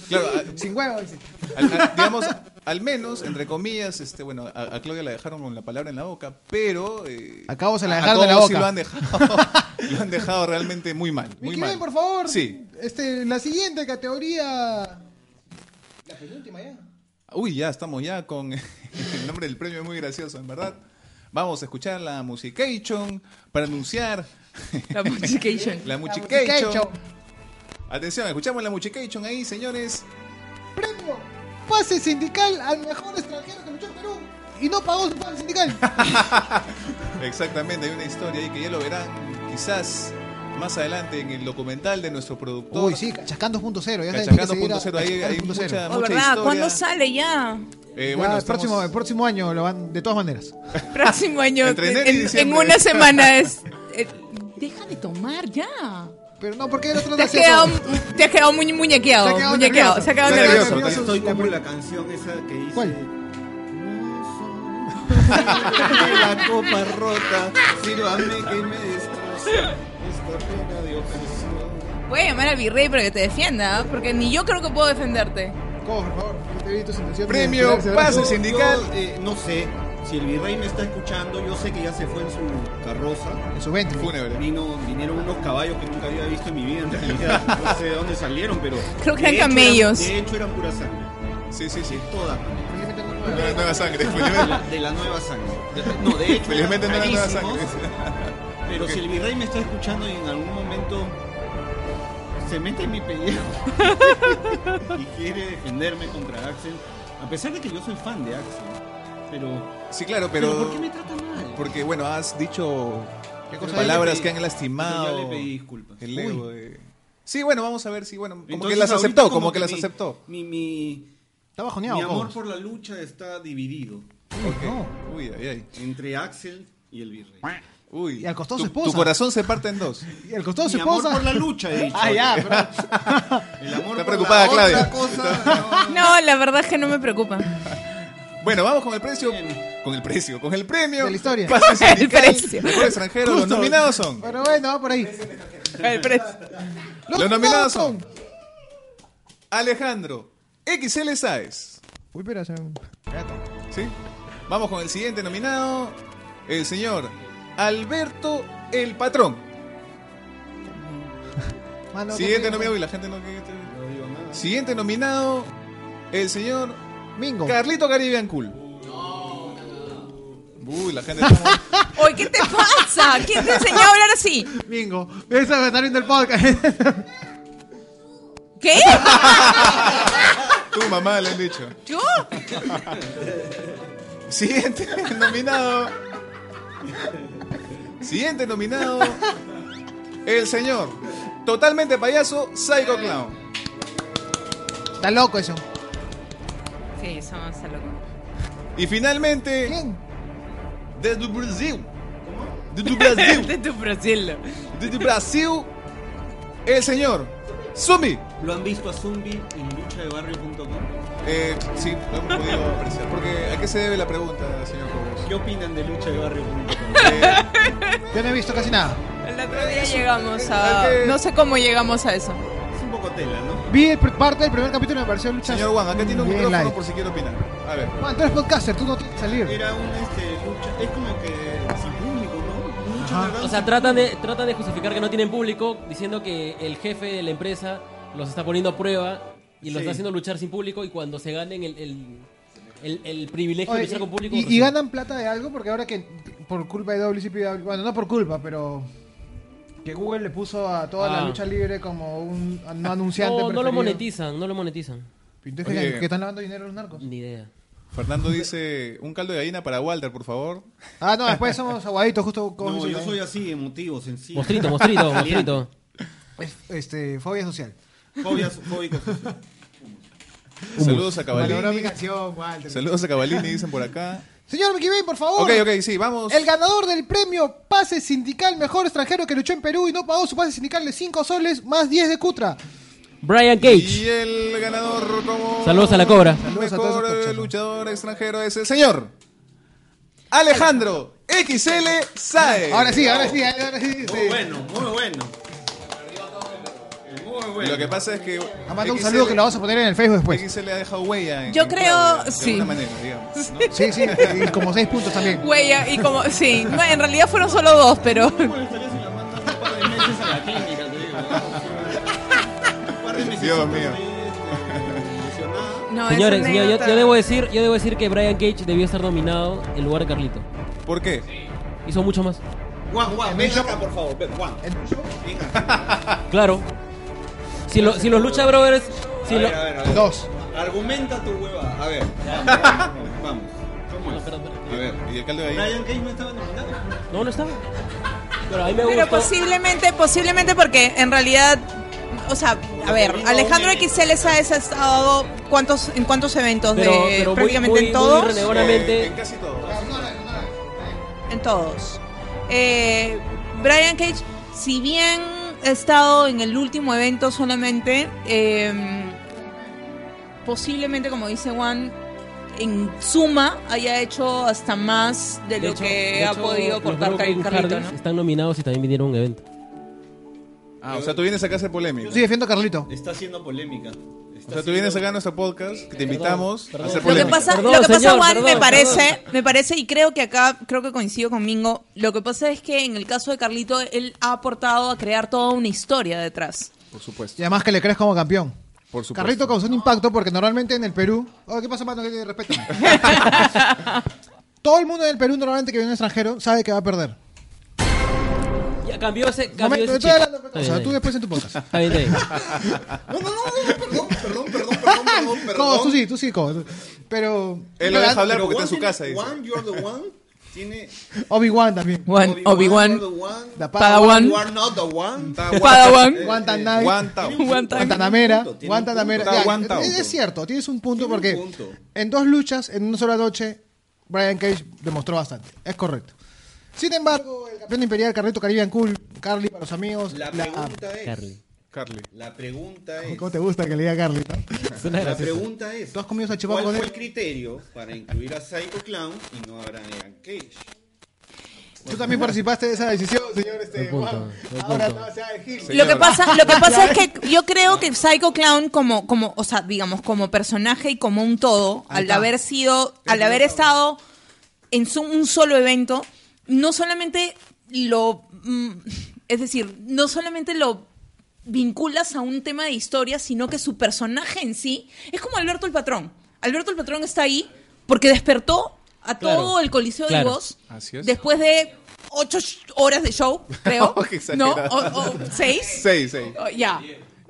S2: Claro, a-
S4: Sin huevo, dice.
S2: Al- al- digamos, al menos, entre comillas, este, bueno, a, a Claudia la dejaron con la palabra en la boca, pero... eh,
S4: A Cabo se la
S2: a
S4: dejaron en la
S2: Cabo sí
S4: boca.
S2: lo han dejado, lo han dejado realmente muy mal,
S4: Mi
S2: muy
S4: Kevin,
S2: mal.
S4: por favor.
S2: Sí.
S4: Este, la siguiente categoría. La penúltima ya.
S2: Uy, ya estamos ya con el nombre del premio, es muy gracioso, en verdad. Vamos a escuchar la musication para anunciar
S6: La multiplication.
S2: la
S4: La
S2: musication.
S4: musication.
S2: Atención, escuchamos la musication ahí, señores.
S4: Premio. Pase sindical al mejor extranjero que luchó en Perú. Y no pagó su pase sindical.
S2: Exactamente, hay una historia ahí que ya lo verán quizás más adelante en el documental de nuestro productor.
S4: Uy, sí, Cachacán 2.0. Ya saben, tiene que seguir a-
S2: Cachacando.0, ahí hay
S4: Cachacán 2.0.
S2: mucha,
S6: Oh,
S2: mucha
S6: ¿verdad? ¿Cuándo
S2: historia.
S6: sale ya?
S2: Eh,
S4: Ya,
S2: bueno,
S4: el, próximo,
S2: estamos-
S4: el próximo año lo van, de todas maneras.
S6: Próximo año.
S2: Entre enero y
S6: en, en
S2: diciembre.
S6: una semana es. eh, deja de tomar ya.
S4: Pero no, porque el otro
S6: Te
S4: no
S6: has
S4: hacía
S6: quedado,
S4: eso.
S6: te has quedado muñe- muñequeado.
S4: Se ha quedado
S6: muñequeado.
S4: nervioso.
S6: Se ha
S2: Se
S6: quedado
S2: ha
S6: nervioso.
S2: nervioso.
S9: Estoy como la canción esa que dice.
S4: ¿Cuál?
S9: No soy la copa rota, sírvame que me destroza esta pena de opresión.
S6: Voy a llamar al virrey para que te defienda, ¿ah? porque ni yo creo que puedo defenderte.
S4: Cojo, por favor. que te vi tu sensación de
S2: Premio
S4: esperarse, ¿verdad?
S2: Pase Sindical.
S9: Yo, eh, no sé, si el virrey me está escuchando, yo sé que ya se fue en su carroza.
S4: En su 20.
S2: Fúnebre.
S9: Vino, vinieron unos caballos que nunca había visto en mi vida, en realidad. No sé de dónde salieron, pero.
S6: Creo que
S9: de
S6: eran
S9: hecho,
S6: camellos.
S9: de hecho, eran pura sangre.
S2: Sí, sí, sí.
S9: Toda.
S2: De la nueva sangre.
S9: De
S2: felizmente.
S9: la, de la nueva sangre. De- no, de hecho.
S2: Felizmente no
S9: eran
S2: era nueva sangre.
S9: carísimos. Pero si el virrey me está escuchando y en algún momento se mete en mi pellejo y quiere defenderme contra Axel, a pesar de que yo soy fan de Axel, pero,
S2: Sí, claro,
S9: pero,
S2: pero.
S9: ¿por qué me trata mal?
S2: Porque, bueno, has dicho
S9: cosa?
S2: palabras
S9: Yo le pedí-
S2: que han lastimado.
S9: Yo le pedí disculpas.
S2: El ego de- Sí, bueno, vamos a ver si, bueno, como
S9: Entonces,
S2: que las
S9: ahorita
S2: aceptó, como, que, las
S9: mi-
S2: aceptó.
S9: Mi, mi,
S4: Está bajoneado.
S9: mi amor
S4: Cobos.
S9: por la lucha está dividido
S2: Ok.
S4: no.
S2: Uy, ay, ay.
S9: entre Axel y el virrey.
S2: Uy.
S4: Y al costado
S2: tu,
S4: su esposa.
S2: Tu corazón se parte en dos.
S4: Y el costado de su
S9: Mi amor
S4: esposa.
S9: por la lucha, he dicho.
S4: Ah, ya, pero-
S9: El amor
S2: Está
S9: por
S2: preocupada,
S9: la
S2: Claudia.
S9: otra cosa. no.
S6: No, la verdad es que no me preocupa.
S2: Bueno, vamos con el precio. Con el precio, con el premio.
S4: De la historia.
S2: Pase sindical,
S6: El precio.
S2: Mejor extranjero. Los nominados son.
S4: Pero bueno, va por ahí.
S6: El precio.
S2: Los nominados son Alejandro XL Saez.
S4: Uy, espera, se me-
S2: ¿Sí? Vamos con el siguiente nominado, el señor Alberto el Patrón.
S4: Mano,
S2: Siguiente
S4: ¿cómo-
S2: nominado, y la gente no... Siguiente nominado, el señor
S4: Mingo.
S2: Carlito Caribbean Cool. Uy, la gente está...
S6: Oye, ¿qué te pasa? ¿Quién te enseñó a hablar así?
S4: Mingo. Eso me está viendo el podcast.
S6: ¿Qué?
S2: Tu mamá le han dicho.
S6: ¿Yo?
S2: Siguiente nominado. Siguiente nominado. El señor. Totalmente payaso, Psycho Clown.
S4: está loco eso.
S6: Sí, somos a loco.
S2: Y finalmente.
S4: ¿Quién?
S2: Desde o Brasil. Desde o Brasil.
S6: De tu Brasil.
S2: Desde o Brasil. El señor. Sumi.
S9: ¿Lo han visto a Zumbi en luchadebarrio.com?
S2: Eh, sí, lo hemos podido apreciar. Porque, ¿a qué se debe la pregunta, señor Cobos? Eh,
S9: ¿Qué opinan de luchadebarrio.com?
S4: Yo no he visto casi nada.
S6: El otro día llegamos a. No sé cómo llegamos a eso.
S9: Es un poco tela, ¿no?
S4: Vi el pr- parte del primer capítulo y me pareció luchas.
S2: Señor Juan, acá tiene un
S4: bien
S2: micrófono
S4: light.
S2: por si quiere opinar. A ver.
S4: Juan, tú eres podcaster, tú no tienes que salir.
S9: Era un este, lucha. Es como que sin público, ¿no? Un
S7: O sea, tratan de, tratan de justificar que no tienen público diciendo que el jefe de la empresa los está poniendo a prueba y los está haciendo luchar sin público y cuando se ganen el, el, el- el privilegio de
S4: Oye,
S7: luchar con público...
S4: y- y,
S7: recién.
S4: ganan plata de algo porque ahora que por culpa de WCPW, bueno, no por culpa, pero que Google le puso a toda la
S7: Ah.
S4: lucha libre como un, a un anunciante.
S7: No, no lo
S4: preferido.
S7: monetizan, no lo monetizan.
S4: Entonces,
S2: Oye.
S4: que, que están lavando dinero los narcos.
S7: Ni idea.
S2: Fernando dice, un caldo de gallina para Walter, por favor.
S4: Ah, no, después somos aguaditos, justo como
S5: No,
S4: hizo
S5: yo
S4: la-
S5: soy así, emotivo, sencillo.
S7: Mostrito, mostrito, mostrito.
S4: es- este, fobia social.
S5: Fobia, fóbico, social.
S2: Saludos a
S4: Valoró
S2: Cabalini.
S4: mi canción, Walter.
S2: Saludos a Cabalini, dicen por acá.
S4: Señor Mickey Bay, por favor.
S2: Ok, ok, sí, vamos.
S4: Oh, El ganador del premio Pase Sindical Mejor Extranjero que luchó en Perú y no pagó su pase sindical de 5 soles más 10 de Cutra.
S7: Brian Cage.
S2: Y el ganador como
S7: Saludos a la cobra.
S4: Saludos a todos
S2: mejor
S4: esos cochazos.
S2: luchador extranjero es el señor Alejandro XL Saez.
S4: Ahora sí, ahora sí, ahora sí.
S2: Oh,
S4: sí.
S5: Muy bueno, muy bueno. Muy bueno.
S2: Lo que pasa es que
S4: Ha mandado Ah, un
S2: XL
S4: saludo que lo pues. vamos a poner en el Facebook después.
S2: XL ha dejado huella. En,
S6: Yo
S2: en
S6: creo-
S2: Claudia, de
S6: sí.
S2: alguna manera, digamos. ¿no?
S4: Sí, sí, y como 6 puntos también.
S6: Huella, y como, sí, no, en realidad fueron solo dos, pero
S2: Dios mío.
S6: no,
S7: Señores,
S6: esa
S7: señor, yo,
S6: anécdota-
S7: yo debo decir, yo debo decir que Brian Cage debió estar nominado en lugar de Carlito.
S2: ¿Por qué?
S7: Hizo mucho más.
S5: Juan, Juan, ven acá, por favor. Ven, Juan.
S7: Claro. Si, lo- si los Lucha Brothers... Si lo-
S5: A ver, a ver.
S4: Dos.
S5: Argumenta tu hueva. A ver. Vamos.
S7: No, espera, espera.
S2: A ver, y el caldo de gallina.
S5: Brian Cage no estaba nominado.
S7: No, no estaba. Pero a mí me
S6: Pero pues
S7: gustó.
S6: posiblemente, posiblemente porque en realidad, o sea, a ver, Alejandro XL Saez ha estado cuántos, en cuántos eventos
S7: Pero,
S6: de
S7: pero muy-
S6: prácticamente
S7: muy-
S6: en
S7: muy
S6: todos,
S7: renegadamente.
S2: Eh, en casi todo.
S6: en todos. Eh, Brian Cage, si bien ha estado en el último evento solamente, eh, posiblemente como dice Juan, en suma haya hecho hasta más de,
S7: De
S6: lo
S7: hecho- de
S6: que ha
S7: hecho,
S6: podido
S7: los
S6: aportar
S7: Broken
S6: Car- Carlito,
S7: Hardys
S6: ¿no?
S7: Están nominados y también vinieron a un evento.
S2: Ah, o sea, tú vienes acá a hacer polémica.
S4: Sí, defiendo a Carlito.
S5: Está haciendo polémica.
S2: O
S5: Está
S2: sea, tú vienes acá a nuestro podcast, que te invitamos
S7: perdón.
S2: a hacer
S6: Lo que
S2: polémica.
S6: pasa,
S7: Perdón,
S6: lo que pasa,
S7: señor,
S6: Juan,
S7: perdón,
S6: me parece, me parece, y creo que acá, creo que coincido con Mingo, lo que pasa es que en el caso de Carlito, él ha aportado a crear toda una historia detrás.
S2: Por supuesto.
S4: Y además que le crees como campeón.
S2: Por supuesto.
S4: Carlito causó un impacto porque normalmente en el Perú. Oh, ¿Qué pasa, mano? Que te respeto. Todo el mundo en el Perú, normalmente que viene un extranjero, sabe que va a perder.
S7: Ya cambió ese, cambió
S4: Momento,
S7: ese
S4: estoy
S7: chip.
S4: hablando- pues,
S7: Está
S4: O
S7: bien,
S4: sea, tú
S7: está bien.
S4: después en tu podcast.
S7: Está bien, está bien.
S5: No, no, no, no, perdón, perdón, perdón, perdón, perdón, Oh, perdón.
S4: Cobos, tú sí, tú sí, Cobos. Pero.
S2: Él lo deja hablar
S5: Pero
S2: porque está
S5: Juan
S2: en su
S5: tiene-
S2: casa. dice.
S5: Juan, you're the one. Tiene
S4: Obi-Wan también.
S5: Obi-Wan, you're the
S4: La
S5: one.
S4: Padawan.
S5: You are not the one.
S2: Está
S6: Padawan.
S4: Guantanay.
S2: Guantao.
S4: Guantanamera.
S5: punto, tiene un
S4: Guantanamera.
S2: punto.
S4: Ya,
S2: Está aguantado,
S4: es, es
S2: pues.
S4: cierto, tienes un punto
S5: Tiene un
S4: porque
S5: punto.
S4: en dos luchas, en una sola noche, Brian Cage demostró bastante. Es correcto. Sin embargo, el campeón imperial Carlito Caribbean Cool, Carly para los amigos.
S5: La
S4: la- Ah,
S5: pregunta es,
S7: Carly.
S2: Carly.
S5: la pregunta es,
S4: ¿Cómo te gusta que le diga Carly? no?
S7: Suena
S5: la
S7: gracioso.
S5: pregunta es,
S4: ¿Tú has comido salchipapa
S5: ¿cuál
S4: con
S5: fue
S4: él?
S5: el criterio para incluir a Psycho Clown y no a Brian Cage?
S4: Tú también participaste de esa decisión, señor. Este,
S7: Buen punto,
S4: Juan.
S7: buen
S4: Ahora
S7: punto.
S4: no, se va a elegir.
S6: Lo que pasa, lo que pasa es que yo creo que Psycho Clown como, como, o sea, digamos, como personaje y como un todo, al haber sido, al haber estado en su- un solo evento, no solamente lo, mm, es decir, no solamente lo vinculas a un tema de historia, sino que su personaje en sí es como Alberto el Patrón. Alberto el Patrón está ahí porque despertó a
S7: Claro,
S6: todo el Coliseo
S7: claro.
S6: de Voz
S2: Así es. Oh,
S6: después de ocho sh- horas de show, creo.
S2: Qué
S6: ¿No?
S2: exagerado.
S6: O, o seis.
S2: Seis, seis.
S6: Oh, ya.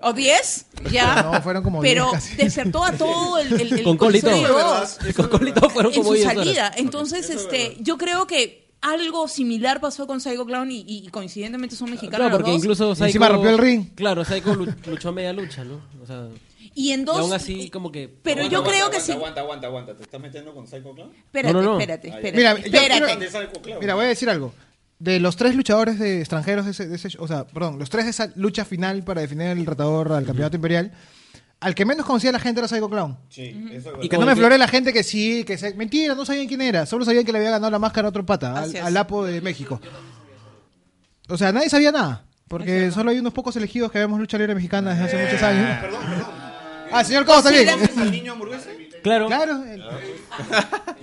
S6: O 10, ya.
S4: No, fueron como
S6: Pero
S4: 10 casi.
S6: despertó a todo el, el, el
S7: Con Colito.
S6: coliseo de
S7: Es
S6: Vox
S7: Con Colito fueron
S6: en
S7: como
S6: su
S7: 10 horas.
S6: salida. Entonces, este, yo creo que algo similar pasó con Psycho Clown y, y coincidentemente son mexicanos
S7: Claro,
S6: los
S7: porque
S6: dos.
S7: incluso Psycho...
S4: encima rompió el ring.
S7: Claro, Psycho lu- luchó a media lucha, ¿no? O sea,
S6: y en
S7: y
S6: dos. eh,
S7: aún así como que...
S6: Pero yo creo que sí.
S5: Aguanta, aguanta, aguanta. ¿Te estás metiendo con Psycho Clown?
S6: Espérate,
S7: No, no, no.
S6: espérate, espérate.
S4: Mira, yo
S6: espérate.
S4: quiero-
S5: De Psycho Clown.
S4: Mira, voy a decir algo. De los tres luchadores de extranjeros, de ese, de ese- o sea, perdón, los tres de esa lucha final para definir el retador al campeonato imperial, al que menos conocía la gente era Psycho Clown.
S5: Sí, eso es
S7: Y
S5: verdad.
S4: Que
S7: como
S4: no me
S7: que-
S4: flore la gente que sí, que se... Mentira, no sabían quién era. Solo sabían que le había ganado la máscara a otro pata, al,
S6: Así es.
S4: al Apo de México. O sea, nadie sabía nada. Porque solo hay unos pocos elegidos que vemos lucha libre mexicana desde
S7: Eh,
S4: hace muchos años. Ah, señor Costa, bien.
S5: ¿Conoces al niño hamburguesa?
S7: Claro.
S4: Claro. el-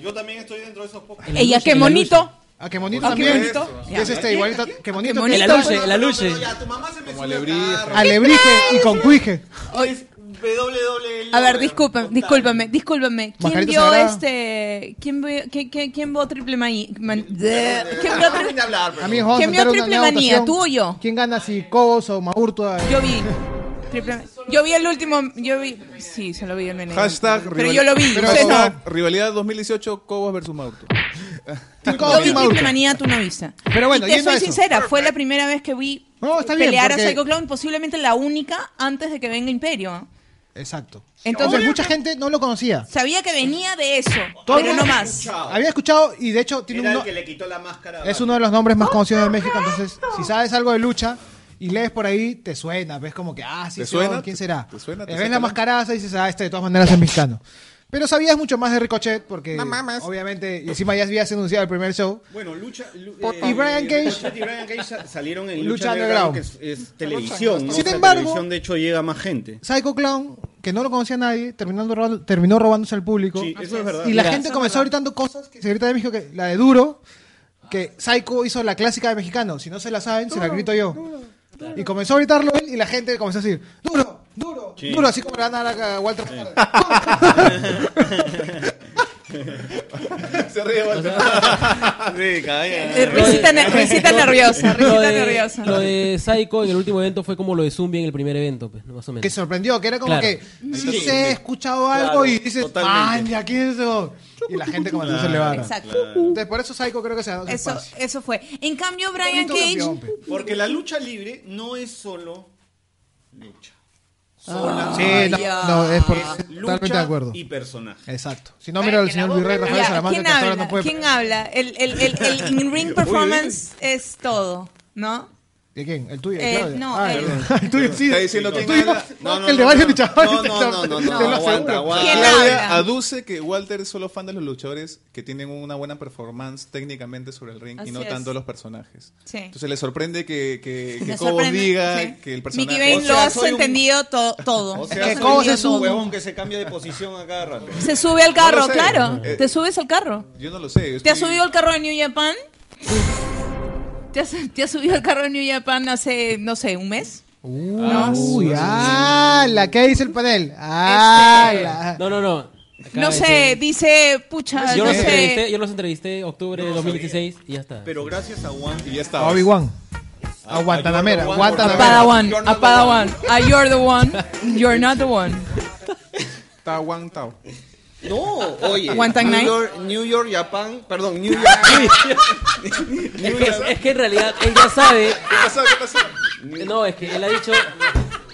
S5: Yo también estoy dentro de esos pocos.
S7: en la
S6: Ella,
S7: lucha,
S6: qué
S7: en la
S6: bonito.
S7: lucha.
S4: A que bonito
S6: Ah, qué
S4: también.
S6: bonito.
S4: Que es este igualito. Que bonito.
S6: bonito.
S7: El
S4: que-
S7: aluche, el aluche.
S5: tu mamá se me
S2: Como alebrije.
S4: Alebrije y con cuije.
S6: Oye,
S5: WWE.
S6: A ver, disculpen, discúlpame, discúlpame. ¿Quién
S4: Mascarita
S6: vio
S4: sagrada.
S6: este? ¿Quién vio, qué- qué- quién vio Triple Manía? ¿Quién vio Triple
S4: Amigos, vamos a
S6: ¿Quién vio
S4: hacer una
S6: Triple
S4: nueva
S6: Manía,
S4: votación.
S6: tú o yo?
S4: ¿Quién gana si Cobos o Maurtua?
S6: Yo vi. Triple- yo vi el último. Yo vi. Sí, se lo vi el menú.
S2: Hashtag
S6: Pero
S2: rival-
S6: yo lo vi.
S2: Pero
S6: ustedes no.
S2: hashtag rivalidad 2018, Cobos versus Maurto.
S4: Team Cobos,
S6: Yo vi
S4: Team Maurtua.
S6: Triple Manía, tú no viste.
S4: Pero bueno,
S6: y te
S4: yendo
S6: soy
S4: a eso.
S6: sincera, fue la primera vez que vi
S4: No, está bien,
S6: pelear
S4: porque-
S6: a Psycho Clown, posiblemente la única antes de que venga Imperio.
S4: Exacto.
S6: Entonces-
S4: Entonces, mucha gente no lo conocía.
S6: Sabía que venía de eso,
S4: Todo el
S6: pero
S4: mundo-
S6: no más.
S4: Había escuchado y de hecho tiene
S5: Era
S4: uno-
S5: el que le quitó la máscara.
S4: es uno de los nombres más conocidos de México. Entonces, si sabes algo de lucha y lees por ahí, te suena. Ves como que, ah, sí,
S2: ¿Te
S4: sí,
S2: suena?
S4: oh, ¿quién será?
S2: ¿Te suena? ¿Te
S4: Eh, ves
S2: saca
S4: la
S2: la-
S4: mascaraza y dices, ah, este de todas maneras es mexicano. Pero sabías mucho más de Ricochet porque,
S8: No mames.
S4: obviamente, y encima ya habías anunciado el primer show.
S5: Bueno, Lucha. Lu-
S4: Por-
S5: eh,
S4: y Brian Cage.
S5: Ricochet y Brian Cage sa- salieron en
S4: Lucha
S5: Lucha, Underground,
S4: Underground.
S5: que es, es televisión. ¿no?
S4: Sin
S5: O sea,
S4: embargo-
S5: televisión, de hecho, llega más gente.
S4: Psycho Clown, que no lo conocía nadie, terminando roba- terminó robándose al público.
S5: Sí, eso es verdad.
S4: Y la
S7: Mira,
S4: gente comenzó gritando cosas que se grita de México, que la de duro, que Psycho hizo la clásica de mexicano. Si no se la saben, se la grito yo. Y comenzó a gritarlo él y la gente comenzó a decir, duro, duro, duro, así como le van a dar a Walter.
S5: Se ríe, Sí,
S6: Eh,
S5: cae.
S6: risita ne- risita nerviosa,
S7: Lo
S6: risita
S7: de,
S6: nerviosa.
S7: lo de Psycho en el último evento fue como lo de Zumbi en el primer evento, pues, más o menos.
S4: Que sorprendió, que era como
S7: Claro.
S4: que sí, se ha escuchado algo
S5: Claro,
S4: y dices,
S5: totalmente.
S4: "Manja, ¿quién es eso?" Y la gente comenzó a celebrar.
S6: Exacto.
S4: Entonces, por eso Psycho creo que se ha dado su
S6: Eso,
S4: espacio.
S6: eso fue. En cambio, Brian
S4: Bonito campeón,
S6: Cage.
S4: pe.
S5: Porque la lucha libre no es solo lucha.
S4: Ah. Sí, no,
S6: ya.
S4: no, es por,
S5: Es
S4: totalmente de
S5: ah, lucha
S4: acuerdo.
S5: y personaje.
S4: Exacto. Si no, mira al señor Virrey Rafael
S6: Ya,
S4: Salamanca,
S6: ¿Quién
S4: que hasta ahora
S6: habla?
S4: no puede.
S6: ¿Quién habla? El, el, el, el in-ring performance es todo, ¿no?
S4: ¿De quién? ¿El tuyo?
S6: Eh,
S4: Claudia?
S6: no,
S4: Ah,
S6: el-
S4: perdón. el tuyo sí.
S2: Está diciendo
S4: el
S2: quién
S4: tuyo.
S2: habla.
S5: No, no,
S4: el de
S5: no,
S4: varios
S5: no.
S4: luchables.
S5: No, no, no, no, no,
S4: Te lo
S5: aguanta,
S4: aseguro.
S5: aguanta.
S6: ¿Quién
S2: Claudia
S6: habla?
S2: aduce que Walter es solo fan de los luchadores que tienen una buena performance técnicamente sobre el ring
S6: Así
S2: y no
S6: es.
S2: tanto los personajes.
S6: Sí.
S2: Entonces le sorprende que, que, que
S6: Me
S2: Cobos
S6: sorprende,
S2: diga
S6: sí.
S2: que el personaje...
S6: Mickey Bane
S5: O sea,
S6: lo has
S5: soy un-
S6: entendido to- todo.
S5: O
S6: Lo has
S4: Cobos
S5: sea,
S6: entendido
S4: es un-
S6: todo.
S5: huevón que se cambia de posición a cada rato.
S6: Se sube al
S2: No
S6: carro,
S2: lo sé.
S6: claro.
S2: Eh,
S6: Te subes al carro.
S2: Yo no lo sé. yo
S6: ¿Te has
S2: estoy-
S6: subido al carro de New Japan? ¿Te has, te has subido al carro de New Japan hace, no sé, un mes?
S4: Uy, ah, la que dice el panel. Ah,
S6: Este-
S4: la.
S7: No, no, no. Acá
S6: No
S7: es
S6: sé,
S7: el-
S6: dice, pucha,
S7: Yo
S6: no
S7: los
S6: sé.
S7: entrevisté, yo los entrevisté octubre de 2016 y ya está.
S5: Pero gracias a Juan
S2: Y ya está.
S4: Obi-Wan. A Guantanamera.
S5: Jordan
S4: Guantanamera.
S6: Para one, a Padawan. Ah, you're the one. You're not the one.
S2: Está aguantado.
S5: No, oye.
S6: Wantan
S5: New
S6: Night.
S5: York, New York, Japan. Perdón, New York.
S7: Es que, es que en realidad él ya sabe.
S2: ¿Qué pasó? ¿Qué pasó?
S7: No, es que él ha dicho.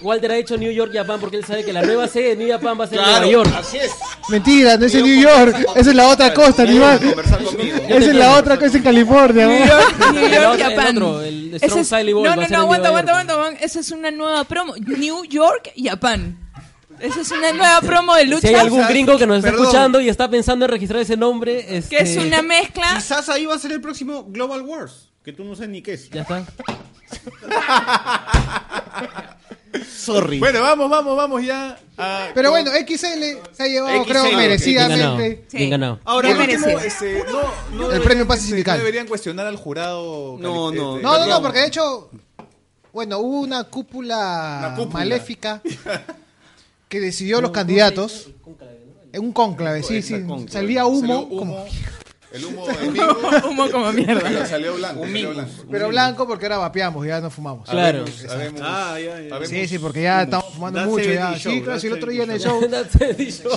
S7: Walter ha dicho New York, Japan, porque él sabe que la nueva sede de New Japan va a ser
S5: claro,
S7: en Nueva York.
S5: así es.
S4: Mentira, no es en New York. Esa es la otra costa, animal.
S5: Conversar conmigo.
S4: Esa es la otra costa, es en California.
S6: New
S4: ¿no?
S6: York, New
S7: El
S6: York,
S7: otro- el
S6: Japan.
S7: otro, el
S6: Ese
S7: Strong
S6: es-
S7: Style Evolve
S6: no,
S7: va
S6: no,
S7: a ser
S6: no,
S7: en
S6: aguanta,
S7: Nueva
S6: aguanta,
S7: York.
S6: aguanta, aguanta. Esa es una nueva promo. New York, Japan. Esa es una nueva promo de lucha.
S7: Si hay algún
S5: ¿sabes?
S7: gringo que nos está
S5: Perdón.
S7: escuchando y está pensando en registrar ese nombre, este,
S6: Que es una mezcla.
S5: Quizás ahí va a ser el próximo Global Wars. Que tú no sabes ni qué es.
S7: Ya está.
S5: Sorry.
S2: Bueno, vamos, vamos, vamos ya. a-
S4: Pero bueno, XL se ha llevado, creo,
S5: XL,
S7: Bien ganado.
S4: merecidamente.
S6: Sí.
S7: Bien ganado.
S2: Ahora,
S6: Bien
S2: el último,
S6: merecido.
S2: este, no, no
S4: El
S2: deberían-
S4: premio Paz y
S2: este,
S4: Sindical.
S2: No deberían cuestionar al jurado.
S5: No,
S2: cali-
S5: no,
S2: este,
S4: No, no, no,
S2: calificado.
S4: porque de hecho, bueno, hubo una cúpula,
S2: Una cúpula.
S4: maléfica que decidió los candidatos. En un cónclave, sí, sí.
S5: cónclave.
S4: Salía
S2: Salió
S4: humo, como-
S2: humo. El humo de Mingo,
S6: Humo como mierda.
S2: pero salió blanco. Salió blanco.
S4: pero blanco porque ahora vapeamos, ya no fumamos.
S7: Claro.
S2: Habemos- habemos-
S5: Ah, ya, ya.
S2: habemos-
S4: Sí, sí, porque ya estamos fumando
S5: Da
S4: mucho.
S5: CBD
S4: Ya.
S5: show,
S4: Sí, claro,
S5: da
S4: si el otro
S5: CBD
S4: día en el show.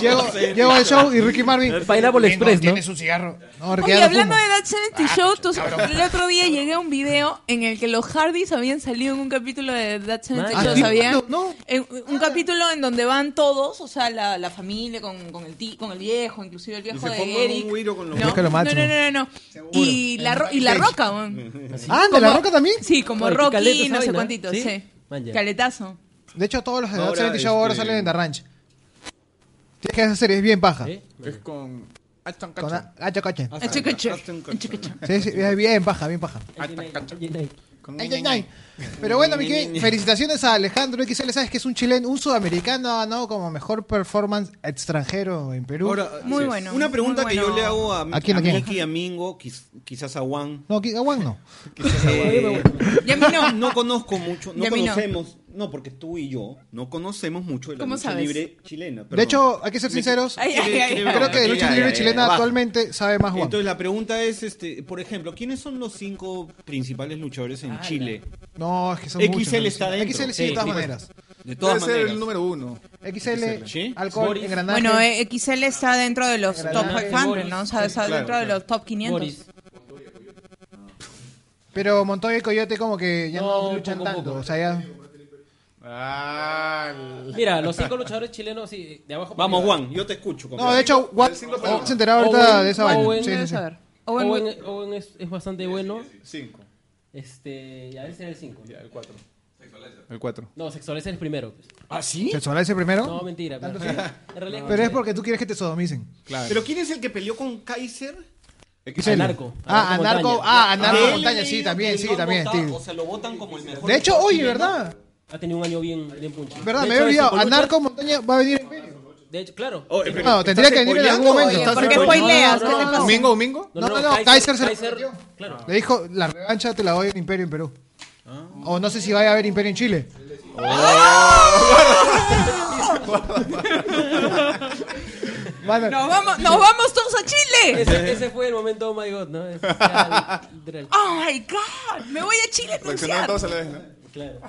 S4: Llego,
S7: Llego-
S4: llego al show y Ricky Marvin.
S7: Pineapple Express, ¿no?
S4: Tiene su cigarro. No, porque
S6: Oye,
S4: ya no fumo.
S6: hablando de That 70 Show, tú- el otro día llegué a un video en el que los Hardys habían salido en un capítulo de That 70
S7: Ah,
S6: Show,
S7: sí,
S6: ¿sabían?
S4: no, no.
S6: En- un capítulo en donde van todos, o sea, la, la familia con, con el ti- con el viejo, inclusive el viejo
S5: se pongan
S6: de
S5: un
S6: Eric.
S5: güiro con los-
S6: no,
S4: Es que lo
S6: no, no,
S4: macho.
S6: no, no, no. Y la, ro- y la roca, weón.
S4: Ah, ¿de la roca también?
S6: Sí, como
S7: Oye, qué caleta
S6: Rocky,
S7: esa
S6: no sé
S7: vaina,
S6: cuántito,
S7: ¿sí?
S6: sí.
S7: Man, ya.
S6: Caletazo.
S4: De hecho, todos los de Dot
S5: Ahora,
S4: 70 Show ahora
S5: este-
S4: salen en The Ranch. Tienes que esa serie es bien paja.
S7: ¿Eh?
S2: Es con. Ashton
S4: Con
S2: Kutcher.
S4: Gacho Cachen.
S6: Ah, Achucacho, achucacho.
S4: Sí, sí, es bien paja, bien paja.
S7: Ay, ay, ay.
S2: Con-
S4: Ay, ay, ay. Pero bueno, Miki, felicitaciones a Alejandro XL. Sabes que es un chileno, un sudamericano ha ganado como mejor performance extranjero en Perú.
S5: Ahora,
S6: Muy bueno,
S5: Ah, Una pregunta
S6: muy
S5: que yo
S6: bueno.
S5: le hago a,
S4: ¿A quién, a quién?
S5: Miki, a Mingo, quiz- quizás a Juan.
S4: no, qui- a Juan no.
S5: Eh,
S6: Y a mí no.
S5: no conozco mucho, no
S6: Y a mí no.
S5: conocemos, no. porque tú y yo no conocemos mucho de la
S6: ¿Cómo
S5: lucha
S6: sabes?
S5: libre chilena.
S4: De
S5: perdón.
S4: hecho, hay que ser sinceros.
S6: Ay, ay, ay, ay.
S4: Creo que de
S5: Ya,
S4: lucha
S5: ya,
S4: libre
S5: ya,
S4: chilena
S5: ya,
S4: actualmente sabe más Juan.
S5: Entonces la pregunta es, este, por ejemplo, ¿quiénes son los cinco principales luchadores
S6: Ah,
S5: en Chile?
S4: No, es que son
S5: XL
S4: muchos.
S5: está
S4: ¿no?
S5: dentro.
S4: XL sí, de
S5: Sí,
S4: todas
S5: sí.
S4: maneras.
S5: De todas
S2: Debe ser
S5: maneras.
S2: el número uno.
S4: XL,
S5: ¿Sí?
S4: alcohol,
S7: Boris.
S4: engranaje.
S6: Bueno, eh, XL está dentro de los top
S7: Boris.
S6: 500, ¿no? O sea, está
S2: Claro,
S6: dentro de
S2: claro.
S6: los top 500.
S7: Boris.
S4: Pero Montoya y Coyote como que ya no,
S7: No,
S4: luchan
S7: poco a
S4: tanto.
S7: poco.
S4: O sea, ya...
S2: Ah,
S7: Mira, los cinco luchadores chilenos, sí, de abajo. para
S5: Vamos,
S7: arriba.
S5: Juan, yo te escucho.
S4: No,
S5: compadre.
S4: de hecho, Juan Juan se enteraba ahorita
S7: Owen,
S4: de esa vaina.
S7: Owen,
S4: Sí, sí,
S6: Debes
S4: sí.
S6: saber. Owen-
S7: Owen, Owen es, es bastante bueno.
S2: Cinco.
S7: Este, a ver si era el 5.
S2: El cuatro. El cuatro.
S7: No, sexual es el primero. pues.
S5: ¿Ah, sí?
S4: ¿Sexual ese primero?
S7: No, mentira. Pero, en realidad
S4: Pero es porque tú quieres que te sodomicen.
S2: Claro.
S5: ¿Pero quién es el que peleó con Kaiser?
S7: XL. Anarco.
S4: Ah, Anarco, ah, Anarco
S5: Ah,
S4: Montaña,
S5: él
S4: sí,
S5: leído
S4: también,
S5: que
S4: sí,
S5: lo han
S4: también.
S5: votado,
S4: sí.
S5: O sea, lo votan como el mejor.
S4: De hecho, oye,
S5: chileno.
S4: ¿verdad?
S7: Ha tenido un año bien, bien punchado.
S4: ¿Verdad?
S7: De
S4: Me
S7: hecho,
S4: había olvidado.
S7: Cinco Luchas-
S4: Anarco Oh. Montaña va a venir en Perú.
S7: De hecho, claro.
S5: Oye, pero
S4: No, tendría
S5: ¿estás
S4: que venir en algún
S5: spoileando?
S4: momento.
S6: Oye,
S4: estás
S6: ¿por qué
S4: seguro.
S6: spoileas?
S4: No,
S6: ¿Qué te
S4: no,
S6: pasa?
S4: no.
S2: ¿Domingo, domingo?
S4: No, no, no, Kaiser se
S7: Kaiser-
S4: lo metió.
S7: Claro.
S4: Le dijo, la revancha te la doy en Imperio en Perú. O no sé si vaya a haber Imperio en Chile.
S6: ¡Ah!
S4: Bueno,
S6: Nos vamos, nos vamos todos a Chile.
S7: Ese, ese fue el momento, oh my god, ¿no? Es- ya, literal.
S6: Oh my god, me voy a Chile a
S2: Reaccionaron
S6: anunciar.
S2: todos a la vez, ¿no?
S7: Claro.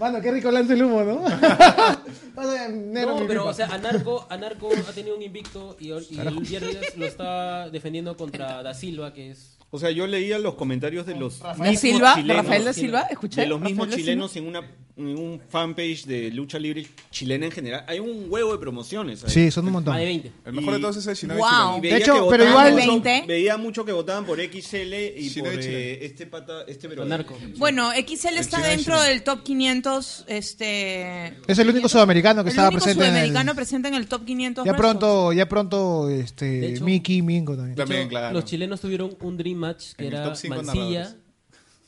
S4: mano, qué rico lanza el humo, ¿no? Vaya, negro,
S7: No,
S4: mi
S7: pero,
S4: pipa.
S7: o sea, Anarco, Anarco ha tenido un invicto y, y el viernes lo está defendiendo contra Da Silva, que es.
S5: O sea, yo leía los comentarios de los
S6: Da
S5: mismos
S6: Silva,
S5: chilenos,
S6: Rafael da Silva, escuché.
S5: de los mismos
S6: Rafael da
S5: chilenos en, una, en un fanpage de lucha libre chilena en general. Hay un huevo de promociones. ahí.
S4: Sí, son un montón.
S7: Más de 20.
S2: El mejor
S5: Y-
S2: de todos es el Shinobi
S6: Wow.
S5: Y
S2: Shinobi.
S5: veía
S4: hecho,
S5: que
S4: pero
S5: votaban
S6: igual-
S5: mucho-
S6: 20.
S5: veía mucho que votaban por XL y
S2: Chileno,
S5: por eh,
S2: Chileno.
S5: este pata, este pero
S7: Anarco.
S6: Bueno, XL está
S2: Chile,
S6: dentro
S2: Chile.
S6: del top 500. Este,
S4: Es el único sudamericano que
S6: el
S4: estaba
S6: único
S4: presente. en el-
S6: sudamericano presente en el top 500.
S4: Ya
S6: versus.
S4: pronto, ya pronto,
S7: De
S4: este,
S7: hecho-
S4: Mickey, Mingo también.
S7: De hecho,
S2: También, claro.
S7: Los chilenos tuvieron un dream match que
S2: En el
S7: era
S2: top cinco
S7: Mancilla,
S2: narradores.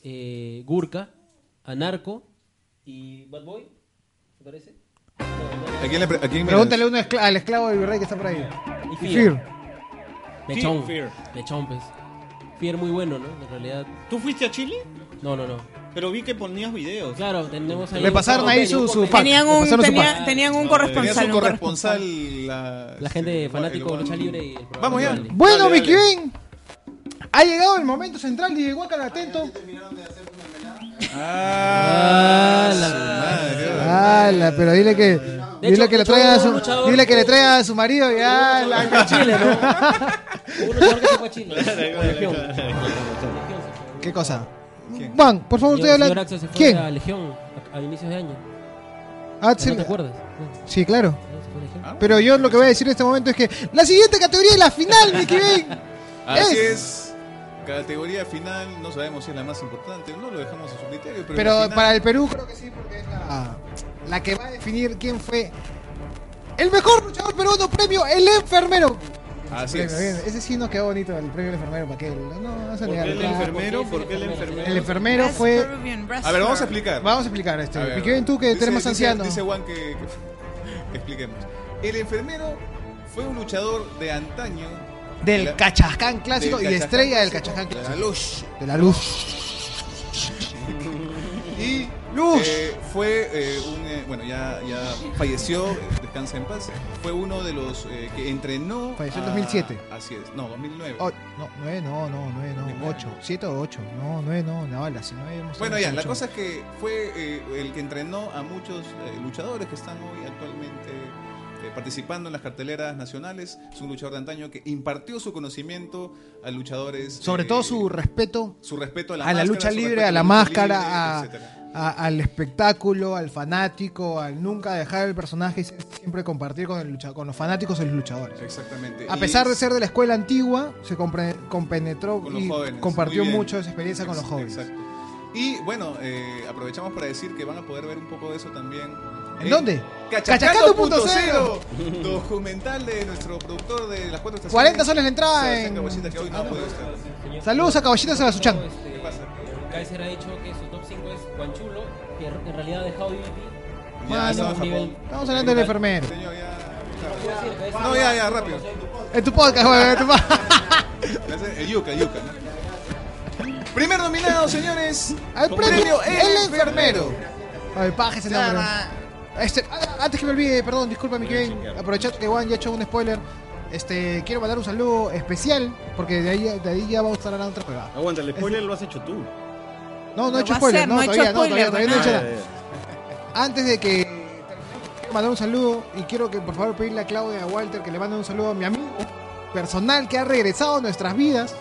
S7: eh, Gurka, Anarco y Bad Boy, ¿te parece?
S2: ¿A quién le pre- a quién miras?
S4: Pregúntale a uno escla- al esclavo del virrey que está por ahí.
S7: Y
S4: Y
S7: Fear.
S4: Fear.
S7: Mechón.
S5: Fear.
S7: Mechón, pues. Fear muy bueno, ¿no? En realidad.
S5: ¿Tú fuiste a Chile?
S7: No, no, no.
S5: Pero vi que ponías videos.
S7: Claro, tenemos ahí.
S4: Le pasaron ahí
S7: su
S4: su, su pack.
S6: Tenían
S4: le
S6: un,
S4: pasaron su
S6: tenía-
S4: pack.
S6: tenían un
S2: Tenía
S6: corresponsal.
S2: su
S6: un
S2: corresponsal. La, este,
S7: La gente
S2: el-
S7: fanático de
S2: el-
S7: lucha libre y el programa
S2: Vamos ya.
S7: de Vale.
S4: Bueno,
S5: Dale,
S4: mi
S5: dale.
S4: Kevin, ha llegado el momento central y llegó acá atento.
S2: Ah,
S7: Ah, la-
S2: su madre.
S4: Ala, pero dile que, dile
S7: hecho,
S4: que le
S7: luchó
S4: traigan a
S7: un
S4: su,
S7: luchador
S4: dile que le
S7: con-
S4: traigan a su marido y ala.
S7: A Chile, ¿no? Hubo Un luchador que se fue a Chile. Con Legión. Legión se fue.
S4: ¿Qué cosa? Juan, por favor,
S7: El
S4: usted
S7: señor
S4: habla.
S7: Axel se fue
S4: ¿Quién?
S7: a Legión a, a inicios de año. ¿No
S4: Axel.
S7: te acuerdas? No,
S4: Sí, claro.
S7: no, se fue a Legión.
S4: Pero yo lo que voy a decir en este momento es que la siguiente categoría es la final, mi Kevin.
S2: Así
S4: ah, Es-
S2: es. Categoría final, no sabemos si es la más importante o no, lo dejamos a su criterio. Pero, la
S4: Pero
S2: final-
S4: para el Perú creo que sí, porque es la, la que va a definir quién fue el mejor luchador peruano premio El Enfermero.
S2: Así
S4: Premio, bien.
S2: es.
S4: Ese sí nos quedó bonito, el premio El Enfermero, para que no, no se
S5: ¿Por qué
S4: negaron.
S5: el
S4: Ah,
S5: enfermero? ¿Por qué el
S4: El
S5: enfermero?
S4: enfermero
S6: Best
S4: fue...
S6: Peruvian
S2: A ver, vamos a
S6: wrestler.
S2: explicar.
S4: Vamos a explicar
S2: A
S4: este.
S2: ver,
S4: Piqué, tú que
S2: dice-
S4: eres más
S2: dice-
S4: anciano.
S2: Dice Juan que, que- que expliquemos. El enfermero fue un luchador de antaño.
S4: del
S2: de la-
S4: cachascán clásico
S2: del
S4: y
S2: Cachacán
S4: estrella del
S2: clásico,
S4: cachascán
S2: de
S4: clásico.
S2: La luz.
S4: De la luz.
S2: Y eh, fue eh, un. eh, bueno, ya, ya falleció, eh, descansa en paz. Fue uno de los eh, que entrenó.
S4: Falleció en
S2: a-
S4: 2007.
S2: Así es, no, 2009.
S4: O- no, nueve, no, no, nueve, no. Ocho. Siete o ocho. No, nueve, no. No, las nueve hemos
S2: Bueno,
S4: hemos
S2: ya, la
S4: ocho.
S2: cosa es que fue eh, el que entrenó a muchos eh, luchadores que están hoy actualmente eh, participando en las carteleras nacionales. Es un luchador de antaño que impartió su conocimiento a luchadores.
S4: Sobre
S2: eh,
S4: todo su respeto
S2: su respeto a la,
S4: a la
S2: máscara,
S4: lucha
S2: su
S4: libre,
S2: respeto
S4: a la
S2: lucha
S4: máscara,
S2: libre,
S4: a-
S2: etcétera.
S4: a- al espectáculo, al fanático, al nunca dejar el personaje y sie- siempre compartir con, el lucha- con los fanáticos y los luchadores.
S2: Exactamente.
S4: A
S2: Y
S4: pesar de
S2: es-
S4: ser de la escuela antigua, se compre- compenetró
S2: Con los
S4: y
S2: jóvenes,
S4: compartió
S2: muy bien.
S4: mucho esa experiencia con los
S2: Ex-
S4: jóvenes.
S2: Exacto. Y bueno, eh, aprovechamos para decir que van a poder ver un poco de eso también.
S4: ¿En dónde?
S2: Cachacato.0 Documental de nuestro productor de las cuatro estaciones.
S4: 40 soles la entrada
S2: Sebastián
S4: en- Ah.
S2: Caballita, que hoy no ha podido estar.
S4: Saludos a Caballitas a
S7: No, este,
S2: ¿Qué pasa?
S7: Kaiser ha dicho que su top 5 es Guanchulo, que en realidad ha dejado Unity.
S2: Ya, estaba en Japón.
S4: Estamos hablando del enfermero.
S2: Señor, ya. No, ya, ya, rápido.
S4: En tu podcast, güey, en tu podcast.
S2: Gracias. El yuca, el yuca. ¿no? Primer nominado, señores.
S4: Al
S2: con
S4: premio El
S2: Enfermero.
S4: Ay, paja ese nombre. Este, ah, antes que me olvide, perdón, disculpa mi Kevin, aprovechando que Juan ya ha hecho un spoiler, este, quiero mandar un saludo especial, porque de ahí, de ahí ya va a estar la otra pegada.
S5: Aguanta, el spoiler lo has hecho tú.
S4: No, no he
S6: Lo
S4: hecho
S6: va a
S4: spoiler,
S6: hacer,
S4: no,
S6: no ha
S4: todavía,
S6: hecho
S4: no, todavía,
S6: spoiler,
S4: todavía no he hecho
S6: Renato.
S4: nada. Antes de que terminemos, quiero mandar un saludo y quiero que por favor pedirle a Claudia y a Walter que le manden un saludo a mi amigo personal que ha regresado a nuestras vidas.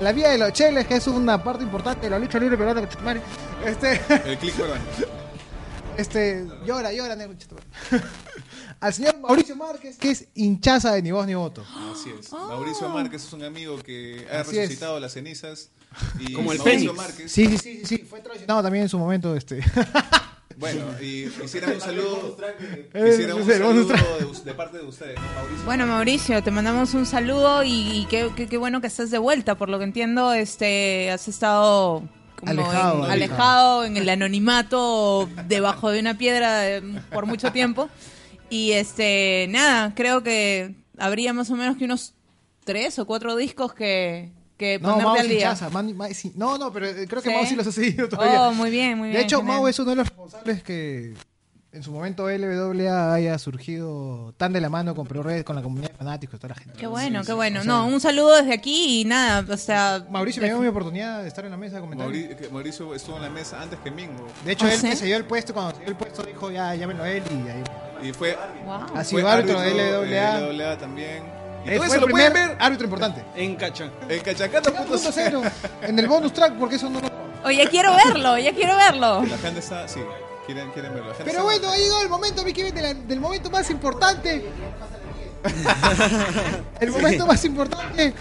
S4: La vida de los cheles, que es una parte importante de la lucha libre peruana, que madre. Este.
S2: El click peruano.
S4: Este, llora, llora, negro. chuta madre. Al señor Mauricio Márquez, que es hinchaza de ni voz ni voto.
S2: Así es.
S6: Oh.
S2: Mauricio Márquez es un amigo que ha
S4: Así es.
S2: resucitado las cenizas. Y
S5: Como el
S2: Mauricio
S5: Fénix.
S2: Márquez.
S4: Sí, sí, sí, sí, fue traicionado también en su momento. Este.
S2: Bueno, y quisiera un saludo.
S4: Eh,
S2: Quisiera un
S4: sí, el
S2: saludo
S4: bonus track.
S2: de, us- de parte de ustedes, ¿no, Mauricio.
S6: Bueno, Mauricio, te mandamos un saludo y, y qué, qué- qué bueno que estás de vuelta. Por lo que entiendo, este, has estado como en-
S4: Alejado.
S6: alejado en el anonimato debajo de una piedra eh, por mucho tiempo. Y este, nada, creo que habría más o menos que unos tres o cuatro discos que, que
S4: No,
S6: ponerte
S4: Mau
S6: al
S4: es
S6: día.
S4: hinchaza. Mani- Mai- sí. No, no, pero eh, creo que
S6: ¿Sí?
S4: Mau sí los ha seguido todavía.
S6: Oh, muy bien, muy bien.
S4: de hecho,
S6: genial.
S4: Mau es uno de los responsables que en su momento LWA haya surgido tan de la mano con ProRed, con la comunidad de fanáticos, toda la gente.
S6: Qué bueno, qué
S4: O
S6: bueno.
S4: sea,
S6: No, un saludo desde aquí y nada, o sea...
S4: Mauricio me dio mi oportunidad de estar en la mesa de comentar.
S2: Mauri- que Mauricio estuvo en la mesa antes que Mingo.
S4: De hecho,
S6: ¿Ah,
S4: él
S6: sí?
S4: que se dio el puesto, cuando se dio el puesto dijo, ya, llámenlo a él y ahí.
S2: Y fue,
S6: Wow.
S4: Ha
S2: fue
S4: sido
S2: eh,
S4: árbitro de
S2: de
S4: LWA.
S2: LWA también. Y todo
S4: Él Eh, fue
S2: eso
S4: el
S2: lo pueden
S4: primer
S2: ver
S4: árbitro importante.
S5: En Cacha.
S2: en cachacata.0.
S4: 0.0 en el bonus track, porque eso no lo...
S6: Oye, quiero verlo, ya quiero verlo.
S2: La gente está, sí, quieren, quieren verlo. La gente
S4: Pero
S2: está-
S4: bueno, ha llegado el momento, mi Kevin, de la- del momento más importante. el momento más importante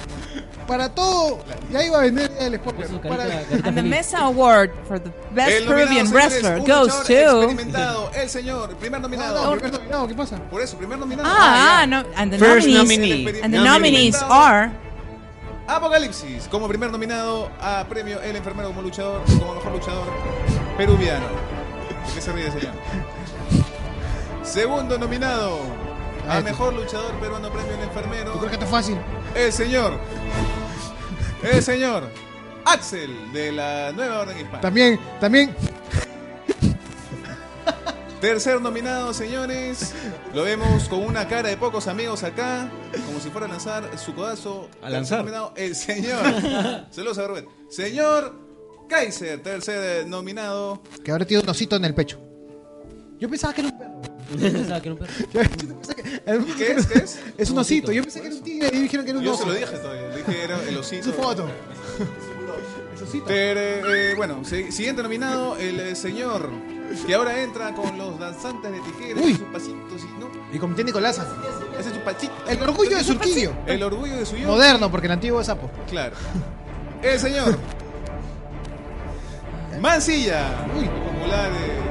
S4: para todo. Ya iba a vender el spoiler.
S7: Su
S4: Para-
S7: carita- carita
S6: And the
S7: feliz.
S6: Mesa Award for the best
S2: El nominado,
S6: Peruvian
S2: señores,
S6: wrestler
S2: un
S6: goes
S2: luchador
S6: to.
S2: Experimentado, el señor, primer
S4: No,
S2: nominado.
S4: no, primer nominado, ¿qué pasa?
S2: Por eso, primer nominado.
S6: Ah, ah, no, and the
S5: First
S6: nominees,
S5: nominee.
S6: and the nominees are.
S2: Apocalipsis, como primer nominado a premio El Enfermero como luchador, como mejor luchador peruviano. ¿De qué se ríe, señor? Segundo nominado a
S4: Cállate.
S2: mejor luchador peruano premio El Enfermero,
S4: Este. ¿Tú crees que esto es fácil?
S2: el señor, el señor Axel de la Nueva Orden Hispana.
S4: También, también.
S2: Tercer nominado, señores. Lo vemos con una cara de pocos amigos acá, como si fuera a lanzar su codazo.
S1: A lanzar.
S2: Tercer nominado, el señor. Saludos a Robert. Señor Kaiser, tercer eh, nominado.
S4: Que ahora tiene un osito en el pecho. Yo pensaba que era un perro.
S7: Pensaba que era un perro.
S4: Yo pensaba que-
S2: ¿Y qué es? ¿Qué es?
S4: Es un osito. Yo pensé que era un tigre y me dijeron que era un
S2: Yo se
S4: oso.
S2: lo dije todavía. Le dije era el osito.
S4: Su foto. Es osito.
S2: Ter- eh, eh, bueno, si- siguiente nominado, el eh, señor que ahora entra con los danzantes de tijeras
S4: Uy.
S2: y sus pasitos y no.
S4: Y con Nicolás.
S2: Ese es su pachito.
S4: El orgullo de Surquillo.
S2: El orgullo de su yo.
S4: Moderno, porque el antiguo es sapo.
S2: Claro. El señor. Mancilla.
S4: Uy.
S2: El popular eh. de.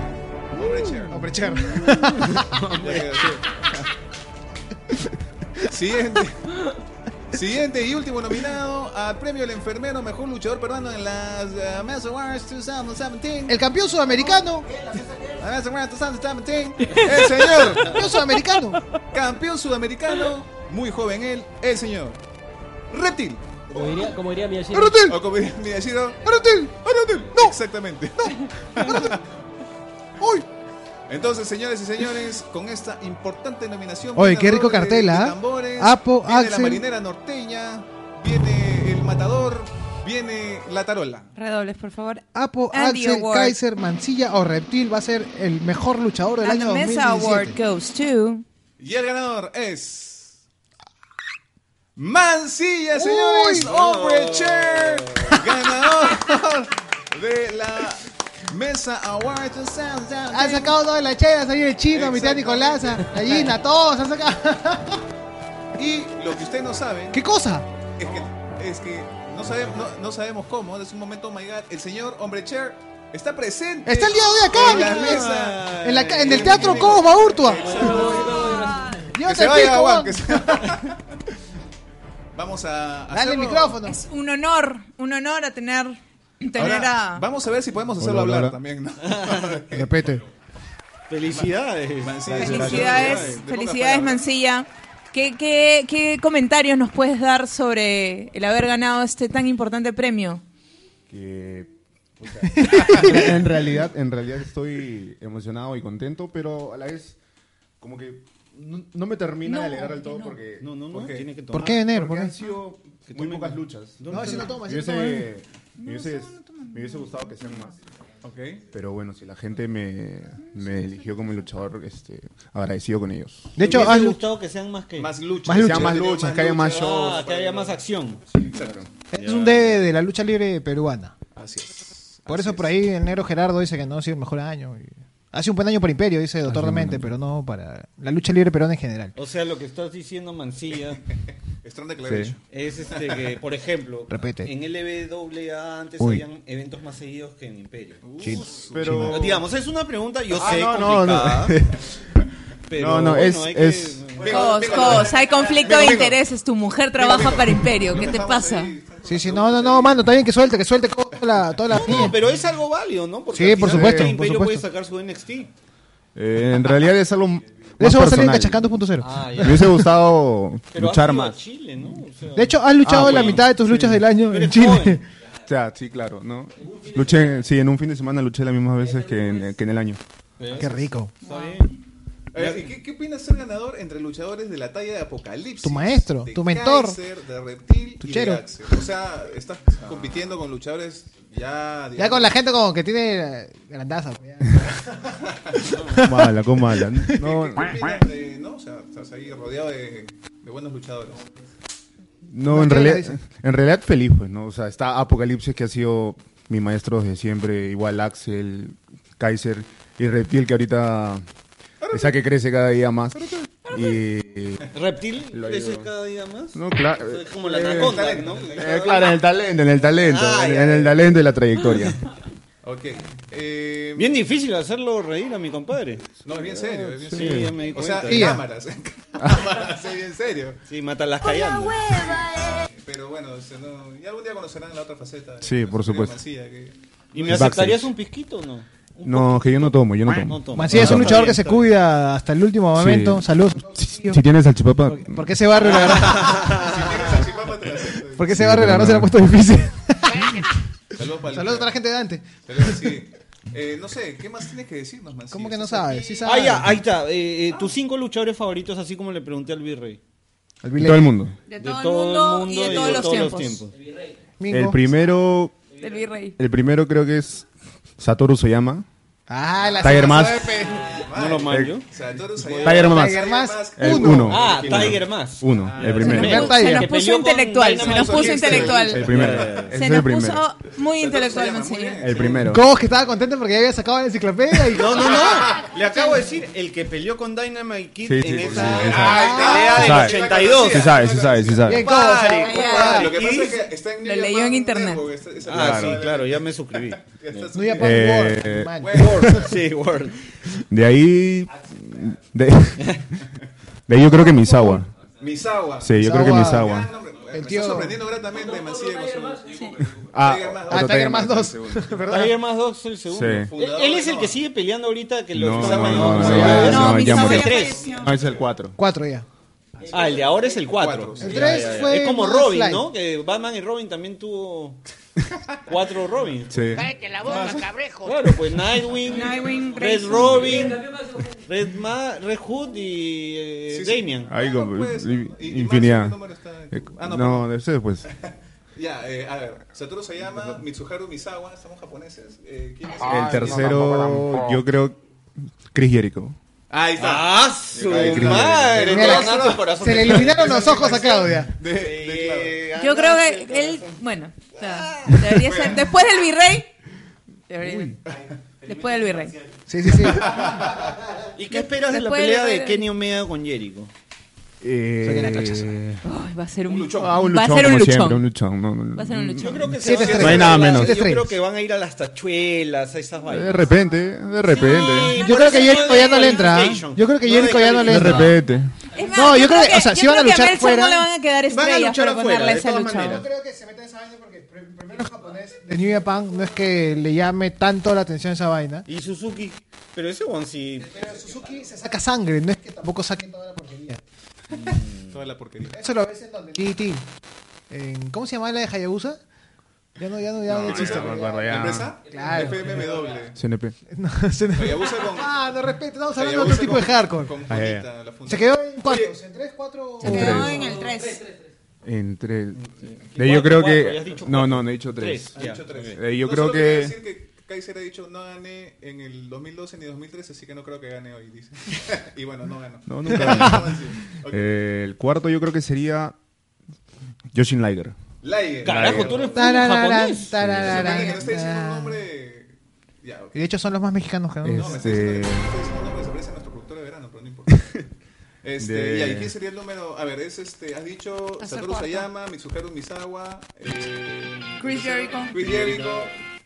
S2: Hombre Cher.
S4: Hombre, Cher.
S2: Ya quedó así. Siguiente. Siguiente y último nominado al premio El Enfermero Mejor Luchador Peruano en las eh, Mess Awards 2017.
S4: El campeón sudamericano.
S2: Las Mess Awards 2017. El señor.
S4: Campeón sudamericano.
S2: Campeón sudamericano. Muy joven él. El señor. Reptil.
S7: Como diría, como diría Miyashiro.
S4: ¡Arotel!
S2: O como diría Miyashiro.
S4: ¡Arotel!
S2: Reptil.
S4: No.
S2: Exactamente.
S4: ¡Uy!
S2: Entonces, señores y señores, con esta importante nominación.
S4: Oye,
S2: viene
S4: qué
S2: el
S4: rico
S2: rock de-
S4: cartel,
S2: de
S4: ¿ah?
S2: tambores,
S4: Apo,
S2: viene la
S4: Axel.
S2: marinera norteña, viene el matador, viene la tarola.
S6: Redobles, por favor.
S4: Apo,
S6: And the
S4: Axel,
S6: award.
S4: Kaiser, Mancilla o Reptil va a ser el mejor luchador del
S6: And
S4: año
S6: the Mesa Award
S4: 2017.
S6: goes to.
S2: Y el ganador es. Mancilla, señores, hombre chair, ganador de la Mesa Award.
S4: Han sacado todas las chelas ahí el chino, mi tía
S2: Exactamente.
S4: Nicolás, gallina, todos han sacado.
S2: Y lo que usted no sabe
S4: ¿Qué cosa?
S2: Es que, es que no, sabemos, no, no sabemos cómo, es un momento, oh my god, el señor Hombre Cher está presente.
S4: Está el día de hoy acá,
S2: en
S4: mi
S2: la
S4: querido.
S2: mesa. Eh,
S4: En, la ca- en el Teatro Cosma Urtua.
S2: Que
S4: Llévate
S2: se
S4: el
S2: vaya,
S4: pico,
S2: Juan,
S4: Juan.
S2: que se vaya. Vamos a
S4: Dale el
S2: hacerlo.
S4: micrófono.
S6: Es un honor, un honor a tener tener
S2: Ahora,
S6: a...
S2: Vamos a ver si podemos hacerlo
S11: Hola, hola, hola.
S2: hablar también. ¿no?
S11: Repete.
S5: Felicidades.
S2: Sí,
S6: Felicidades,
S2: De pocas
S6: felicidades
S2: palabras.
S6: Mancilla. ¿Qué, qué, ¿Qué comentarios nos puedes dar sobre el haber ganado este tan importante premio?
S10: que puta, en realidad en realidad estoy emocionado y contento pero a la vez como que no, no me termina
S6: No,
S10: de alegrar del todo
S6: no.
S10: porque
S5: No, no, no.
S2: ¿Por qué?
S5: Tiene que tomar.
S4: ¿Por qué enero?
S10: porque
S4: ¿Por
S10: han
S4: qué?
S10: sido muy pocas luchas
S4: No, si no toma,
S10: me
S4: si no
S10: hubiese,
S4: toma.
S10: me hubiese- me hubiese gustado que sean más
S2: Ok.
S10: pero bueno si la gente me, me eligió como luchador este agradecido con ellos
S4: De hecho,
S5: me
S4: han-
S5: hubiese gustado que sean más que.
S2: Más luchas.
S10: que sean más luchas que haya más shows
S5: Ah, que haya más acción.
S2: Exacto.
S4: es un debe de la lucha libre peruana.
S2: Así es.
S4: Por
S2: Así
S4: eso
S2: es.
S4: por ahí el negro Gerardo dice que no ha sido el mejor año. y- Ha sido un buen año para Imperio, dice Doctor Demente, pero no para la lucha libre peruana en general.
S5: O sea, lo que estás diciendo, Mancilla,
S2: Strong Declaration.
S5: es este que, por ejemplo,
S4: Repete.
S5: en LWA antes
S4: Uy.
S5: habían eventos más seguidos que en Imperio.
S4: Uh.
S10: pero
S5: Digamos, es una pregunta, yo
S10: Ah,
S5: sé,
S10: no, no,
S5: complicada. Pero
S10: No, no,
S5: bueno,
S10: es-
S5: hay que-
S10: es-
S6: Cos, cos, hay conflicto de intereses. Tu mujer trabaja para Imperio. ¿Qué te pasa?
S4: Sí, sí, no, no, no, mano, está bien que suelte, que suelte co- toda la... Toda la
S5: No, pero es algo válido, ¿no? Porque
S4: Sí,
S5: al
S4: por
S5: final
S4: supuesto,
S5: el
S4: por
S5: Imperio puede
S4: supuesto.
S5: sacar su NXT.
S10: eh, en realidad es algo m-
S4: De
S10: más
S4: eso va a salir en
S10: personal.
S4: Cachacán 2.0.
S5: Ah,
S10: me hubiese gustado
S5: Pero has
S10: luchar
S5: ido a
S10: más
S5: Chile, ¿no? O sea,
S4: De hecho, has luchado
S10: Ah,
S4: la
S10: bueno,
S4: mitad de tus luchas del año
S5: eres
S4: en Chile.
S5: joven.
S10: O sea, sí, claro, ¿no? Luché, sí, en un fin de semana luché las mismas veces que en, que en el año.
S4: Qué rico.
S2: Eh, ¿y ¿Qué, ¿Qué opinas ser ganador entre luchadores de la talla de Apocalipsis?
S4: Tu maestro,
S2: de
S4: tu mentor,
S2: Kaiser, de Reptil
S4: tu
S2: y
S4: chero.
S2: de Axel? O sea, estás compitiendo con luchadores ya...
S4: Ya con la gente como que tiene eh, grandaza. pues, ya.
S10: Mala, con mala. No,
S2: No, no, o sea, estás ahí rodeado de, de buenos luchadores.
S10: no en, realidad, en realidad feliz, pues, ¿no? O sea, está Apocalipsis, que ha sido mi maestro desde siempre, igual Axel, Kaiser y Reptil, que ahorita esa que crece cada día más. Y...
S5: Reptil
S10: Lo
S5: crece
S10: ayudo.
S5: cada día más.
S10: No, claro.
S5: O sea, es como la
S10: eh,
S5: anaconda, ¿no?
S10: eh, claro, en el talento, en el talento,
S5: Ah,
S10: en,
S5: ya,
S10: en
S5: ya.
S10: el talento y la trayectoria.
S2: Ok. eh,
S5: Bien difícil hacerlo reír a mi compadre.
S2: No, es bien serio, es bien
S5: Sí,
S2: serio.
S5: ya me di
S2: o sea,
S5: cuenta.
S2: en
S4: Tía.
S2: cámaras, en cámaras, es bien serio.
S5: Sí, mata las callando.
S2: Pero bueno, o sea, no, y algún día conocerán la otra faceta. de
S10: Sí, por
S2: nuestro querido
S10: supuesto.
S2: Mancilla, que-
S5: ¿Y me
S10: Backstage.
S5: aceptarías un pisquito o no? Un
S10: No, que yo no tomo, yo no
S5: No
S10: tomo.
S5: tomo.
S4: Macías es un
S5: No,
S4: luchador
S5: está
S4: que se
S5: bien, está
S4: cuida hasta el último momento.
S10: Sí.
S4: Salud.
S10: Si, si tienes salchipapa,
S4: Porque ese barrio, la verdad,
S2: Si tienes salchipapa, te la acepto.
S4: porque ese
S10: Sí,
S4: barrio, la verdad,
S10: pero
S4: se le ha
S10: no.
S4: puesto difícil.
S2: Saludos para el-
S4: Saludos a toda la gente de Dante.
S2: Saludos, sí. Eh, no sé, ¿qué más tienes que decirnos, Mancilla?
S4: ¿Cómo que no
S2: Estás
S4: sabes?
S2: aquí.
S4: Sí
S5: bien. Ah,
S4: sabes.
S5: ya, ahí está. Eh, eh, tus cinco luchadores favoritos, así como le pregunté al virrey.
S10: todo el mundo.
S6: De todo, el mundo y de todos, los, tiempos.
S4: Mingo.
S10: El primero,
S6: Del virrey.
S10: el primero creo que es Satoru Soyama.
S4: Ah, la
S10: Tiger
S4: salsa
S10: Mask.
S4: de pe-
S5: No lo
S10: Eh,
S5: manjo.
S2: O sea, Toru Sayama,
S10: Tiger Mask.
S4: Tiger Mask.
S10: El
S4: Uno.
S10: uno.
S5: Ah, Tiger más.
S10: Uno, el primero.
S4: primer Tiger.
S6: Se nos
S5: Que
S6: puso
S5: peleó con
S6: intelectual, se
S5: Dynamite
S6: nos puso
S2: Kid.
S10: El
S6: intelectual.
S10: primero. Ese
S6: Se
S10: es el
S6: nos
S10: primero.
S6: puso muy intelectual,
S2: Sayama, muy
S6: Mancilla.
S2: bien.
S10: El primero.
S4: Goj, que estaba contento porque ya había sacado la enciclopedia. Y...
S5: No, no, no. Le acabo de decir, el que peleó con Dynamite Kid
S10: Sí, sí,
S5: en
S10: sí,
S5: esa
S10: sí, sí,
S5: pelea
S10: sí,
S5: del
S10: sabe.
S5: 82.
S10: Sí sabe, sí sabe, sí
S4: Bien,
S10: sabe.
S4: Goj,
S5: Pare,
S4: ¿sabes?
S6: ya.
S5: pare.
S2: Lo que pasa es
S5: Y-
S2: que está en
S6: Lo
S2: New
S6: leyó
S2: Japan
S6: en internet.
S2: Network, está- esa-
S5: Ah, sí,
S2: esa-
S5: claro, ya me suscribí.
S2: ya está
S4: No, ya
S2: su-
S4: pa-
S10: Eh,
S4: Word, man.
S5: Sí, Word.
S10: De ahí. De, de ahí yo creo que Misawa.
S2: Misawa.
S10: Sí, yo creo que
S4: Misawa.
S10: Misawa.
S2: Gran nombre. Me
S4: El
S2: está
S4: tío-
S2: sorprendiendo gratamente Mancilla con su-
S10: Ah,
S2: Tiger Mask.
S10: otro
S4: Ah, Tiger Mask 2.
S10: Mask.
S5: Tiger más Dogs el segundo.
S10: Sí.
S5: Él- Él es el que sigue peleando ahorita que lo
S10: No,
S5: estaba-
S10: no, no,
S5: Sí.
S10: no,
S5: Ah,
S10: ya- no,
S6: mi
S10: ya
S6: chavo
S10: murió.
S6: falleció.
S10: No, es el cuatro.
S4: Cuatro ya.
S5: Ah, el de ahora es el 4.
S2: El
S4: tres fue
S5: Es como
S4: más
S5: Robin,
S4: light.
S5: ¿no? Que Batman y Robin también tuvo cuatro Robin.
S10: Sí.
S5: Claro, pues Nightwing,
S6: Nightwing,
S5: Red
S6: Grayson.
S5: Robin, Red, Ma Red Hood y eh,
S2: Sí, sí.
S5: Damian.
S10: Ahí
S2: No,
S10: con
S2: pues, y- y
S10: infinidad.
S2: Max, ¿qué número está?
S10: Eh,
S2: Ah, no,
S10: No, de pues. ese después.
S2: Ya, eh, a ver. Satoru Sayama, Mitsuharu Misawa, estamos japoneses. Eh, ¿Quién es?
S4: Ah,
S10: El tercero, yo creo. Chris Jericho.
S2: Ahí está.
S5: ¡Ah, su
S10: Increíble.
S5: madre!
S4: Mira,
S5: Está ganando el corazón.
S4: Se le iluminaron los ojos a Claudia.
S2: De- de- claro.
S6: Yo creo que él, bueno, o sea, debería ser después del virrey. debería- después del virrey.
S4: Sí, sí, sí.
S5: ¿Y qué esperas de la
S6: Después de-
S5: pelea de Kenny Omega con Jericho?
S10: Eh,
S6: Ay, va a ser un,
S10: ah, un
S6: va a
S10: luchón,
S6: ser un
S10: como
S6: luchón.
S10: siempre, un luchón. no, no,
S6: Va a ser un luchón.
S5: Creo que se
S4: Siete
S5: van a-
S4: estrellas.
S10: No hay nada menos.
S5: Yo
S4: Siete
S5: creo
S4: estrellas.
S5: que van a ir a las tachuelas, a esas
S10: De
S5: vainas.
S10: repente, de repente.
S4: Yo creo que Jericho ya no le entra. ¿ah? Yo creo que Jericho ya no le
S10: De
S4: entra.
S10: repente.
S6: Es más,
S4: No, yo creo que- o sea, si van a
S6: creo que
S4: luchar
S6: Meltzer
S4: fuera-
S6: no le van a quedar
S5: Van a
S6: estrellas
S5: luchar
S6: para
S5: afuera,
S6: ponerle
S5: de
S6: esa
S5: todas
S6: lucha.
S5: maneras.
S4: creo que se meten esa vaina porque primero los japoneses, de New Japan no es que le llame tanto la atención esa vaina.
S5: Y Suzuki. Pero ese one sí.
S4: Suzuki se saca sangre, no es que tampoco saquen toda la porquería.
S2: Toda la porquería.
S4: Eso lo ves en donde GT. En, ¿Cómo se llama la de Hayabusa? Ya no, ya no, ya no, existe.
S10: no,
S4: pero
S10: no,
S4: ya-
S10: no, ya.
S2: ¿La empresa?
S4: Claro.
S2: FMMW.
S10: CNP.
S4: no, se-
S2: Hayabusa con.
S4: Ah, no respeto, estamos hablando de
S2: Hayabusa
S4: otro tipo
S2: con-
S4: de hardcore.
S2: Con
S10: Ah, ya, ya.
S2: Juanita, la función.
S4: Se quedó en
S2: Oye,
S4: cuántos, en tres, cuatro.
S10: En
S4: tres.
S10: tres.
S12: en el 3.
S10: Entre. Mm, eh, el- De ahí yo creo que. No, no, no he dicho tres.
S2: Ha dicho tres.
S10: Eh, yo
S2: No,
S10: creo
S2: solo quería
S10: que-
S2: decir que Kaiser ha dicho no gané en el 2012 ni 2013, así que no creo que gane hoy, dice. y bueno, no ganó.
S10: No, nunca ganó.
S2: Ok.
S10: Eh, el cuarto yo creo que sería. Yoshin Liger.
S2: Liger.
S7: Carajo,
S2: Liger.
S7: tú eres
S4: Tararara,
S7: japonés.
S2: Me
S4: tararara,
S2: sorprende que no esté diciendo un
S4: tararara.
S2: nombre. Ya, ok.
S4: Y de hecho son los más mexicanos que no.
S10: Es-
S2: No, me está diciendo que
S10: Este-
S2: no estoy diciendo un nombre, se parece a nuestro productor de verano, pero no importa. Este,
S10: De-
S2: Ya, ¿y quién sería el número? A ver, es este, has dicho
S12: el
S2: Satoru
S12: cuarto.
S2: Sayama, Mitsuharu Misawa, eh,
S12: Chris Jericho.
S2: Chris Jericho,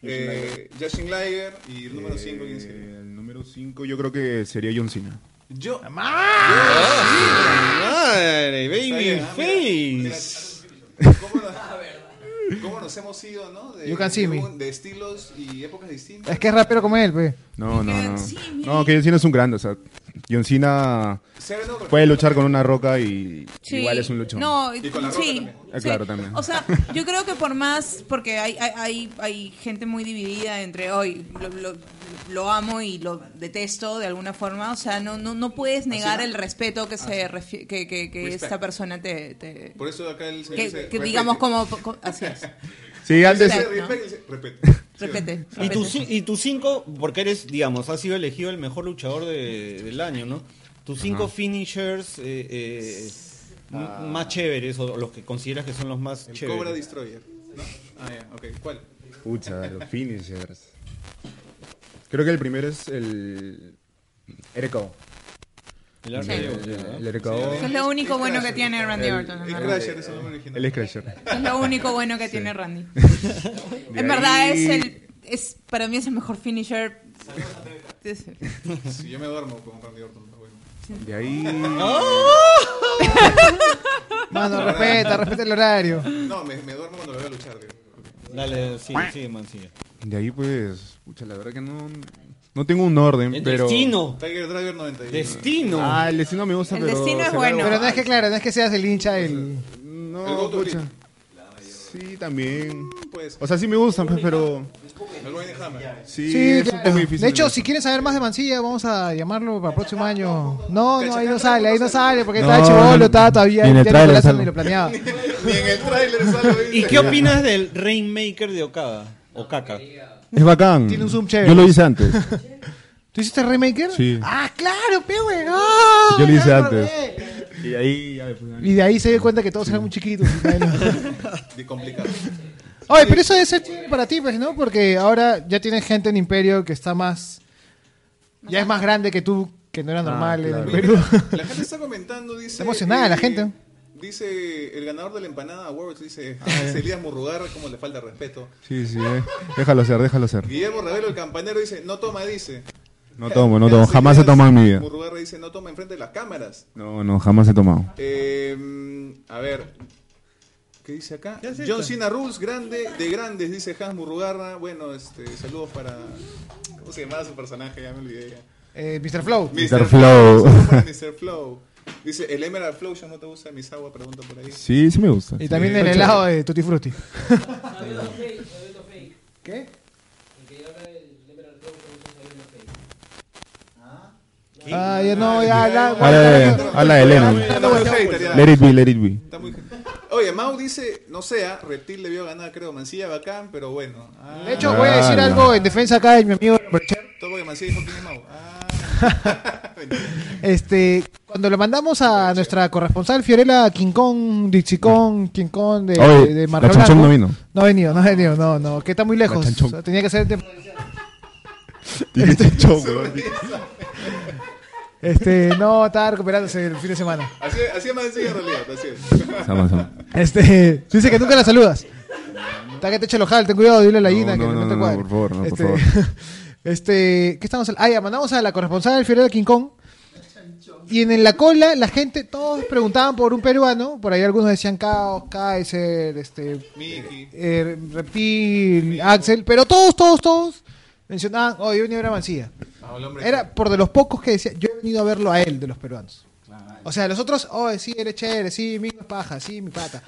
S2: eh, Justin Liger y el número 5, ¿quién sería?
S10: Eh, El número 5 yo creo que sería John Cena.
S2: Yo.
S5: ¡Ah! Madre,
S2: Está
S5: baby
S2: bien, ah, mira,
S5: face.
S2: mira, ¿Cómo nos, cómo nos hemos ido, no? De,
S4: You can see
S2: de,
S4: me.
S2: un- de estilos y épocas distintas.
S4: Es que es rapero como él, pues. pe.
S10: No, no, no.
S12: John Cena.
S10: No, que John Cena es un grande. O sea, John Cena
S2: Seven Over-
S10: puede luchar con una roca y
S12: Sí.
S10: igual es un luchón.
S12: No,
S2: Y con la roca
S12: sí.
S2: también.
S10: Ah,
S12: sí.
S10: claro, también.
S12: O sea, yo creo que por más, porque hay, hay, hay, hay gente muy dividida entre hoy lo, lo, lo amo y lo detesto de alguna forma. O sea, no, no, no puedes negar el respeto que se refi- que, que, que
S2: Respect.
S12: esta persona te, te-
S2: Por eso acá el señor
S12: que,
S2: dice,
S12: que digamos
S2: "Respete".
S12: como, co- así es.
S10: Sí, antes.
S2: Dice,
S12: ¿no?
S2: "Respete", dice, "Respete". Sí,
S12: Repete.
S5: Y
S12: repete.
S5: tu, ci- y tu cinco, porque eres, digamos, has sido elegido el mejor luchador de- del año, ¿no? Tus cinco finishers eh, eh, m- más chéveres, o los que consideras que son los más
S2: El
S5: chéveres.
S2: Cobra Destroyer. ¿no? Ah, ya, ok. ¿Cuál?
S10: Pucha, los finishers. Creo que el primero es el. RKO.
S5: El Arco
S12: Sí.
S5: de Dios, ¿no?
S10: El RKO.
S12: Eso es lo único bueno que tiene Randy
S10: El-
S12: Orton. en
S2: Ah, El
S12: verdad.
S2: Crasher es el nombre original.
S10: El Scratcher.
S12: Eso es lo único bueno que tiene Randy. En
S10: ahí-
S12: verdad es el es para mí es el mejor finisher.
S2: Si yo me duermo con Randy Orton, pero bueno.
S10: De ahí.
S5: ¡Oh!
S4: Mano, respeta, respeta el horario.
S2: No, me, me duermo cuando lo voy a luchar. digo.
S5: Dale, sí, sí, man, sí.
S10: De ahí, pues. Pucha, la verdad que no. No tengo un orden,
S5: El
S10: pero.
S5: destino.
S2: Tiger Driver 91.
S5: Destino.
S10: Ah, el destino me gusta,
S12: El
S10: pero.
S12: destino es
S10: se me-
S12: bueno.
S4: Pero no es que, claro, no es que seas el hincha el.
S2: El
S10: No,
S2: Goto
S10: pucha. Sí, también.
S2: Pues,
S10: O sea, sí me gustan, pues, pero.
S2: el Wayne Hammer.
S10: Sí,
S4: Sí,
S10: es un
S4: claro.
S10: poco difícil.
S4: De hecho,
S10: ¿no?
S4: si quieren saber más de Mancilla, vamos a llamarlo para el próximo año. No, no, ahí no
S2: Cachacán,
S4: sale, ahí no sale, porque estaba
S10: No,
S4: chivolo,
S10: no,
S4: estaba todavía
S11: ni en el
S4: ya
S11: tráiler
S4: lo plazo
S11: sale.
S4: ni lo planeaba.
S2: Ni en el tráiler sale. ¿viste?
S5: ¿Y qué opinas del Rainmaker de Okada? O Kaka.
S10: Es bacán.
S4: Tiene un zoom chévere.
S10: Yo lo hice antes.
S4: ¿Tú hiciste Remaker?
S10: Sí.
S4: Ah, claro, pe, weón. Ah,
S10: Yo lo hice
S4: ya me
S10: antes.
S4: acordé.
S10: y ahí ya después.
S4: Y de ahí se dio cuenta que todos eran muy chiquitos.
S2: De complicado.
S4: Oye, pero eso debe ser chévere para ti, pues, ¿no? Porque ahora ya tienes gente en Imperio que está más. Ya es más grande que tú, que no era normal en
S10: Ah, claro.
S4: Imperio.
S2: La gente está comentando, dice.
S4: Está emocionada la gente.
S2: Dice el ganador de la empanada, Awards, dice
S10: Ah,
S2: dice Elías Murrugar, como le falta respeto.
S10: Sí, sí, eh. déjalo ser, déjalo ser.
S2: Guillermo Ravelo, el campanero, dice: No toma, dice.
S10: No tomo, no tomo. Jamás he tomado en mi vida.
S2: Murrugarra dice: No toma enfrente de las cámaras.
S10: No, no, jamás he tomado.
S2: Eh, a ver. ¿Qué dice acá? John Cena Rules, grande, de grandes, dice Hans Murrugarra. Bueno, este, saludos para. ¿Cómo se llamaba su personaje? Ya me olvidé. ya.
S4: Eh, Mr. Flow.
S10: Mr. Flow.
S2: saludos para Mr. Flow. Dice, el Emerald Flow ya no te gusta mis aguas, pregunta por ahí.
S10: Sí, sí me gusta.
S4: Y también el helado de Tutti Frutti. ¿Qué? Ah, ya no, ya, ya.
S10: Habla de, habla de Lennon.
S2: Está muy hater, ya.
S10: Let it be, let it be.
S2: Está muy hater. Oye, Mau dice, no sé, ah, Reptil debió ganar, creo, Mancilla, bacán, pero bueno. Ah,
S4: De hecho, voy a decir
S10: Ah,
S4: algo en defensa acá de mi amigo.
S2: todo porque Mancilla dijo que es Mau. Ah.
S4: Este, cuando lo mandamos a nuestra corresponsal Fiorella King Kong, Dixie Kong, King Kong de,
S10: Oye,
S4: de
S10: la
S4: Mar del
S10: chanchón
S4: Blanco.
S10: no vino.
S4: No ha venido, no ha venido, no, no, que está muy lejos.
S10: chanchón.
S4: O sea, tenía que ser de-
S10: Dijiste chau, weón.
S4: este, no, estaba recuperándose el fin de semana.
S2: así, así es Mancilla en realidad, así es.
S10: Sama, sama.
S4: Este, tú dices que nunca la saludas. Está que te eche el ojal, ten cuidado, dile a la
S10: No,
S4: Ina que
S10: no,
S4: no,
S10: no,
S4: te
S10: no,
S4: cuadre.
S10: por favor, no, por
S4: este,
S10: favor.
S4: Este, ¿qué estamos? al- Ah, ya, mandamos a la corresponsal Fiorella King Kong. Y en la cola, la gente, todos preguntaban por un peruano. Por ahí algunos decían Caos, Kaiser, este, eh, Reptil, Axel. Pero todos, todos, todos mencionaban, oh, yo he venido a ver a Mancilla. Era por de los pocos que decía, yo he venido a verlo a él, de los peruanos. O sea, los otros, oh, sí, eres chévere, sí, mingo es paja, sí, mi pata.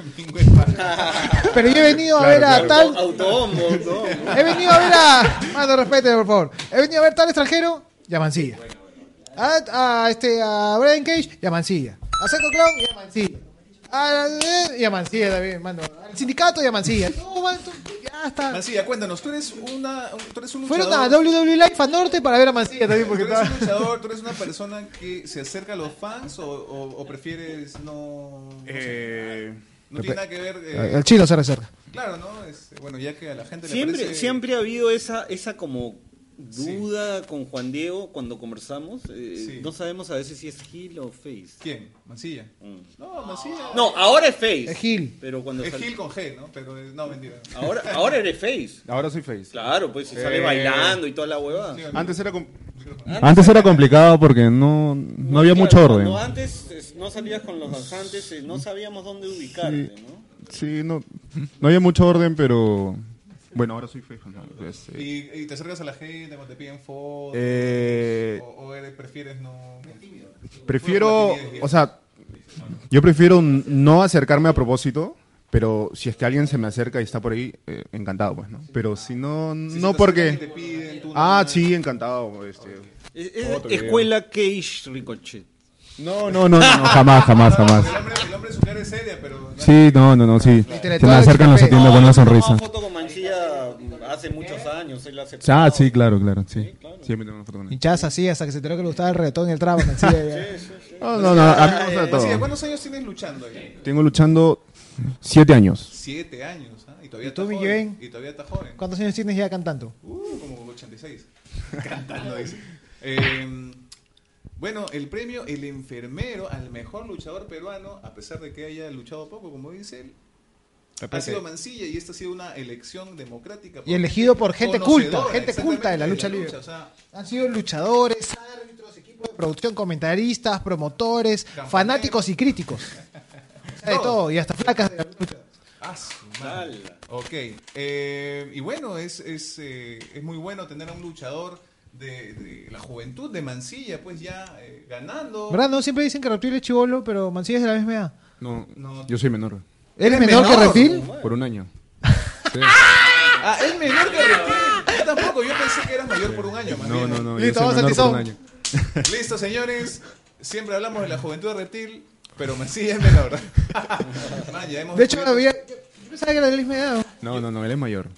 S4: Pero yo he venido a
S9: Claro,
S4: ver a
S9: claro.
S4: tal...
S9: Autohomo, autohomo.
S4: He venido a ver a... Mano, respete, por favor. He venido a ver tal extranjero, Llamancilla. A, a, este, a Brian Cage, Llamancilla. A Seco Clown, Llamancilla. A, eh, Llamancilla también, mano. Al sindicato, Llamancilla. No, man, tú- ya está.
S2: Mancilla, cuéntanos, tú eres, una, tú eres un luchador.
S4: Fueron a WWE Live a Norte para ver a Mancilla también, porque
S2: ¿Tú eres
S4: estaba...
S2: un luchador? ¿Tú eres una persona que se acerca a los fans o, o- o prefieres no... no sé, no tiene nada que ver... eh,
S4: El chino se reserva.
S2: Claro, ¿no? Este, bueno, ya que a la gente
S9: Siempre,
S2: le parece...
S9: siempre ha habido esa, esa como duda con Juan Diego cuando conversamos. eh, No sabemos a veces si es heel o face.
S2: ¿Quién? ¿Mancilla? No, Mancilla...
S9: No, ahora es face.
S2: Es
S4: heel.
S9: Pero cuando
S2: Es
S9: sal-
S2: Gil con G, ¿no? Pero eh, no, mentira.
S9: Ahora, ahora eres face.
S10: Ahora soy face.
S9: Claro, pues si sale
S10: Eh.
S9: bailando y toda la huevada.
S10: Antes era com- Antes era complicado porque no, no había
S9: Claro,
S10: mucho orden.
S9: cuando antes es, no salías con los danzantes, eh, no sabíamos dónde ubicarte, ¿no?
S10: Sí, no, no había mucho orden, pero bueno, ahora soy Facebook. ¿no? Entonces, eh,
S2: Y, y te acercas a la gente cuando te piden fotos.
S10: Eh.
S2: o, o eres- prefieres no.
S10: prefiero, o sea, yo prefiero n- no acercarme a propósito, pero si es que alguien se me acerca y está por ahí, eh, encantado, pues, ¿no? Pero si no, no
S2: te
S10: porque...
S2: acercan y te piden, tú
S10: ah, sí, encantado. Este,
S9: Es- es
S10: otro video.
S9: escuela Cage Ricochet.
S10: No, no, no, no, no, jamás, jamás, jamás.
S2: El hombre, el hombre su cara es seria, pero.
S10: Sí, no, no, no, sí. Se me acercan, los atiendo con una sonrisa.
S9: foto con Mancilla hace muchos años, él hace
S10: Ah, sí, claro, claro, sí. Sí, me tengo una foto con él.
S4: Hinchas así, hasta que se enteró que le gustaba el reggaetón y el trago. Mancilla, ya.
S10: No, no, no, a mí me gusta
S2: Mancilla,
S10: todo.
S2: ¿cuántos años tienes luchando ahí?
S10: Tengo luchando siete años.
S2: Siete años, ¿ah? Y todavía
S4: ¿Y tú,
S2: está
S4: mi
S2: joven.
S4: Jen?
S2: Y todavía está joven.
S4: ¿Cuántos años tienes ya cantando?
S2: Uh, como 86. Cantando dice. Eh, bueno, el premio El Enfermero al mejor luchador peruano, a pesar de que haya luchado poco, como dice él, ha sido Mancilla y esta ha sido una elección democrática.
S4: Y elegido por gente culta,
S2: conocedora,
S4: gente culta de la lucha
S2: exactamente,
S4: libre.
S2: de la lucha,
S4: Han sido luchadores, árbitros, equipos de producción, comentaristas, promotores, fanáticos y críticos. O sea, de todo, y hasta flacas de la lucha.
S2: Ah, su madre. Ok. eh, y bueno, es, es, eh, es muy bueno tener a un luchador de, de la juventud de Mancilla, pues ya eh, ganando.
S4: ¿Verdad? No siempre dicen que Reptil es chivolo, pero Mancilla es de la misma edad.
S10: No, yo soy menor.
S4: ¿Eres menor que Reptil?
S10: Por un año. Sí.
S2: Ah, es menor que Reptil. Yo tampoco, yo pensé que eras mayor por un año, más
S10: No,
S2: bien.
S10: no, no.
S4: Listo,
S10: yo
S4: vamos al
S10: soy menor por un
S4: tizón.
S10: año.
S2: Listo, señores. Siempre hablamos de la juventud de Reptil, pero Mancilla es menor. Man, ya hemos
S4: De hecho,
S2: descubierto-
S4: había, yo pensaba que era de la misma edad.
S10: No, no, no, él es mayor.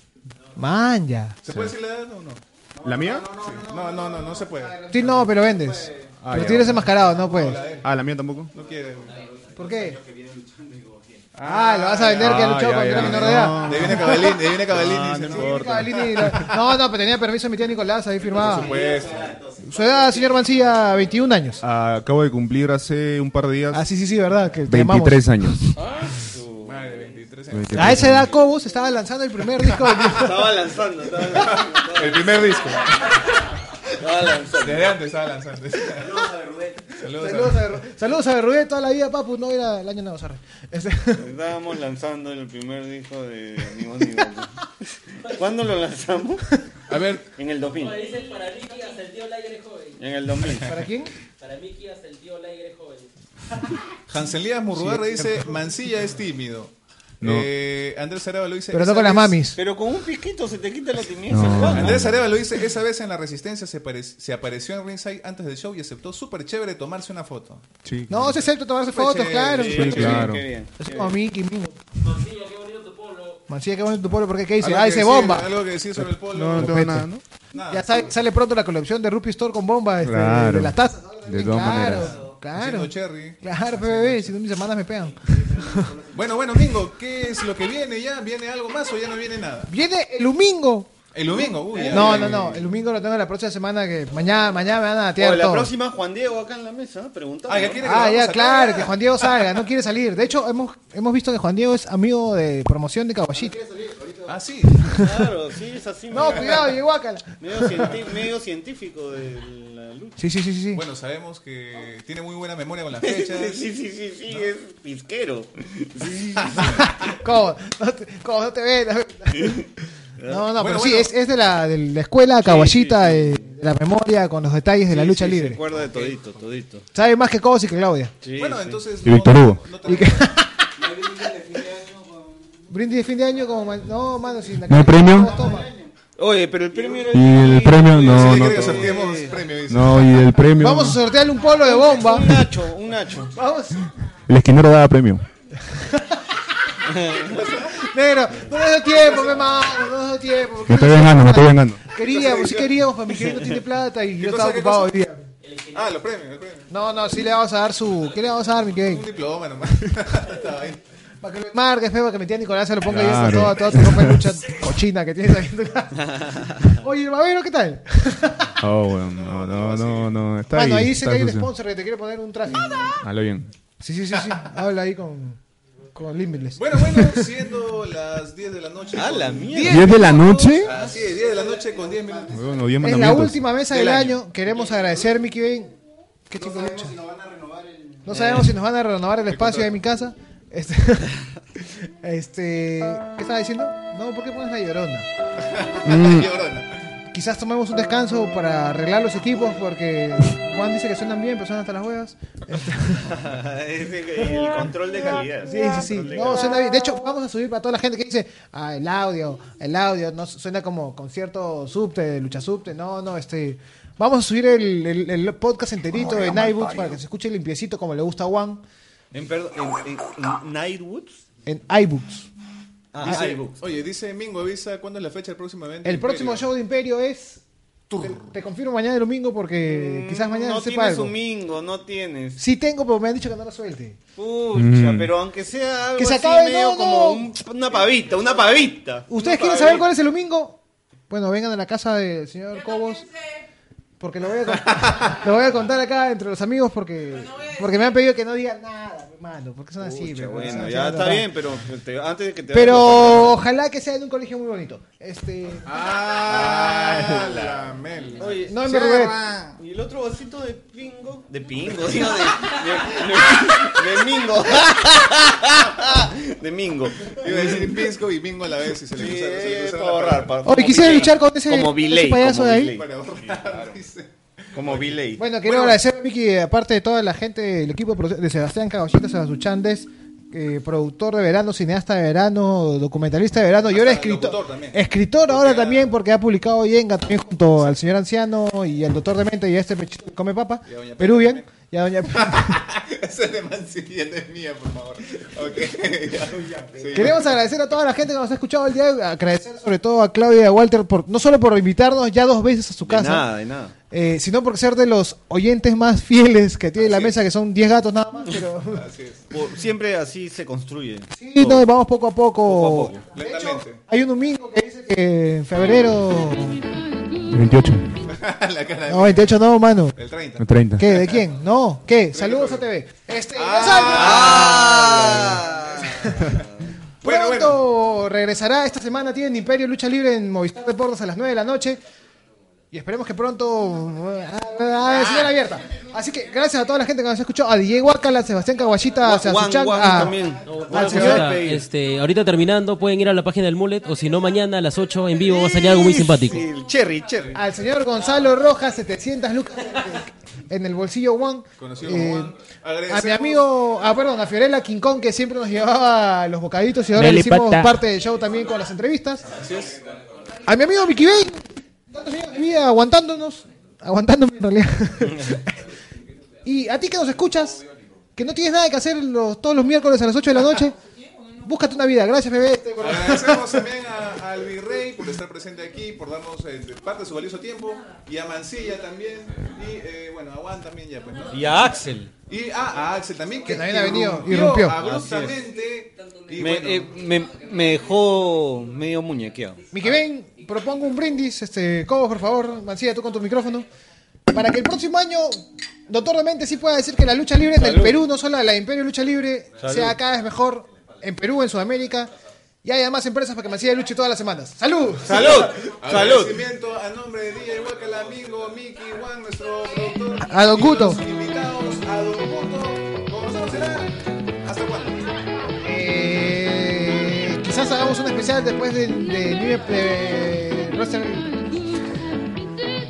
S4: Man, ya.
S2: ¿Se puede decir la edad o no?
S10: ¿La mía?
S2: No, no, no, no se puede.
S4: Reptil no, pero vendes.
S10: Ah,
S4: Pues, Reptil
S10: ya.
S4: es enmascarado, no puedes.
S10: Ah, la mía tampoco.
S2: No quiere.
S4: ¿Por qué? Ah, lo vas a vender que
S10: Ah,
S4: luchó
S10: ya,
S4: contra
S10: ya.
S4: menor de edad.
S2: De viene Cabalín, de viene Cabalín.
S10: Ah,
S2: dice,
S10: no
S2: ¿no?
S10: importa.
S4: Cavalini, la- No, no, pero tenía permiso de mi tía Nicolás, ahí firmaba.
S2: Pues,
S4: Su edad, señor Mancilla, 21 años.
S10: Ah, acabo de cumplir hace un par de días.
S4: Ah, sí, sí, sí, verdad. Que te amamos.
S10: 23 años.
S2: madre, 23 años.
S10: 23
S4: A esa
S10: años.
S4: edad Cobos estaba lanzando el primer disco.
S9: Estaba lanzando, estaba lanzando.
S2: El primer disco.
S9: Estaba lanzando.
S2: Desde antes estaba lanzando. Saludos a Rubén. Saludos,
S4: Saludos
S2: a
S4: a, Ber- saludos a Berrubé toda la vida, papu. No era el año nuevo, sorry. Este-
S9: Estábamos lanzando el primer disco de Ni Voz Ni Voz. ¿Cuándo lo lanzamos?
S2: A ver.
S9: En el 2000.
S7: dices para Mickey hasta el tío Lager es joven.
S9: En el 2000.
S4: ¿Para quién?
S7: Para Mickey hasta el tío Lager es joven.
S2: Hanselías Murrugarra dice, Mancilla es tímido.
S10: No.
S2: Eh, Andrés Arevalo dice...
S4: Pero
S2: "Esa
S4: no con las
S2: vez-
S4: mamis.
S9: Pero con un piquito se te quita la timidez. hermano.
S2: Andrés Arevalo dice, esa vez en la Resistencia se, pare- se apareció en Ringside antes del show y aceptó súper chévere tomarse una foto.
S10: Sí.
S4: No, se acepta tomarse
S2: Fue
S4: fotos,
S2: chévere,
S4: claro.
S2: sí,
S10: Sí, claro.
S9: Qué bien.
S4: Es como Mickey mismo.
S7: Mancilla, qué bonito tu polo.
S4: Mancilla, qué bonito tu pueblo, porque ¿qué dice?
S2: ¿Algo
S4: Ah,
S2: que
S4: dice
S2: decir-
S4: bomba.
S2: Algo que decir sobre el polo.
S10: No, no tengo nada, ¿no?
S2: Nada.
S4: Ya sale, sale pronto la colección de Rupi Store con bomba este,
S10: Claro.
S4: de las tazas.
S10: De todas maneras.
S4: Claro,
S2: Haciendo
S4: claro.
S2: cherry.
S4: Claro, PBB, si no mis hermanas me pegan.
S2: Bueno, bueno, Mingo, ¿qué es lo que viene ya? ¿Viene algo más o ya no viene nada?
S4: Viene el domingo.
S2: El domingo, uy. ya.
S4: No, no, no. El domingo lo tengo la próxima semana que mañana, mañana me van a
S9: O
S4: datear
S9: la
S4: todo.
S9: próxima Juan Diego acá en la mesa, preguntaba.
S2: Ah, ya quiere que lo
S4: Ah,
S2: vamos
S4: ya,
S2: acá.
S4: claro, que Juan Diego salga, no quiere salir. De hecho, hemos, hemos visto que Juan Diego es amigo de promoción de Caballito.
S2: Ah, sí.
S9: Claro, sí, es así.
S4: No,
S9: medio-
S4: cuidado, llegó acá.
S9: Medio, cienti- medio científico de la lucha.
S13: Sí, sí, sí, sí. sí.
S2: Bueno, sabemos que tiene muy buena memoria con las fechas.
S9: Sí, sí, sí, sí, es pisquero.
S4: ¿Cómo? No te, cómo no te ven? No, no,
S9: Bueno,
S4: pero sí,
S9: bueno.
S4: es, es de, la, de la escuela caballita, eh, de la memoria, con los detalles de la
S9: Sí,
S4: lucha
S9: sí, Se
S4: libre.
S9: acuerda de todito, todito.
S4: Sabe más que Cobos y que Claudia.
S2: bueno, entonces.
S4: Y Víctor Hugo.
S2: Y
S4: que- Brindis de fin de año como... man- No, mano, sin
S10: ¿No hay premio?
S9: Oye, pero el premio era.
S10: Y el premio, no,
S9: Sí,
S10: no.
S9: creo que
S10: todo.
S9: sorteemos
S2: premio, dice.
S10: No, y el premio.
S4: Vamos a sortearle un polo de bomba. Un
S9: nacho, un nacho.
S4: Vamos.
S10: El esquinero daba premio.
S4: Negro, no nos dio tiempo, me mano, no nos dio tiempo. ¿Por qué
S10: Me estoy vengando, me estoy vengando.
S4: Queríamos, sí queríamos, pero mi querido no tiene plata y
S2: cosa,
S4: yo estaba
S2: qué
S4: ocupado hoy
S2: cosa?
S4: día.
S2: Ah, los premios, el premio.
S4: No, no, sí le vamos a dar su... ¿Qué le vamos a dar, mi Kevin?
S2: Un diploma nomás. Estaba ahí.
S4: Para que lo marques, feo, para que mi tía Nicolás se lo ponga y
S10: Claro.
S4: eso, toda, toda tu ropa de lucha cochina que tienes ahí en tu casa. Oye, Babero, ¿qué tal?
S10: Oh, bueno, no, no, no, no. Está
S4: Bueno, ahí
S10: ahí,
S4: dice
S10: está
S4: que hay un
S10: sucio.
S4: sponsor que te quiere poner un traje.
S10: Hazlo bien.
S4: Sí, sí, sí, sí. Habla ahí con, con Limitless.
S2: Bueno, bueno, siendo las 10 de la noche.
S9: Ah, la mierda.
S10: ¿Diez de la noche?
S2: Así es, 10 de la noche con 10 minutos.
S10: Bueno, diez
S4: Es la
S10: mandamientos.
S4: última mesa del año. Queremos agradecer, Mickey Bain. Qué chico lucha. No sabemos si nos van a renovar el espacio de mi casa. Este, este, ¿Qué estaba diciendo? No, ¿por qué pones la llorona?
S2: Mm.
S4: Quizás tomemos un descanso para arreglar los equipos porque Juan dice que suenan bien, pero suenan hasta las huevas. Este,
S9: Ese- el control de
S5: Ah,
S9: calidad.
S4: Sí, sí, sí. No, suena bien. De hecho, vamos a subir para toda la gente que dice, ah, el audio, el audio, no suena como concierto subte, lucha subte. No, no, este. Vamos a subir el, el- el podcast enterito de Nightbooks para que se escuche limpiecito como le gusta a Juan
S9: En, perdón, en, en- en Nightwoods.
S4: en iBooks.
S9: Ah,
S2: Dice-
S9: iBooks.
S2: oye, dice Mingo, avisa cuándo es la fecha del próximo evento.
S4: El próximo show de Imperio es. Te, te confirmo mañana el domingo porque Eh, quizás mañana
S9: Mm, No
S4: sepa
S9: tienes
S4: algo.
S9: un mingo, no tienes.
S4: Sí tengo, pero me han dicho que no lo suelte.
S9: Pucha,
S4: Mm.
S9: pero aunque sea algo
S4: Que se
S9: así
S4: acabe,
S9: medio
S4: no,
S9: como
S4: no.
S9: un- una pavita, una pavita.
S4: ¿Ustedes quieren saber cuál es el domingo? Bueno, vengan a la casa del señor Cobos. Porque lo voy, a, con- lo voy a contar acá entre los amigos porque, porque me han pedido que no diga nada, hermano, porque son así.
S9: Pucha,
S4: pero son
S9: bueno,
S4: así,
S9: ya
S4: no,
S9: está
S4: no.
S9: bien, pero te- antes de que te
S4: Pero
S9: vayas
S4: ojalá que sea en un colegio muy bonito. Este,
S2: Ah, la mel.
S9: Oye,
S4: no en
S9: ya,
S4: Berruguet.
S9: va. Y el otro vasito de pingo. De pingo, digo, de, de, de- de mingo. De mingo.
S2: Iba a decir pisco y mingo a la vez. Y se le cruza- se le cruza
S9: para
S2: la
S9: ahorrar.
S2: palabra.
S9: para-
S4: Oye,
S9: como
S4: quisiera
S9: Viley,
S4: luchar con ese-
S9: Como
S4: ese
S9: Viley,
S4: payaso
S9: como
S4: de ahí.
S9: Viley.
S2: Para ahorrar, dice.
S9: Como Viley.
S4: Bueno, quiero agradecer a Miki, aparte de toda la gente, el equipo de produ- de Sebastián Caballito, Sebastián Chández, eh, productor de verano, cineasta de verano, documentalista de verano y ahora escritor. Escritor ahora también porque ha publicado Yenga también junto al señor anciano y al doctor de mente y a este pechito que come papa,
S2: Y a doña Pepa
S4: Peruvian, y a doña
S2: Esa es de Mancilla, no es mía, por favor. Ok. Sí.
S4: Queremos agradecer a toda la gente que nos ha escuchado el día de hoy, agradecer sobre todo a Claudia y a Walter, por, no solo por invitarnos ya dos veces a su
S9: De
S4: casa,
S9: nada, de nada.
S4: eh, sino por ser de los oyentes más fieles que tiene la mesa, que son 10 gatos nada más, pero...
S9: Por- Siempre así se construye.
S4: Sí, no, vamos poco a poco.
S2: Lentamente.
S4: Hay un domingo que dice que en febrero...
S10: 28.
S2: La cara de
S4: No, 28 no, mano.
S2: El 30.
S10: El 30.
S4: ¿Qué? ¿De quién? No, ¿qué? Saludos a TV. Este,
S9: Ah.
S4: Pronto regresará esta semana. Tienen Imperio Lucha Libre en Movistar Deportes a las 9 de la noche. Y esperemos que pronto. ah, ah, ah, señal abierta. Así que gracias a toda la gente que nos escuchó. A Diego Acala, a Sebastián Caguachita, a
S9: Juan,
S4: Sebastián
S9: Juan
S4: a-
S9: también.
S4: al
S7: Una
S4: señor.
S7: cosita, este, ahorita terminando, pueden ir a la página del Mullet o si no, mañana a las 8 en vivo va a salir algo muy simpático.
S9: El cherry, cherry.
S4: Al señor Gonzalo Rojas, 700 lucas en el bolsillo One.
S2: Conocido como Juan.
S4: Eh, A mi
S2: Agradecemos-
S4: amigo, ah, perdón, a Fiorella King Kong, que siempre nos llevaba los bocaditos y ahora le
S7: Dale,
S4: hicimos
S7: pata.
S4: parte del show también con las entrevistas.
S2: Así es.
S4: A mi amigo Mickey Bay, tantos años de vida aguantándonos, aguantándome en realidad. y a ti que nos escuchas, que no tienes nada que hacer los- todos los miércoles a las 8 de la noche, búscate una vida. Gracias, bebé.
S2: Agradecemos también a- al Virrey por estar presente aquí, por darnos eh, de parte de su valioso tiempo, y a Mancilla también, y eh, bueno, a Juan también ya pues, ¿no?
S9: Y a Axel.
S2: Y ah, a Axel también, que,
S4: también
S2: que
S4: ha venido,
S2: irrumpió
S4: irrumpió.
S2: abruptamente. Y
S9: Me,
S2: bueno,
S9: eh, me- me dejó medio muñequeado.
S4: Mickey Ben, propongo un brindis, este, Cobos, por favor, Mancilla, tú con tu micrófono, para que el próximo año, doctor de mente, sí pueda decir que la lucha libre del
S9: Salud.
S4: Perú, no solo la de Imperio Lucha Libre,
S9: Salud.
S4: sea cada vez mejor en Perú, en Sudamérica, Y hay además empresas para que Mancilla luche todas las semanas. ¡Salud!
S2: ¡Salud!
S4: ¡Salud!
S2: Agradecimiento a nombre de DJ Huacal, amigo Mickey Juan, nuestro productor.
S4: A- a Don
S2: y
S4: Guto.
S2: los invitados a Don Guto. Con nosotros será. ¿Hasta cuándo?
S4: Eh, quizás hagamos un especial después del de, de, Russell.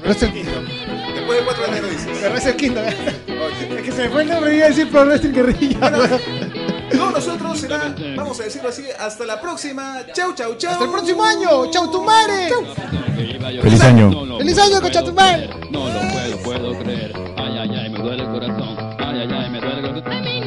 S4: Russell
S2: Después de 4 de enero dices.
S4: de Russell Kingdom. Es que se me fue el nombre y iba a decir Pro Wrestling Guerrilla.
S2: Con nosotros será, vamos a decirlo así, hasta la próxima. Chau, chau, chau.
S4: Hasta el próximo año. ¡Chau, tu madre!
S5: ¡Feliz año!
S4: ¡Feliz año, Cochatumar!
S5: No lo puedo, puedo creer. Ay, ay, ay, me duele el corazón. Ay, ay, ay, me duele el corazón.